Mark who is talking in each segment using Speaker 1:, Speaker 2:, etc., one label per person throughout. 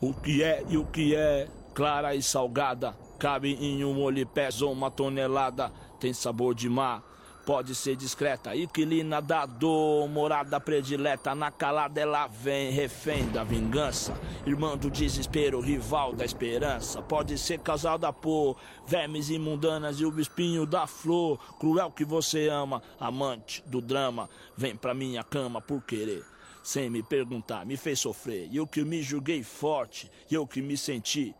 Speaker 1: O que é e o que é clara e salgada. Cabe em um olho e pesa uma tonelada. Tem sabor de mar, pode ser discreta. Inquilina da dor, morada predileta. Na calada ela vem, refém da vingança. Irmã do desespero, rival da esperança. Pode ser casada por vermes e mundanas e o espinho da flor. Cruel que você ama, amante do drama. Vem pra minha cama por querer. Sem me perguntar, me fez sofrer. E eu que me julguei forte, e eu que me senti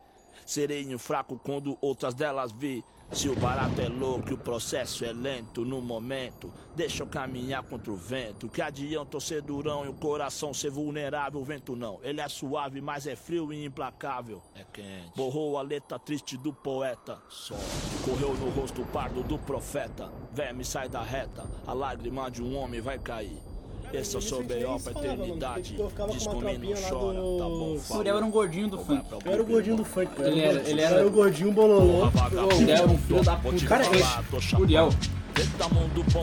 Speaker 1: Serei um fraco quando outras delas vi. Se o barato é louco, o processo é lento no momento. Deixa eu caminhar contra o vento. Que adianta eu ser durão e o coração ser vulnerável? O vento não, ele é suave, mas é frio e implacável.
Speaker 2: É quente.
Speaker 1: Borrou a letra triste do poeta. Só correu no rosto pardo do profeta. Verme sai da reta, a lágrima de um homem vai cair. Esse é o seu B.O. pra eternidade. Diz comigo, não chora, tá bom,
Speaker 3: O Uriel era um gordinho do funk.
Speaker 4: Eu era o gordinho do funk, pô.
Speaker 3: Ele
Speaker 4: Eu
Speaker 3: era- ele
Speaker 4: eu
Speaker 3: era-
Speaker 4: o gordinho bololô.
Speaker 3: O Uriel era um filho da puta.
Speaker 4: Cara,
Speaker 3: esse Uriel.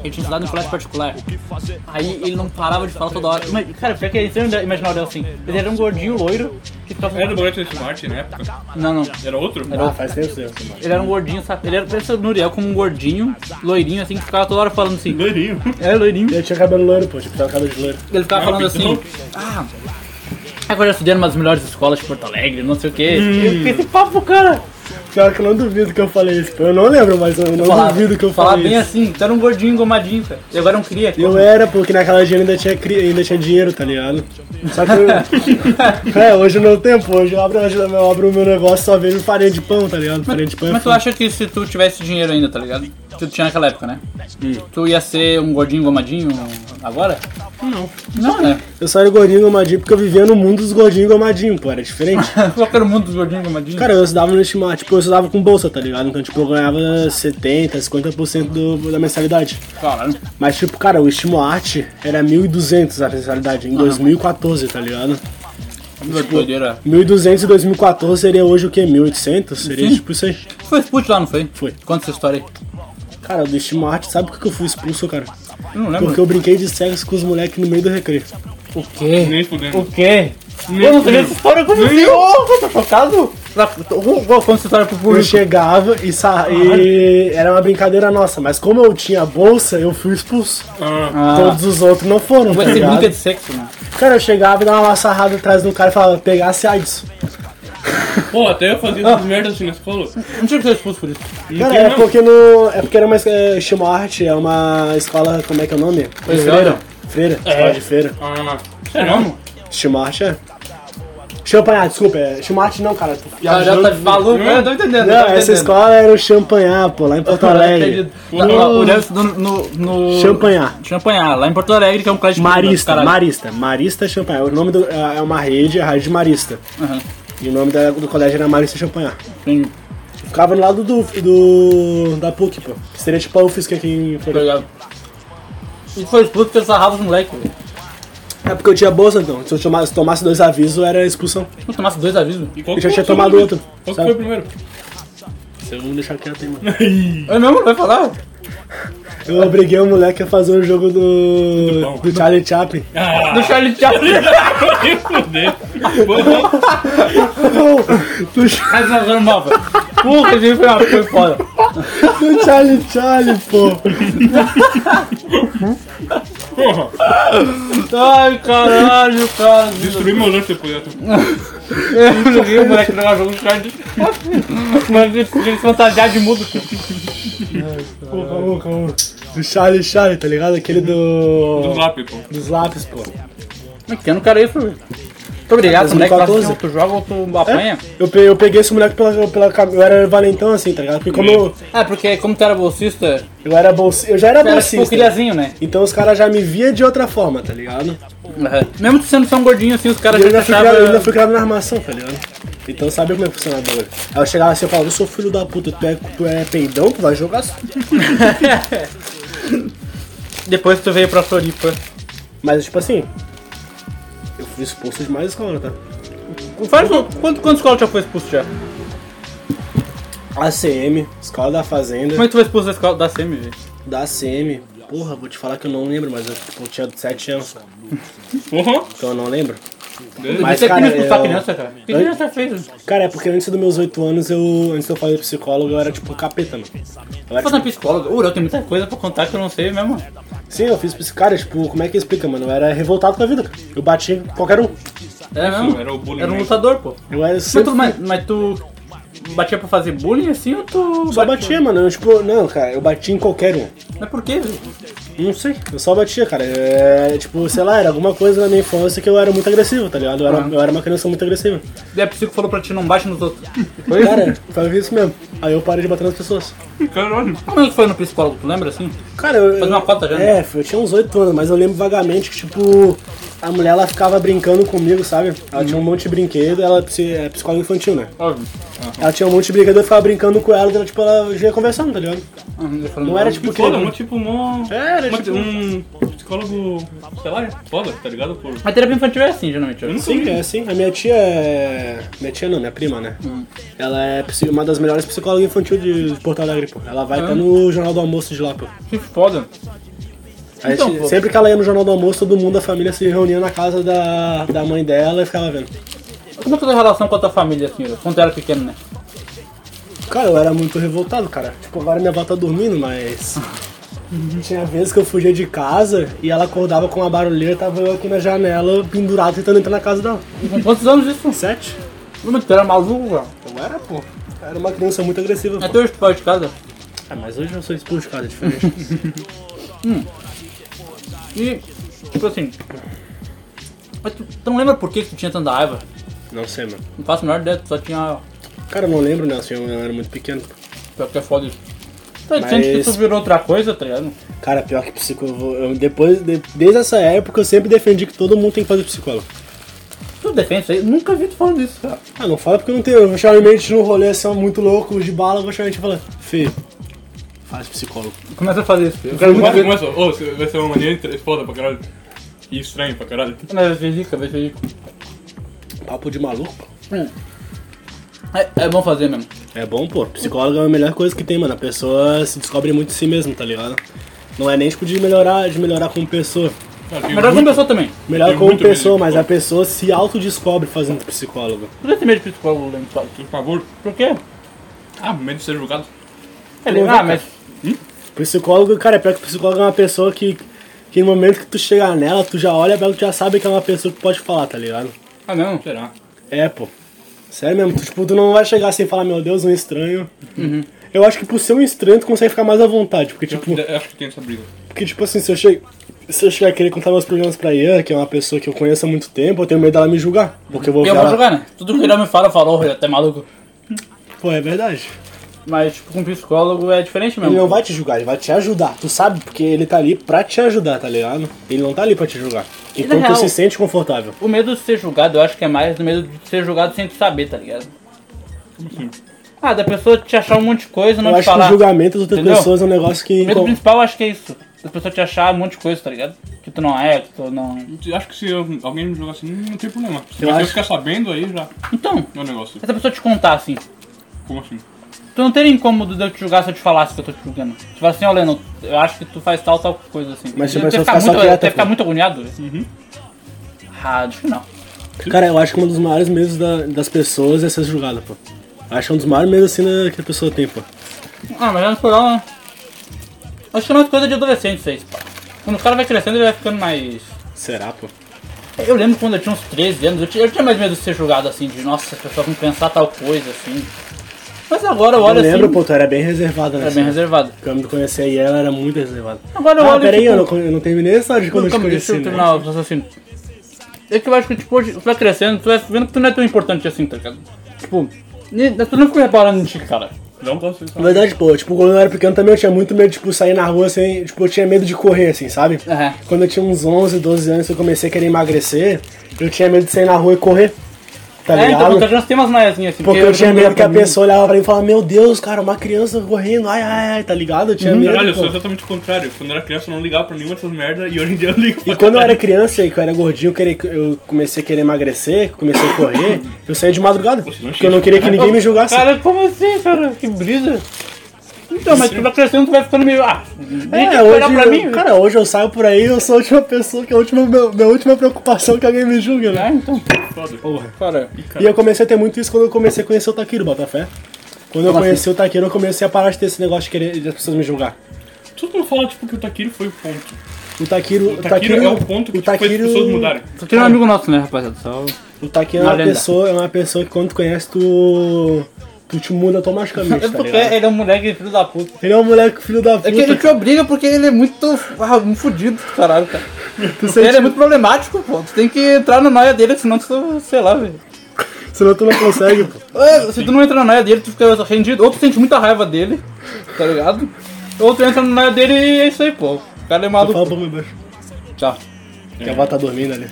Speaker 1: Ele
Speaker 3: tinha estudado no colégio particular. Aí ele não parava de falar toda hora. Mas, cara, pior que ele você não imaginar o Uriel assim. Ele era um gordinho loiro que ficava.
Speaker 5: Era É do Boleto de Marte na época?
Speaker 3: Não, não.
Speaker 5: né? Era outro?
Speaker 4: Ah, faz tempo seu, mano.
Speaker 3: Ele era um gordinho, sabe? Ele era pensa no Uriel como um gordinho, loirinho, assim, que ficava toda hora falando assim.
Speaker 5: Loirinho.
Speaker 3: É, loirinho.
Speaker 4: Eu tinha cabelo loiro, pô. Tipo, tava cabelo de loiro.
Speaker 3: Ele ficava
Speaker 5: Ah,
Speaker 3: falando
Speaker 5: então.
Speaker 4: um
Speaker 3: assim. Ah. Agora eu estudei numa das melhores escolas de Porto Alegre, não sei o quê. Eu fiquei Hum. esse papo, cara.
Speaker 4: Pior que eu não duvido que eu falei isso, pô. Eu não lembro, mas eu não
Speaker 3: Falava-
Speaker 4: duvido que eu
Speaker 3: falava
Speaker 4: falei
Speaker 3: bem
Speaker 4: isso.
Speaker 3: assim, tu era um gordinho engomadinho, cara. E agora é um cria.
Speaker 4: Eu era, porque naquela dia eu ainda tinha, cri- ainda tinha dinheiro, tá ligado? Só que eu... É, hoje não tem, pô. Hoje eu abro, hoje eu abro o meu negócio só vejo farinha de pão, tá ligado? Farinha de pão é
Speaker 3: Mas tu
Speaker 4: foda.
Speaker 3: acha que se tu tivesse dinheiro ainda, tá ligado? Que tu tinha naquela época, né?
Speaker 4: Hum.
Speaker 3: Tu ia ser um gordinho engomadinho agora? Não. Não, né?
Speaker 4: Eu só era gordinho gomadinho porque eu vivia no mundo dos gordinhos gomadinhos, pô. Era diferente.
Speaker 3: Qual que era o mundo um dos gordinhos engomadinhos?
Speaker 4: Cara, eu estudava no estimado, tipo, eu estudava com bolsa, tá ligado? Então, tipo, eu ganhava 70%, 50% do, da mensalidade.
Speaker 3: Caralho.
Speaker 4: Mas, tipo, cara, o Estimo Arte era 1.200 a mensalidade, em 2014, tá ligado?
Speaker 3: Que doideira.
Speaker 4: 1.200 em 2014 seria hoje o quê? 1.800? Seria,
Speaker 3: Sim.
Speaker 4: tipo, isso aí.
Speaker 3: Tu foi expulso lá, não foi?
Speaker 4: Foi.
Speaker 3: Conta essa história aí.
Speaker 4: Cara, do Estimo Arte, sabe por que que eu fui expulso, cara?
Speaker 3: Eu não lembro.
Speaker 4: Porque eu brinquei de sexo com os moleques no meio do recreio.
Speaker 3: O quê?
Speaker 5: Nem fudendo.
Speaker 3: O quê? eu não sabia essa história como assim? Ô, tá chocado? Tá- ô, ô, Conta essa história pro
Speaker 4: Eu
Speaker 3: público.
Speaker 4: chegava e, sa... e era uma brincadeira nossa, mas como eu tinha bolsa, eu fui expulso.
Speaker 5: Ah,
Speaker 3: Ah,
Speaker 4: Todos os outros não foram, tá
Speaker 3: vai ser
Speaker 4: ligado?
Speaker 3: brinca de sexo, mano.
Speaker 4: Cara, eu chegava e dava uma sarrada atrás do cara e falava, pegasse AIDS.
Speaker 5: Pô, até eu fazia
Speaker 4: Ah.
Speaker 5: essas merdas assim na escola.
Speaker 3: Não tinha que ser expulso por isso.
Speaker 4: Cara,
Speaker 5: tem,
Speaker 4: é
Speaker 5: não.
Speaker 4: porque no. É porque era uma é, Chimarte, é uma escola, como é que é o nome?
Speaker 3: Pois é,
Speaker 4: freira.
Speaker 3: olha.
Speaker 4: Freira, escola de freira. É.
Speaker 5: Ah, sério, mano?
Speaker 4: Chimarte é. Champanhar, desculpa, é. Chimarte não, cara. tu-
Speaker 3: Cara, já tá maluco, eu tô entendendo. eu
Speaker 4: Não,
Speaker 3: tô
Speaker 4: essa
Speaker 3: entendendo.
Speaker 4: escola era o Champanhar, pô, lá em Porto Alegre.
Speaker 3: Não, não, o Leandro estudou no, no.
Speaker 4: Champanhar.
Speaker 3: Champanhar, lá em Porto Alegre, que é um colégio de
Speaker 4: Marista,
Speaker 3: caralho.
Speaker 4: Marista, Marista Champanhar. O nome do, é é uma rede, é a Rádio Marista.
Speaker 3: Aham,
Speaker 4: E o nome da- do colégio era Marista Champanhar.
Speaker 3: entendi.
Speaker 4: Ficava do lado do, do. da PUC, pô. Que seria tipo a UFSC aqui em Floripa.
Speaker 3: Obrigado. tá E foi expulso porque ele sarrava os moleques. velho.
Speaker 4: É porque eu tinha bolsa, então. Se eu tomasse, se tomasse dois avisos, era expulsão.
Speaker 3: Se eu tomasse dois avisos.
Speaker 5: E qual
Speaker 4: Eu
Speaker 5: que
Speaker 4: já
Speaker 5: foi
Speaker 4: tinha
Speaker 5: o seu
Speaker 4: tomado
Speaker 5: primeiro?
Speaker 4: outro.
Speaker 5: Qual que
Speaker 4: sabe?
Speaker 5: foi o primeiro?
Speaker 4: Se eu não deixar quieto, hein, mano.
Speaker 3: Eu não, não É vai falar.
Speaker 4: Eu obriguei o moleque a fazer o jogo do. do Charlie Chaplin.
Speaker 5: Ah,
Speaker 3: Do Charlie Chaplin.
Speaker 5: nem fuder. Pô,
Speaker 4: do Ch-
Speaker 3: Mas nós vamos mal, velho. Puta, esse foi uma foi foda.
Speaker 4: do Charlie Chaplin, pô.
Speaker 5: Porra,
Speaker 3: Ai, caralho, cara.
Speaker 5: destruí meu lanche depois né? dessa.
Speaker 4: É.
Speaker 3: Eu joguei o moleque jogar jogo do Charlie Chaplin. Mas ele ele se fantasiar de mudo.
Speaker 4: Pô, calma, calma. Do Charlie Charlie, tá ligado? Aquele
Speaker 5: Do
Speaker 4: do.
Speaker 5: zap, pô.
Speaker 4: dos lápis, pô.
Speaker 3: Mas que ano cara é isso, velho? Muito obrigado, esse moleque.
Speaker 4: 2014.
Speaker 3: Assim, ou tu joga ou tu apanha?
Speaker 4: Eu pe- eu peguei esse moleque pela, pela. cam- Eu era valentão assim, tá ligado? Porque como eu.
Speaker 3: É, porque como tu era bolsista,
Speaker 4: Eu era bolsista. Eu já era
Speaker 3: tu era tipo
Speaker 4: bolsista.
Speaker 3: criazinho, né?
Speaker 4: Então os caras já me via de outra forma, tá ligado?
Speaker 3: Mesmo tu sendo só um gordinho assim, os caras
Speaker 4: E eu
Speaker 3: já te
Speaker 4: ainda fui, criado, eu ainda
Speaker 3: achavam...
Speaker 4: fui criado na armação, tá ligado? Então sabe como é que funciona o bagulho. Aí eu chegava assim e falava, eu sou filho da puta, tu é, tu é peidão, tu vai jogar assim.
Speaker 3: Depois tu veio pra Floripa.
Speaker 4: Mas tipo assim, eu fui expulso de mais escola, tá?
Speaker 3: Faz um... Quanto, quantos escolas já foi expulso já? Como
Speaker 4: ACM, Escola da Fazenda,
Speaker 3: é que tu foi expulso da escola da SEMI, velho?
Speaker 5: É.
Speaker 4: da ACM. Porra, vou te falar que eu não lembro, mas eu, tipo, eu tinha 7 anos,
Speaker 5: Porra,
Speaker 4: então eu não lembro. Mas,
Speaker 3: Mas, é
Speaker 4: cara,
Speaker 3: punido pra
Speaker 4: eu-
Speaker 3: criança, cara. Que criança fez?
Speaker 4: Cara, é porque antes dos meus 8 anos, eu. Antes de eu fazer psicólogo, eu era tipo capeta, mano. Eu era,
Speaker 3: Vou fazer um psicólogo. Ura, eu tenho muita coisa pra contar que eu não sei mesmo. É
Speaker 4: tipo, sim, eu fiz psic- Cara, tipo, como é que explica, mano? Eu era revoltado com a vida, cara. Eu batia em qualquer um.
Speaker 3: É mesmo?
Speaker 5: Era o bullying.
Speaker 3: Era um
Speaker 5: né?
Speaker 3: lutador, pô.
Speaker 4: Eu era
Speaker 3: Mas
Speaker 4: sempre.
Speaker 3: tu, mas, mas tu batia pra fazer bullying assim ou tu.
Speaker 4: Só batia, mano. Eu, tipo, não, cara, eu batia em qualquer um.
Speaker 3: Mas por quê? É
Speaker 4: Não sei, eu só batia, cara. É, tipo, sei lá, era alguma coisa na minha infância que eu era muito agressivo, tá ligado? Eu era, eu era uma criança muito agressiva.
Speaker 3: Daí a psico falou pra ti não bate nos outros. Foi isso?
Speaker 4: Cara, foi isso mesmo. Aí eu parei de bater nas pessoas.
Speaker 5: Caralho.
Speaker 3: Como é que foi no psicólogo? Tu lembra assim?
Speaker 4: Cara, eu.
Speaker 3: Faz
Speaker 4: eu-
Speaker 3: uma cota já, né?
Speaker 4: É, eu tinha uns 8 anos, mas eu lembro vagamente que, tipo, a mulher ela ficava brincando comigo, sabe? Ela tinha um monte de brinquedo, ela é psi- é psicóloga infantil, né?
Speaker 5: Ah.
Speaker 3: Óbvio. Ah,
Speaker 4: Ela tinha um monte de brinquedo, eu ficava brincando com ela, ela, tipo, ela já ia conversando, tá ligado?
Speaker 3: Ah, ele falou,
Speaker 4: Não era tipo que.
Speaker 5: Foda, mas tipo, mó.
Speaker 4: É, era
Speaker 5: mó-
Speaker 4: tipo-
Speaker 5: Um psicólogo, sei lá, foda, tá ligado? Por...
Speaker 3: A terapia infantil é assim, geralmente.
Speaker 5: Eu
Speaker 3: ó.
Speaker 5: não
Speaker 4: Sim,
Speaker 5: sei.
Speaker 4: é assim. A minha tia é. Minha tia não, minha prima, né? Ela é psi- uma das melhores psicólogas infantil de de Porto Alegre, pô. Ela vai até no Jornal do Almoço de lá, pô.
Speaker 3: Que foda.
Speaker 4: A
Speaker 3: Então,
Speaker 4: gente-
Speaker 3: pô.
Speaker 4: sempre que ela ia no Jornal do Almoço, todo mundo, a família, se reunia na casa da, da mãe dela e ficava vendo.
Speaker 3: Como é que é a tua relação com a tua família, assim, ó? quando tu era pequeno, né?
Speaker 4: Cara, eu era muito revoltado, cara. Tipo, agora minha avó tá dormindo, mas. Tinha vezes que eu fugia de casa e ela acordava com uma barulheira, tava eu aqui na janela, pendurado, tentando entrar na casa dela.
Speaker 3: Com quantos anos isso?
Speaker 4: Sete?
Speaker 3: Mas tu era maluco, cara.
Speaker 4: Eu era, pô. Era uma criança muito agressiva, pô.
Speaker 3: Até hoje tu pode de casa.
Speaker 4: Ah, mas hoje eu sou expulso de casa, é diferente.
Speaker 3: E, tipo assim. Mas tu, tu não lembra por que que tu tinha tanta raiva?
Speaker 4: Não sei, mano.
Speaker 3: Não faço a menor ideia, tu só tinha.
Speaker 4: Cara, eu não lembro, né? Assim, eu era muito pequeno.
Speaker 3: Pior que é foda isso. Tu sente que
Speaker 4: Mas-
Speaker 3: tu virou outra coisa, tá ligado?
Speaker 4: Cara, pior que psico... eu vou- eu- depois, de- desde essa época, eu sempre defendi que todo mundo tem que fazer psicólogo.
Speaker 3: Tu defende isso aí? Nunca vi tu falando isso, cara.
Speaker 4: Ah, não fala porque eu não tenho... Eu vou chamar minha gente num rolê, assim, ó, muito louco, de bala, eu vou chamar a gente e falar... Fê, faz psicólogo.
Speaker 3: Começa a fazer isso. Eu
Speaker 4: quero
Speaker 5: Quase
Speaker 3: nunca vi.
Speaker 5: começa, ô, cê- vai ser uma mania entre- foda pra caralho. E estranho pra caralho.
Speaker 3: Mas fez rica, vez fez rica.
Speaker 4: Papo de maluco, pô.
Speaker 3: É, é bom fazer mesmo.
Speaker 4: É bom, pô. Psicólogo é a melhor coisa que tem, mano. A pessoa se descobre muito de si mesmo, tá ligado? Não é nem, tipo, de melhorar, de melhorar como pessoa.
Speaker 5: Cara, tem
Speaker 3: Melhor como
Speaker 5: muito-
Speaker 3: pessoa também.
Speaker 4: Melhor
Speaker 5: Tem
Speaker 4: como
Speaker 5: muito medo de
Speaker 4: pessoa, mas a pessoa se autodescobre fazendo psicólogo.
Speaker 3: Tu deve ter medo de psicólogo lembro só aqui.
Speaker 5: Por favor.
Speaker 3: Por quê?
Speaker 5: Ah, medo de ser julgado.
Speaker 3: Ele, ah, mas.
Speaker 4: Psicólogo, cara, é pior que psicólogo é uma pessoa que, que no momento que tu chegar nela, tu já olha, tu já sabe que é uma pessoa que pode falar, tá ligado?
Speaker 3: Ah, não.
Speaker 5: Será?
Speaker 4: É, pô. Sério mesmo, tu, tipo, tu não vai chegar sem falar, meu Deus, um estranho.
Speaker 3: Uhum.
Speaker 4: Eu acho que por ser um estranho, tu consegue ficar mais à vontade, porque tipo,
Speaker 5: Eu acho que tem essa briga.
Speaker 4: porque, tipo assim, se eu, che... se eu chegar a querer contar meus problemas pra Ian, que é uma pessoa que eu conheço há muito tempo, eu tenho medo dela me julgar, porque eu vou
Speaker 3: Eu vou
Speaker 4: falar,
Speaker 3: jogar, né? Tudo que ele me fala, falou, ele é até maluco.
Speaker 4: pô, é verdade.
Speaker 3: Mas, tipo, com psicólogo é diferente mesmo.
Speaker 4: Ele não vai te julgar, ele vai te ajudar. Tu sabe, porque ele tá ali pra te ajudar, tá ligado? Ele não tá ali pra te julgar.
Speaker 3: E na
Speaker 4: Então tu
Speaker 3: real-
Speaker 4: se sente confortável.
Speaker 3: O medo de ser julgado, eu acho que é mais do medo de ser julgado sem tu saber, tá ligado? Ah, da pessoa te achar um monte de coisa e não
Speaker 4: Eu
Speaker 3: te
Speaker 4: acho que
Speaker 3: falar.
Speaker 4: o julgamento das outras
Speaker 3: Entendeu?
Speaker 4: pessoas é um negócio que.
Speaker 3: O medo principal, eu acho que é isso. Da pessoa te achar um monte de coisa, tá ligado? Que tu não é, que tu não...
Speaker 5: Eu Acho que se eu- alguém me julgar assim, não tem problema. Se
Speaker 4: Eu
Speaker 5: você
Speaker 4: acho-
Speaker 5: ficar sabendo aí, já
Speaker 3: Então,
Speaker 5: é um negócio.
Speaker 3: essa pessoa te contar, assim...
Speaker 5: Como assim?
Speaker 3: Tu não teria incômodo de eu te julgar se eu te falasse que eu tô te julgando. Tipo assim, ó, Leno, eu acho que tu faz tal, tal coisa assim.
Speaker 4: Mas se a
Speaker 3: Eu ia
Speaker 4: pessoa
Speaker 3: ficar
Speaker 4: ficar só
Speaker 3: muito, eu ia
Speaker 4: quieta,
Speaker 3: ficar
Speaker 4: pô. Uhum.
Speaker 3: muito agoniado. Ah, acho que não.
Speaker 4: Cara, eu acho que um dos maiores medos da- das pessoas é ser julgada, pô. Acho que é um dos maiores medos assim né, que a pessoa tem, pô.
Speaker 3: Ah, mas vamos por lá. Acho que é uma coisa de adolescente isso aí, pá. Quando o cara vai crescendo, ele vai ficando mais.
Speaker 4: Será, pô?
Speaker 3: Eu lembro quando eu tinha uns 13 anos, eu tinha, eu tinha mais medo de ser julgado assim, de nossa, as pessoas vão pensar tal coisa assim. Mas agora eu
Speaker 4: Eu
Speaker 3: olho
Speaker 4: lembro,
Speaker 3: assim.
Speaker 4: pô, tu era bem reservada, né?
Speaker 3: Era bem
Speaker 4: assim.
Speaker 3: reservado.
Speaker 4: Quando eu conheci a Ian, ela era muito reservada.
Speaker 3: Agora eu
Speaker 4: ah,
Speaker 3: olho,
Speaker 4: peraí,
Speaker 3: tipo,
Speaker 4: eu, não, con- eu não terminei essa hora de quando eu te
Speaker 3: Calma, deixa
Speaker 4: conheci,
Speaker 3: eu
Speaker 4: né?
Speaker 3: terminar o raciocínio. É que eu acho que, tipo, hoje tu vai crescendo, tu vai vendo que tu não é tão importante assim, tá ligado? Tipo, ni- tu não fica reparando em ti, cara.
Speaker 4: Tá
Speaker 5: Não posso pensar.
Speaker 4: Na verdade, pô, tipo, quando eu era pequeno também eu tinha muito medo, tipo, sair na rua assim, tipo, eu tinha medo de correr, assim, sabe?
Speaker 3: Aham.
Speaker 4: Quando eu tinha uns 11, 12 anos, eu comecei a querer emagrecer, eu tinha medo de sair na rua e correr, tá
Speaker 3: é, então,
Speaker 4: ligado?
Speaker 3: tu já tem umas maiazinhas assim.
Speaker 4: Porque eu tinha medo que a
Speaker 3: pra mim.
Speaker 4: pessoa olhava pra mim e falava, meu Deus, cara, uma criança correndo, ai, ai, ai, tá ligado? Eu tinha medo,
Speaker 5: Caralho, Uhum. eu
Speaker 4: pô.
Speaker 5: sou exatamente o contrário. Quando eu era criança eu não ligava pra nenhuma dessas merdas e hoje em dia eu ligo pra
Speaker 4: E quando eu era criança e que eu era gordinho, eu, queria- eu comecei a querer emagrecer, comecei a correr,
Speaker 5: né?
Speaker 4: eu saía de madrugada. Porque eu não queria que ninguém me julgasse.
Speaker 3: Cara, como assim, cara? Que brisa. Então, mas tu vai crescendo, tu vai ficando meio. Ah, ninguém
Speaker 4: É,
Speaker 3: quer olhar pra mim.
Speaker 5: né?
Speaker 4: hoje, cara, hoje eu saio por aí, eu sou a última pessoa, que a última, meu- minha última preocupação é que alguém me julgue, né?
Speaker 3: Ah, então.
Speaker 5: Foda.
Speaker 3: Porra, cara.
Speaker 4: E eu comecei a ter muito isso quando eu comecei a conhecer o Taquiro, Botafé. Quando eu
Speaker 3: Como
Speaker 4: conheci o Taquiro, eu comecei a parar de ter esse negócio de querer de as pessoas me julgar.
Speaker 5: Todo mundo fala, tipo, que o Takiro foi o ponto.
Speaker 4: O Taquiro.
Speaker 5: O Takiro é o ponto que
Speaker 4: o
Speaker 5: tipo, fez as pessoas mudarem.
Speaker 3: Tu tira um amigo nosso, né, rapaziada? Só.
Speaker 4: O Taquiro é uma
Speaker 3: Uma lenda.
Speaker 4: pessoa, é uma pessoa que quando tu conhece, tu. Tu te muda automaticamente,
Speaker 3: É
Speaker 4: tá
Speaker 3: porque
Speaker 4: ligado?
Speaker 3: ele é um moleque filho da puta.
Speaker 4: Ele é um moleque filho da puta.
Speaker 3: É que ele te obriga porque ele é muito ah, um fudido, caralho, cara.
Speaker 4: tu sente-
Speaker 3: Ele é muito problemático, pô. Tu tem que entrar na noia dele, senão tu, sei lá, velho.
Speaker 4: Senão tu não consegue, pô.
Speaker 3: É, Se tu não entra na noia dele, tu fica rendido. Ou tu sente muita raiva dele, tá ligado? Ou tu entra na noia dele e é isso aí, pô. O cara
Speaker 4: Fala
Speaker 3: é
Speaker 4: um
Speaker 3: maluco.
Speaker 4: pouco mais baixo.
Speaker 3: Tchau.
Speaker 4: Que a avó tá dormindo ali.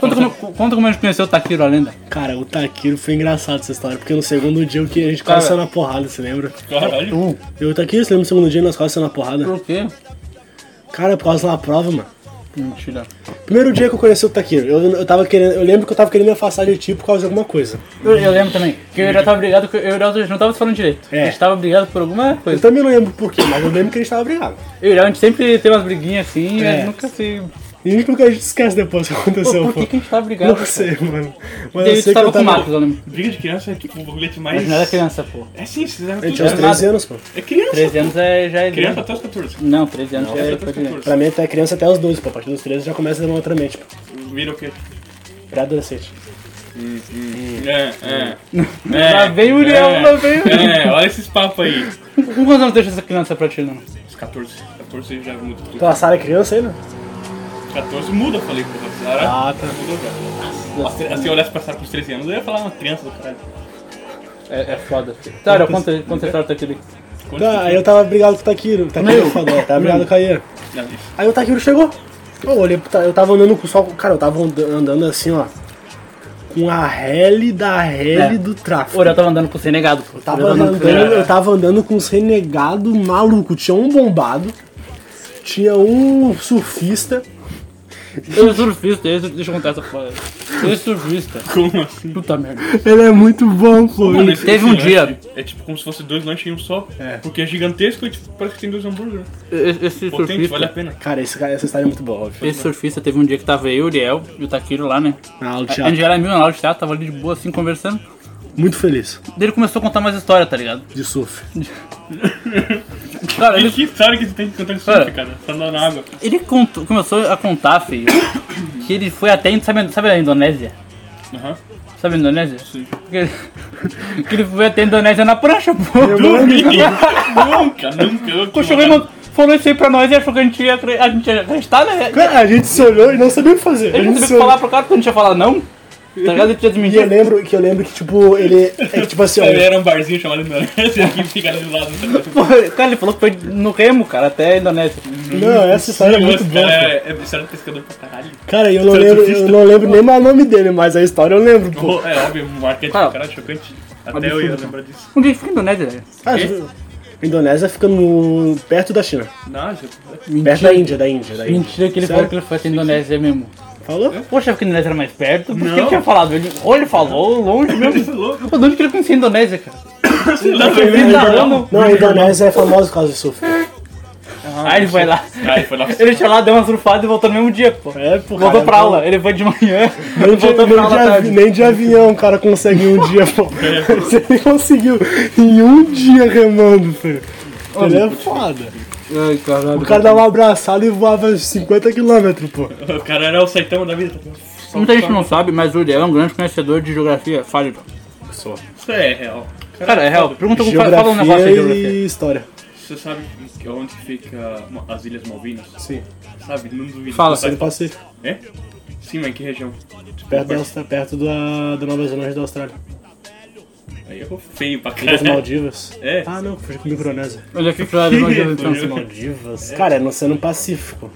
Speaker 3: Conta como, conta como a gente conheceu o Takiro, a lenda.
Speaker 4: Cara, o Taquiro foi engraçado essa história, porque no segundo dia o que a gente quase
Speaker 3: Cara.
Speaker 4: saiu na porrada, você lembra?
Speaker 3: é
Speaker 5: Caralho.
Speaker 4: Eu e o Taquiro, você lembra no segundo dia nós quase saiu na porrada?
Speaker 3: Por quê?
Speaker 4: Cara, por causa de uma prova, mano.
Speaker 3: Mentira.
Speaker 4: Primeiro dia que eu conheci o Taquiro, eu, eu tava querendo. Eu lembro que eu tava querendo me afastar de ti por causa de alguma coisa.
Speaker 3: Eu, eu lembro também que eu já tava brigado, com- eu e o Iraldo, a gente não tava se falando direito.
Speaker 4: É.
Speaker 3: A gente tava brigado por alguma
Speaker 4: Eu
Speaker 3: coisa.
Speaker 4: também não lembro por quê, mas eu lembro que a gente tava brigado.
Speaker 3: Eu e o Iraldo, a gente sempre tem umas briguinhas assim,
Speaker 4: É.
Speaker 3: mas nunca se.
Speaker 4: E a gente nunca a gente esquece depois o que
Speaker 3: Pô,
Speaker 4: aconteceu,
Speaker 3: por que, que a gente tava brigado?
Speaker 4: Não
Speaker 3: pô?
Speaker 4: sei, mano. Mas
Speaker 3: David
Speaker 4: eu sei que
Speaker 3: tava
Speaker 4: eu
Speaker 3: com o
Speaker 4: tava.
Speaker 3: Marcos, eu lembro.
Speaker 5: Briga de criança é tipo um bagulho mais.
Speaker 3: Mas não era criança, pô.
Speaker 5: É sim, vocês eram
Speaker 4: Eu
Speaker 5: tudo.
Speaker 4: tinha uns 13 anos, pô.
Speaker 5: É criança.
Speaker 3: 13 anos é, já é.
Speaker 5: Criança tá até os 14.
Speaker 3: Não, 13 anos já é.
Speaker 5: até os
Speaker 3: depois de-
Speaker 5: 14.
Speaker 4: Pra mim, até criança até os 12, pô. A partir dos 13 já começa a dar uma outra mente, pô.
Speaker 5: Vira o quê?
Speaker 4: Pré-adolescente.
Speaker 5: É, é.
Speaker 3: Hum. Lá vem o Uriel,
Speaker 5: é.
Speaker 3: lá vem o Uriel.
Speaker 5: É, olha esses papos aí.
Speaker 3: Com quantos anos deixa essa criança pra ti, não?
Speaker 5: Os 14. 14 já muda tudo.
Speaker 4: Tua Sara é criança ainda?
Speaker 5: 14 muda, eu falei, porra. Sara
Speaker 4: Ah, tá.
Speaker 5: mudou já. Se eu olhasse pra Sara com os 13 anos, eu ia falar uma criança do caralho.
Speaker 3: É, é foda. Cara, conta, conta a história daquele.
Speaker 4: Tá, aí eu tava brigado com o Taquiro. O Taquiro
Speaker 3: Meu.
Speaker 4: falou, tava brigado com a Ian.
Speaker 5: Não, isso.
Speaker 4: Aí o Taquiro chegou. Eu olhei, pro Ta- eu tava andando com o sol. Cara, eu tava and- andando assim, ó. Com a rally da rally
Speaker 3: É.
Speaker 4: do
Speaker 3: O
Speaker 4: tráfico.
Speaker 3: Uriel tava andando com o Senegado, pô.
Speaker 4: Tava
Speaker 3: Uriel
Speaker 4: andando,
Speaker 3: com o Senegado.
Speaker 4: eu tava andando com uns renegados malucos. Tinha um bombado, tinha um surfista.
Speaker 3: Eu sou surfista, eu, deixa eu contar essa porra. Eu sou surfista.
Speaker 5: Como assim?
Speaker 3: Puta merda.
Speaker 4: Ele é muito bom, pô.
Speaker 5: Mano, esse-
Speaker 3: Hum, teve um
Speaker 5: esse
Speaker 3: dia-
Speaker 5: lanche É tipo como se fosse dois lanches em um só.
Speaker 4: É.
Speaker 5: Porque é gigantesco e tipo, parece que tem dois hambúrguer.
Speaker 3: Esse, esse
Speaker 5: Potente,
Speaker 3: surfista.
Speaker 5: vale a pena.
Speaker 4: Cara, esse cara, essa história é muito boa, óbvio.
Speaker 3: Esse surfista teve um dia que tava eu, o Uriel e o Taquiro lá, né?
Speaker 4: Na aula de
Speaker 3: A gente
Speaker 4: teatro.
Speaker 3: já era mil na aula de teatro, tava ali de boa assim conversando.
Speaker 4: Muito feliz
Speaker 3: Daí ele começou a contar mais história, tá ligado?
Speaker 4: de surf.
Speaker 3: Cara,
Speaker 5: Ele
Speaker 3: ele
Speaker 5: que sabe que tu tem que cantar isso,
Speaker 3: Cara.
Speaker 5: cara. Tá andando na água.
Speaker 3: Ele contou- começou a contar, filho, que ele foi até. em- Sabe, sabe a Indonésia?
Speaker 5: Aham.
Speaker 3: Sabe a Indonésia?
Speaker 5: Sim.
Speaker 3: Que ele, que ele foi até a Indonésia na prancha, pô.
Speaker 5: nunca, nunca. Eu
Speaker 3: O Shogun falou isso aí pra nós e achou que a gente ia, acre- a gente ia acreditar, né?
Speaker 4: Cara, a gente se olhou e não sabia o que fazer.
Speaker 3: A gente não
Speaker 4: se
Speaker 3: sabia o que
Speaker 4: olhou.
Speaker 3: falar pro cara porque a gente ia falar não. Tá ligado? Ele
Speaker 4: E
Speaker 3: tinha
Speaker 4: eu
Speaker 3: desmentido.
Speaker 4: lembro que eu lembro que, tipo, ele. É que, tipo assim, ó.
Speaker 5: Era um barzinho chamado Indonésia que fica ali do lado. tá
Speaker 3: Pô, Cara, ele falou que foi no remo, cara, até a Indonésia.
Speaker 4: Não, essa história é muito boa. pô.
Speaker 5: É, é, isso era um pescador pra caralho.
Speaker 4: Cara, eu não,
Speaker 5: Você é
Speaker 4: lembro, eu
Speaker 5: surfista?
Speaker 4: não lembro nem mais o nome dele, mas a história eu lembro, pô.
Speaker 5: É óbvio, um marketing
Speaker 3: Cara,
Speaker 5: do caralho chocante. Até eu ia lembrar disso.
Speaker 3: Onde é que fica a Indonésia, velho?
Speaker 4: Ah, a Indonésia fica no, perto da China.
Speaker 5: Não, já...
Speaker 4: Perto da Índia, da Índia, da Índia.
Speaker 3: Mentira que ele
Speaker 4: Sério?
Speaker 3: falou que ele foi até a Indonésia mesmo.
Speaker 4: Falou?
Speaker 3: Poxa, porque a Indonésia era mais perto. Por que
Speaker 5: Não.
Speaker 3: ele tinha falado? Ele, ou ele falou longe mesmo.
Speaker 5: Você é louco?
Speaker 3: Pô, de onde que ele conhecia a Indonésia, cara?
Speaker 5: Não,
Speaker 4: Não, a Indonésia é famosa por causa do surf.
Speaker 3: Aí ele foi lá.
Speaker 5: Aí foi lá.
Speaker 3: Ele tinha lá, deu uma surfada e voltou no mesmo dia, pô.
Speaker 4: É, pô.
Speaker 3: Voltou
Speaker 4: cara,
Speaker 3: pra aula, ele foi de manhã,
Speaker 4: Nem de,
Speaker 3: voltou
Speaker 4: nem
Speaker 3: pra aula
Speaker 4: de
Speaker 3: à
Speaker 4: avi-
Speaker 3: tarde.
Speaker 4: nem de avião o cara consegue um dia, pô. Você nem conseguiu em um dia remando, filho. Ele é foda.
Speaker 3: Ai, caralho.
Speaker 4: O cara dava uma abraçada e voava 50 km, pô.
Speaker 5: O cara era o Saitama da vida. tá
Speaker 3: Muita gente não sabe, mas o Uriel é um grande conhecedor de geografia. Fale, então.
Speaker 5: Isso é real.
Speaker 3: Cara, é real. Pergunta como fala, fala um negócio aí de
Speaker 4: Geografia
Speaker 3: geografia.
Speaker 4: e história.
Speaker 5: Você sabe que é onde fica mo- as Ilhas Malvinas?
Speaker 4: Sim.
Speaker 5: Sabe? Não duvido.
Speaker 3: Fala,
Speaker 5: Você
Speaker 4: Ele passa
Speaker 5: sabe- É? Sim, mas em que região? Tipo,
Speaker 4: perto, da, Austra- perto da, da Nova Zelândia e da Austrália.
Speaker 5: Aí eu feio pra
Speaker 4: Ilhas
Speaker 5: caralho.
Speaker 4: Maldivas.
Speaker 5: É.
Speaker 4: Ah, não, fugiu com Micronésia.
Speaker 3: Olha aqui pra área de onde eu
Speaker 4: As Maldivas. Cara, é no Oceano Pacífico.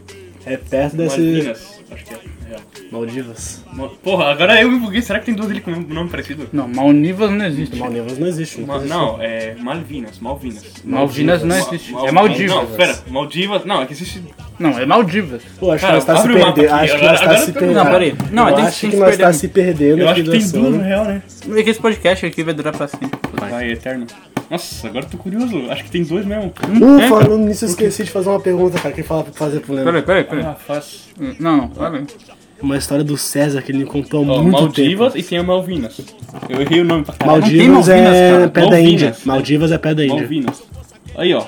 Speaker 4: É perto desse.
Speaker 5: Malvinas. Acho que é. é.
Speaker 4: Maldivas.
Speaker 5: Ma- Porra, agora eu me buguei. Será que tem duas ilhas com o mesmo nome parecido?
Speaker 3: Não, Malnivas não existe.
Speaker 4: Maldivas não existe.
Speaker 5: Ma- Não, é Malvinas, Malvinas.
Speaker 3: Malvinas não
Speaker 5: Ma-
Speaker 3: existe.
Speaker 5: Mal-
Speaker 3: É
Speaker 5: Não,
Speaker 3: Maldivas.
Speaker 5: pera, Maldivas. Não, é que existe.
Speaker 3: Não, é Maldivas.
Speaker 4: Pô, acho que
Speaker 5: Cara,
Speaker 4: nós tá se
Speaker 5: abre o mapa
Speaker 4: perdendo.
Speaker 5: aqui,
Speaker 4: Acho que
Speaker 5: agora-
Speaker 4: nós tá
Speaker 5: agora
Speaker 4: se
Speaker 5: tá- Não,
Speaker 4: perdendo.
Speaker 3: peraí. Não,
Speaker 4: eu
Speaker 3: tem-
Speaker 4: acho
Speaker 3: tem
Speaker 4: que
Speaker 3: que
Speaker 4: nós
Speaker 3: perder
Speaker 4: tá
Speaker 3: mesmo.
Speaker 4: se perdendo
Speaker 5: Eu
Speaker 4: aqui
Speaker 5: acho que tem
Speaker 4: do
Speaker 5: duas né? no
Speaker 4: assunto.
Speaker 5: real, né?
Speaker 3: É que esse podcast aqui vai durar pra sempre.
Speaker 5: Vai, eterno. Nossa, agora eu tô curioso. Acho que tem dois mesmo.
Speaker 3: Hum.
Speaker 5: É?
Speaker 4: Uh, falando nisso, eu esqueci de fazer uma pergunta, cara. Que ele falava pra fazer pro Leandro.
Speaker 2: Peraí, peraí, peraí.
Speaker 5: Ah, faz.
Speaker 2: Não, não, peraí.
Speaker 4: Uma história do César que ele me contou há
Speaker 5: Ó,
Speaker 4: muito
Speaker 5: Maldivas e tem a Malvinas. Eu errei o nome pra
Speaker 4: tempo.
Speaker 5: caralho.
Speaker 4: Maldivas
Speaker 2: Não tem Malvinas,
Speaker 4: é
Speaker 2: cara.
Speaker 4: pé da
Speaker 5: Malvinas.
Speaker 4: Índia. Maldivas é pé da Índia.
Speaker 5: Malvinas. Aí, ó.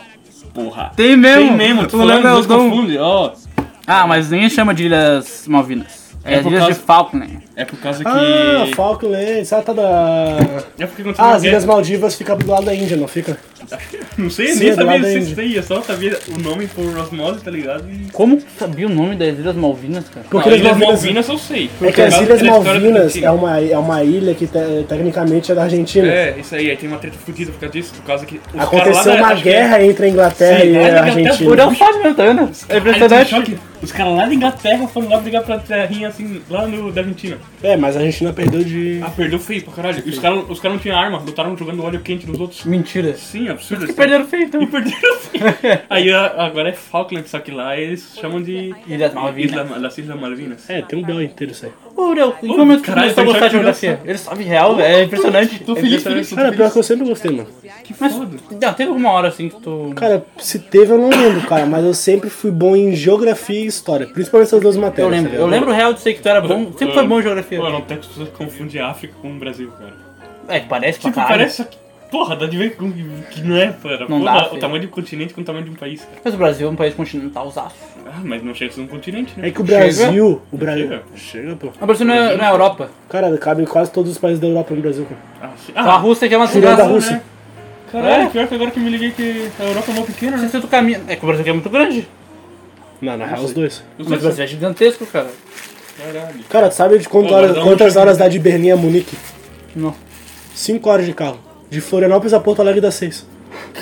Speaker 5: Porra.
Speaker 2: Tem mesmo.
Speaker 4: um.
Speaker 5: Tem mesmo. Tô
Speaker 2: O
Speaker 5: falando,
Speaker 2: Leandro
Speaker 5: os dois
Speaker 2: é o dom.
Speaker 5: confunde. Ó,
Speaker 3: Ah, mas nem chama de Ilhas Malvinas. É,
Speaker 5: É
Speaker 3: as
Speaker 5: por
Speaker 3: Ilhas
Speaker 5: causa-
Speaker 3: de Falkland.
Speaker 5: é por causa que...
Speaker 4: Ah, Falklands. Ah, tá da...
Speaker 5: É porque aconteceu
Speaker 4: Ah,
Speaker 5: uma
Speaker 4: as
Speaker 5: guerra.
Speaker 4: Ilhas Maldivas fica do lado da Índia, não fica?
Speaker 5: Não sei,
Speaker 4: Sim,
Speaker 5: nem
Speaker 4: é do
Speaker 5: sabia
Speaker 4: lado
Speaker 5: se
Speaker 4: da
Speaker 5: existia, só sabia o nome por osmose, tá ligado? E...
Speaker 3: Como que tu sabia o nome das Ilhas Malvinas, cara?
Speaker 4: Porque
Speaker 5: Não,
Speaker 4: as
Speaker 5: Ilhas
Speaker 4: Malvinas-
Speaker 5: Malvinas eu sei.
Speaker 4: É que
Speaker 5: Por
Speaker 4: as
Speaker 5: causa
Speaker 4: Ilhas
Speaker 5: daquela história
Speaker 4: Malvinas
Speaker 5: que
Speaker 4: é
Speaker 5: eu tinha.
Speaker 4: uma, é uma ilha que te- tecnicamente é da Argentina.
Speaker 5: É, isso aí, aí tem uma treta fodida por causa disso, por causa que. os caras
Speaker 4: Aconteceu
Speaker 5: lá da-
Speaker 4: uma
Speaker 5: acho que- é-
Speaker 4: guerra entre a Inglaterra
Speaker 5: Sim,
Speaker 4: e
Speaker 5: mas ele
Speaker 4: a
Speaker 5: até
Speaker 4: Argentina.
Speaker 5: por
Speaker 3: Por faz mesmo, tá vendo? É
Speaker 5: Aí tem um
Speaker 3: impressionante.
Speaker 5: choque. Os caras lá da Inglaterra foram lá brigar pra terrinha assim, lá no, da Argentina.
Speaker 4: É, mas a Argentina perdeu de.
Speaker 5: Ah, perdeu feio pra caralho. E os caras os cara não tinham arma, lutaram jogando óleo quente nos outros.
Speaker 3: Mentira.
Speaker 5: Sim, absurdo.
Speaker 3: Que
Speaker 5: assim.
Speaker 3: perderam feio, então.
Speaker 5: E perderam feio. Aí a- agora é Falkland, só que lá eles chamam de.
Speaker 3: Ilhas
Speaker 5: Isla, das Islas Malvinas.
Speaker 4: É, tem um belo inteiro isso aí.
Speaker 3: Ô, Léo, em que momento que tu
Speaker 5: Caralho,
Speaker 3: começou a gostar
Speaker 5: tem
Speaker 3: de
Speaker 5: choque de
Speaker 3: geografia? Ele sabe real, é impressionante.
Speaker 5: Tô
Speaker 3: É
Speaker 5: feliz por
Speaker 3: impressionante.
Speaker 5: isso.
Speaker 4: Cara, pior que eu sempre gostei, mano.
Speaker 3: Mas, não, teve alguma hora assim que tu...
Speaker 4: Cara, se teve eu não lembro, cara, mas eu sempre fui bom em geografia e história, principalmente essas duas matérias.
Speaker 3: Eu lembro,
Speaker 4: tá
Speaker 3: eu
Speaker 4: ligado?
Speaker 3: lembro real de ser que tu era bom, sempre foi bom em geografia.
Speaker 5: Pô, não tem Ah, que as pessoas confundem a África com o Brasil, cara.
Speaker 3: É, parece pra
Speaker 5: Tipo,
Speaker 3: caralho.
Speaker 5: parece que. Porra, dá de ver com- que não é, cara.
Speaker 3: Não
Speaker 5: Pô,
Speaker 3: dá,
Speaker 5: dá,
Speaker 3: filho.
Speaker 5: o tamanho de um continente com o tamanho de um país, cara.
Speaker 3: Mas o Brasil é um país continental, zaço.
Speaker 5: Ah, mas não chega a ser um continente, né?
Speaker 4: É que o Brasil. O Brasil.
Speaker 5: Chega.
Speaker 4: É, Chega, pô.
Speaker 3: O Brasil não é, não é Europa.
Speaker 4: Cara, cabe quase todos os países da Europa no Brasil, cara.
Speaker 5: Ah, se-
Speaker 3: Só a
Speaker 5: ah,
Speaker 3: Rússia que é uma
Speaker 4: Tirando
Speaker 3: cidade.
Speaker 4: a Rússia.
Speaker 3: Né?
Speaker 5: caralho,
Speaker 3: É.
Speaker 5: pior que agora que eu me liguei que a Europa é mó pequena, né?
Speaker 3: Você do caminho. É que o Brasil aqui é muito grande.
Speaker 4: Não, na real, os dois.
Speaker 3: Mas
Speaker 5: Os
Speaker 3: o
Speaker 5: dois
Speaker 3: Brasil é gigantesco, cara.
Speaker 5: Caralho.
Speaker 4: Cara, tu sabe de quanto
Speaker 5: Pô,
Speaker 4: horas-
Speaker 5: mas dá um
Speaker 4: quantas
Speaker 5: chute.
Speaker 4: horas dá de Berlim a Munique?
Speaker 3: Não.
Speaker 4: 5 horas de carro. De Florianópolis a Porto Alegre dá 6.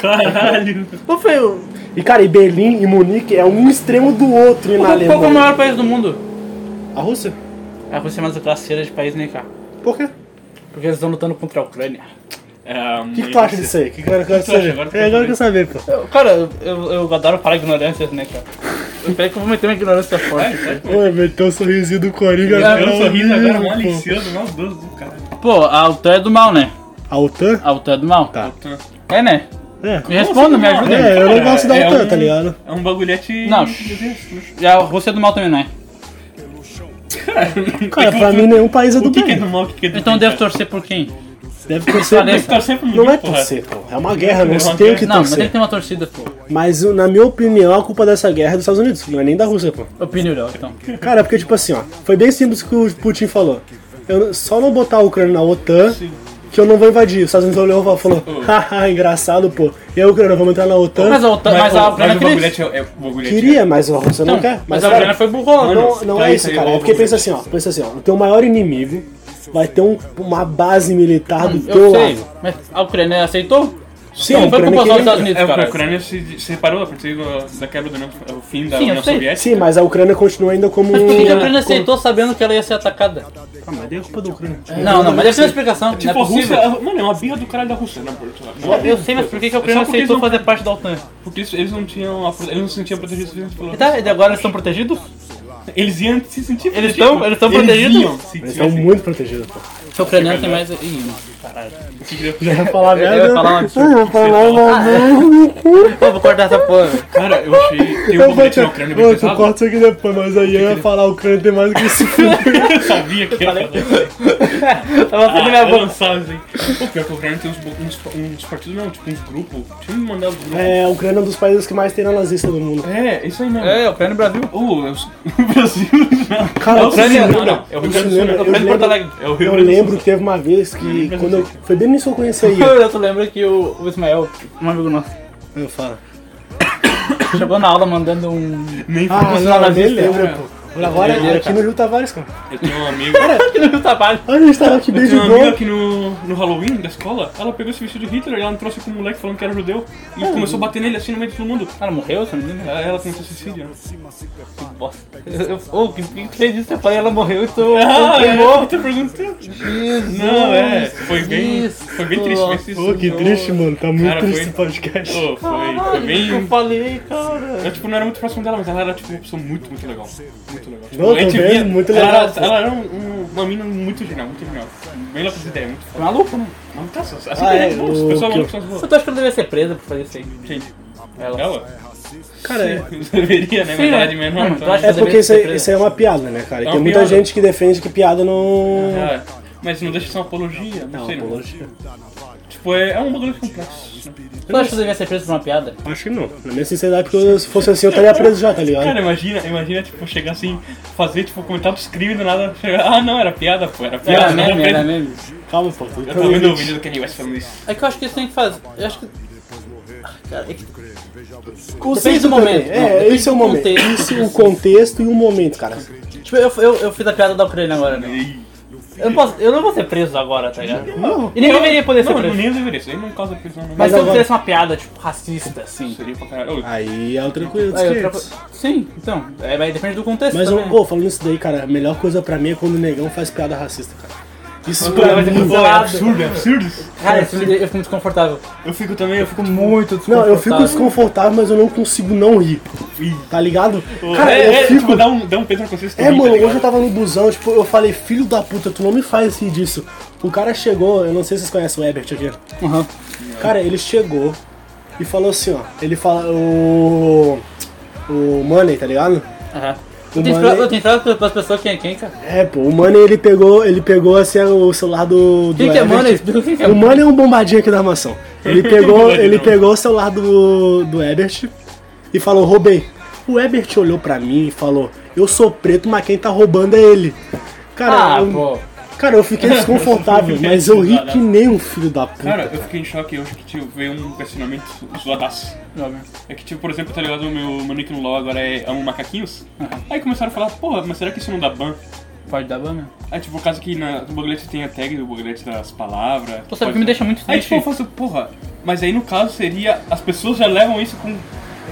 Speaker 5: Caralho.
Speaker 3: Qual foi o.
Speaker 4: E, cara, e Berlim e Munique é um extremo do outro na
Speaker 3: Qual, qual que é o
Speaker 4: Alemanha.
Speaker 3: maior país do mundo?
Speaker 4: A Rússia?
Speaker 3: A Rússia é mais gracieira de país, né, cara?
Speaker 4: Por quê?
Speaker 3: Porque eles estão lutando contra a Ucrânia.
Speaker 5: É,
Speaker 4: O que, que tu acha disso aí? O que, que eu quero
Speaker 5: tu acha?
Speaker 4: saber?
Speaker 5: Agora tu
Speaker 4: É,
Speaker 5: quer
Speaker 4: agora eu quero saber, pô.
Speaker 3: Eu- cara, eu, eu adoro falar ignorâncias, né, cara? Eu peraí que eu vou meter uma ignorância forte. cara.
Speaker 4: Ué, meteu o sorrisinho do Coringa.
Speaker 3: Ah,
Speaker 5: Eu
Speaker 4: cara,
Speaker 5: um sorriso agora
Speaker 4: pô.
Speaker 5: malicioso, meu Deus do caralho.
Speaker 3: Pô, a UTAN é do mal, né?
Speaker 4: A OTAN?
Speaker 3: A UTAN é do mal.
Speaker 4: Tá.
Speaker 3: É, né?
Speaker 4: É.
Speaker 3: Me responda, me ajuda. aí.
Speaker 4: É, eu não gosto da
Speaker 5: É
Speaker 4: OTAN,
Speaker 5: um-
Speaker 4: tá ligado?
Speaker 5: É um bagulhete.
Speaker 3: Não.
Speaker 5: de exército, né?
Speaker 3: E a Rússia é do mal também, não é?
Speaker 4: Cara, pra mim nenhum país é do
Speaker 5: É O que, que é
Speaker 4: bem.
Speaker 5: do mal, o que, que é do
Speaker 3: Então eu
Speaker 5: bem,
Speaker 3: devo
Speaker 5: cara? tá
Speaker 3: torcer por quem?
Speaker 4: Deve torcer.
Speaker 3: Cadê?
Speaker 4: Não
Speaker 5: torcer pro
Speaker 4: é
Speaker 5: menino, porra.
Speaker 4: torcer, pô. É uma guerra, não
Speaker 5: É
Speaker 4: se
Speaker 5: uma
Speaker 4: tem o
Speaker 5: guerra.
Speaker 4: que
Speaker 3: Não, mas tem que
Speaker 4: torcer.
Speaker 3: ter uma torcida, pô.
Speaker 4: Mas, na minha opinião, a culpa dessa guerra é dos Estados Unidos, não é nem da Rússia, pô.
Speaker 3: Opinião, então.
Speaker 4: Cara, porque, tipo assim, ó, foi bem simples o que o Putin falou. Eu só não botar a Ucrânia na OTAN que eu não vou invadir. Os Estados Unidos olhou e falou, haha, engraçado, pô. E a Ucrânia, vamos entrar na OTAN?
Speaker 3: Mas a UTAN, Tá, mas, a
Speaker 5: Mas
Speaker 3: Ucrânia
Speaker 5: o
Speaker 3: queria.
Speaker 5: bagulhete é, é o bagulhete.
Speaker 4: Queria, mas a Rússia não
Speaker 3: Então,
Speaker 4: quer. é
Speaker 3: mas
Speaker 4: tipo, Mas,
Speaker 3: a
Speaker 4: cara,
Speaker 3: Ucrânia foi burrona.
Speaker 4: Não, não é isso, cara. É porque pensa assim, ó. Pensa assim, ó. O teu maior inimigo vai ter um- uma base militar do teu
Speaker 3: Eu sei,
Speaker 4: lado.
Speaker 3: mas a Ucrânia aceitou?
Speaker 4: Sim,
Speaker 3: Não,
Speaker 4: a
Speaker 3: foi
Speaker 4: Ucrânia
Speaker 3: culpa dos
Speaker 4: queria-
Speaker 3: Estados Unidos,
Speaker 5: É, porque
Speaker 3: cara.
Speaker 5: a Ucrânia se, se separou a partir do- da quebra do União- o fim da
Speaker 3: Sim, eu
Speaker 5: União
Speaker 3: sei.
Speaker 5: Soviética.
Speaker 4: Sim, mas a Ucrânia continua ainda como
Speaker 3: Por que que a
Speaker 4: um...
Speaker 3: Ucrânia aceitou sabendo que ela ia ser atacada?
Speaker 4: Ah, mas daí é culpa da Ucrânia.
Speaker 3: Não, não, mas deve ter uma explicação.
Speaker 5: Tipo, assim, é
Speaker 3: não é
Speaker 5: a Rússia.
Speaker 3: possível.
Speaker 5: a- Mano, é uma birra do caralho da Rússia, na
Speaker 3: Eu sei, mas por que que a Ucrânia
Speaker 5: Só porque eles
Speaker 3: aceitou
Speaker 5: não-
Speaker 3: fazer parte da OTAN?
Speaker 5: Porque isso- eles não tinham. a- Eles não se sentiam protegidos. Eles,
Speaker 3: E
Speaker 5: falaram-
Speaker 3: tá, e agora eles estão protegidos?
Speaker 5: eles iam se sentir
Speaker 3: Eles
Speaker 5: protegidos.
Speaker 3: tão- eles tão protegidos?
Speaker 5: iam se
Speaker 4: Eles estão
Speaker 5: sentir-
Speaker 4: um
Speaker 5: assim.
Speaker 4: muito protegidos, pô.
Speaker 3: Se a Ucrânia tem mais. Ih, mano, caralho.
Speaker 5: se sentir-
Speaker 4: Já um- ia falar
Speaker 5: É,
Speaker 3: Eu- eu ia
Speaker 4: merda.
Speaker 3: falar um
Speaker 5: né?
Speaker 3: absurdo.
Speaker 4: Eu ia falar uma-
Speaker 3: Eu vou cortar essa porra.
Speaker 5: Ah, Cara, eu achei. Tem um
Speaker 4: Eu vou
Speaker 5: bagulhete
Speaker 4: te...
Speaker 5: na
Speaker 4: Ô,
Speaker 5: Ucrânia bem
Speaker 4: tu
Speaker 5: pesado.
Speaker 4: corta isso aqui depois, mas aí eu ia falar a Ucrânia tem mais que se
Speaker 5: Eu sabia que era.
Speaker 3: Tava saindo minha
Speaker 5: Ah, eu
Speaker 3: boca.
Speaker 5: não sabe, assim. Pô, pior que a Ucrânia tem uns, bo- uns, uns partidos, não, tipo uns grupos. Deixa eu me mandar os grupos.
Speaker 4: É, a Ucrânia é um dos países que mais tem na nazista do mundo.
Speaker 5: É, isso aí mesmo.
Speaker 3: É, Ucrânia e Brasil.
Speaker 5: Ô, eu sou- o Brasil. não.
Speaker 4: Cara,
Speaker 3: A Ucrânia,
Speaker 4: você
Speaker 3: não,
Speaker 4: lembra?
Speaker 3: não,
Speaker 5: é o Rio
Speaker 4: Você
Speaker 5: Grande do Sul,
Speaker 4: lembra?
Speaker 5: né?
Speaker 4: Eu
Speaker 3: Ucrânia e Porto
Speaker 4: lembro-
Speaker 3: Alegre.
Speaker 5: É o Rio
Speaker 4: Eu
Speaker 5: Grande do Sul.
Speaker 4: lembro que teve uma vez que quando eu... Foi bem nisso que eu conheci aí.
Speaker 3: Eu só lembro que o, o Ismael, um amigo nosso,
Speaker 4: Eu falo.
Speaker 3: chegou na aula mandando um.
Speaker 5: Nem foi
Speaker 4: Ah,
Speaker 3: não,
Speaker 4: não,
Speaker 3: nazista,
Speaker 4: nem lembro,
Speaker 5: é.
Speaker 4: pô. Agora,
Speaker 3: Doideira,
Speaker 4: aqui
Speaker 3: cara.
Speaker 4: no Rio Tavares, cara.
Speaker 5: Eu tenho um amigo.
Speaker 3: que não viu o trabalho.
Speaker 4: Olha, a gente tava aqui
Speaker 5: Eu
Speaker 4: desde
Speaker 5: tinha uma amiga
Speaker 4: o
Speaker 5: que no, no Halloween da escola, ela pegou esse vestido de Hitler e ela me trouxe com um moleque falando que era judeu e
Speaker 4: Hum.
Speaker 5: começou a bater nele assim no meio de todo mundo.
Speaker 3: Cara, morreu, se não me engano. é
Speaker 5: Aí ela começou suicídio. né?
Speaker 3: Bosta. Ô, que que fez isso? Eu falei, ela morreu e tu.
Speaker 5: Ah,
Speaker 3: tu
Speaker 5: é, eu tô perguntando.
Speaker 3: Jesus.
Speaker 5: Não, é, foi bem, foi bem triste. Foi triste.
Speaker 4: Pô, que triste, mano. Tá muito
Speaker 5: Cara,
Speaker 4: triste
Speaker 5: foi-
Speaker 4: esse podcast.
Speaker 5: Pô, foi, foi
Speaker 3: Caralho,
Speaker 5: bem...
Speaker 3: eu falei, cara.
Speaker 5: Eu, tipo, não era muito próximo dela, mas ela era, tipo, uma pessoa muito, muito legal. Muito muito legal.
Speaker 4: Não,
Speaker 5: a gente
Speaker 4: também, muito legal,
Speaker 5: Ela,
Speaker 4: pô.
Speaker 5: era- ela era um- um- uma mina muito genial, muito genial. Bem lá pra ideia, muito foda. Maluca, né? Maluca, assim que
Speaker 4: Ah, é,
Speaker 5: é, boas.
Speaker 4: o
Speaker 5: Pessoal,
Speaker 4: que-
Speaker 5: maluca são as boas.
Speaker 3: Eu tô acho que ela deveria ser presa por fazer isso aí.
Speaker 5: Gente,
Speaker 3: Ela.
Speaker 5: ela
Speaker 4: Cara, é,
Speaker 5: deveria, né?
Speaker 3: Sim,
Speaker 5: Mas ela é de
Speaker 3: é.
Speaker 5: menor.
Speaker 3: Hum,
Speaker 5: Então,
Speaker 3: tu acha-
Speaker 5: né?
Speaker 4: é porque isso aí, isso aí é uma piada, né, cara? E
Speaker 5: É
Speaker 4: tem
Speaker 5: uma
Speaker 4: muita
Speaker 5: piada.
Speaker 4: gente que defende que piada não.
Speaker 5: Ah, Mas não deixa de ser uma apologia, não, sei não.
Speaker 4: apologia.
Speaker 5: Tipo, é, é um bagulho complexo. né?
Speaker 3: Tu acha que ela deveria ser presa por uma piada?
Speaker 4: Acho que não. Na minha sinceridade, porque eu- se fosse assim, eu estaria preso já, tá ligado?
Speaker 5: Cara, imagina, imagina, tipo, chegar assim, fazer, tipo, comentar dos crimes do nada, chegar, ah, não, era piada, pô, era piada.
Speaker 3: Era
Speaker 4: né?
Speaker 5: não,
Speaker 3: é meme,
Speaker 5: era
Speaker 3: era
Speaker 5: piada."
Speaker 3: meme.
Speaker 4: Calma, pô. tu-
Speaker 5: Eu tô vendo o vídeo do Kanye West falando isso.
Speaker 3: É que eu acho que isso tem que fazer. Eu acho que. Ah, Cara, é que
Speaker 4: Conceito
Speaker 3: do
Speaker 4: também.
Speaker 3: momento. Não,
Speaker 4: É,
Speaker 3: depende
Speaker 4: esse é o
Speaker 3: do
Speaker 4: momento.
Speaker 3: contexto.
Speaker 4: Esse é o contexto e o momento, cara.
Speaker 3: Tipo, eu, eu, eu fiz a piada da Ucrânia agora, né?
Speaker 5: E-
Speaker 3: Eu não, posso, eu não vou ser preso agora, tá ligado?
Speaker 4: Não.
Speaker 3: E nem deveria poder ser
Speaker 5: Não,
Speaker 3: preso.
Speaker 5: nem deveria, isso aí não causa prisão. né? não.
Speaker 3: Mas se eu
Speaker 4: agora-
Speaker 3: fizesse uma piada, tipo, racista, assim.
Speaker 5: Seria é pra caralho. Ô,
Speaker 4: Aí é o tranquilo dos
Speaker 3: Aí eu
Speaker 4: clientes.
Speaker 3: troco- Sim, então. É, mas depende do contexto.
Speaker 4: Mas,
Speaker 3: também.
Speaker 4: ô, falando isso daí, cara, a melhor coisa pra mim é quando o negão faz piada racista, cara. Isso
Speaker 3: Cara,
Speaker 4: pra mim.
Speaker 3: vai ter
Speaker 5: Pô, é
Speaker 3: cancelado.
Speaker 5: absurdo, é absurdo. isso.
Speaker 3: Cara, isso me de- eu fico muito desconfortável.
Speaker 5: Eu fico também, eu fico tipo,
Speaker 3: Fico muito desconfortável.
Speaker 4: Não, eu fico desconfortável, mas eu não consigo não rir. Tá ligado? Cara,
Speaker 5: é, é,
Speaker 4: eu fico.
Speaker 5: tipo, dá um, dá um peso na consciência.
Speaker 3: tá
Speaker 4: É, mano, hoje eu tava no busão, tipo, eu falei, filho da puta, tu não me faz rir disso. O cara chegou, eu não sei se vocês conhecem o Ebert aqui.
Speaker 3: Aham.
Speaker 4: Cara, ele chegou e falou assim, ó. Ele fala. O. O Money, tá ligado?
Speaker 3: Aham.
Speaker 4: O é-
Speaker 3: Eu tenho
Speaker 4: Money-
Speaker 3: esperado- Eu tenho esperado pelas pessoas quem é quem, cara.
Speaker 4: É, pô, o Money ele pegou, ele pegou assim o celular do. do
Speaker 3: Quem que é
Speaker 4: Everett.
Speaker 3: Money? é Explica quem que é
Speaker 4: O Money é um bombadinho aqui da mansão. Ele pegou, ele pegou o celular do, do Ebert e falou, roubei. O Ebert olhou pra mim e falou, eu sou preto, mas quem tá roubando é um ele. Cara,
Speaker 3: Ah,
Speaker 4: eu,
Speaker 3: pô.
Speaker 4: cara, eu fiquei desconfortável, mas eu ri que nem um filho da puta.
Speaker 5: Cara, eu fiquei em choque hoje que tipo, veio um questionamento zo- zoadaço.
Speaker 3: Não, né?
Speaker 5: É que, tipo, por exemplo, tá ligado? O meu, meu nick no LoL agora é Amo Macaquinhos. Aí começaram a falar, porra, mas será que isso não dá ban?
Speaker 3: Pode dar ban, né?
Speaker 5: Aí, tipo, o caso que na, no Boglete tem a tag do Boglete das palavras.
Speaker 3: Pô, sabe o
Speaker 5: pode-
Speaker 3: que me deixa muito
Speaker 5: Aí, tipo, eu
Speaker 3: triste?
Speaker 5: faço, porra, mas aí no caso seria. As pessoas já levam isso com,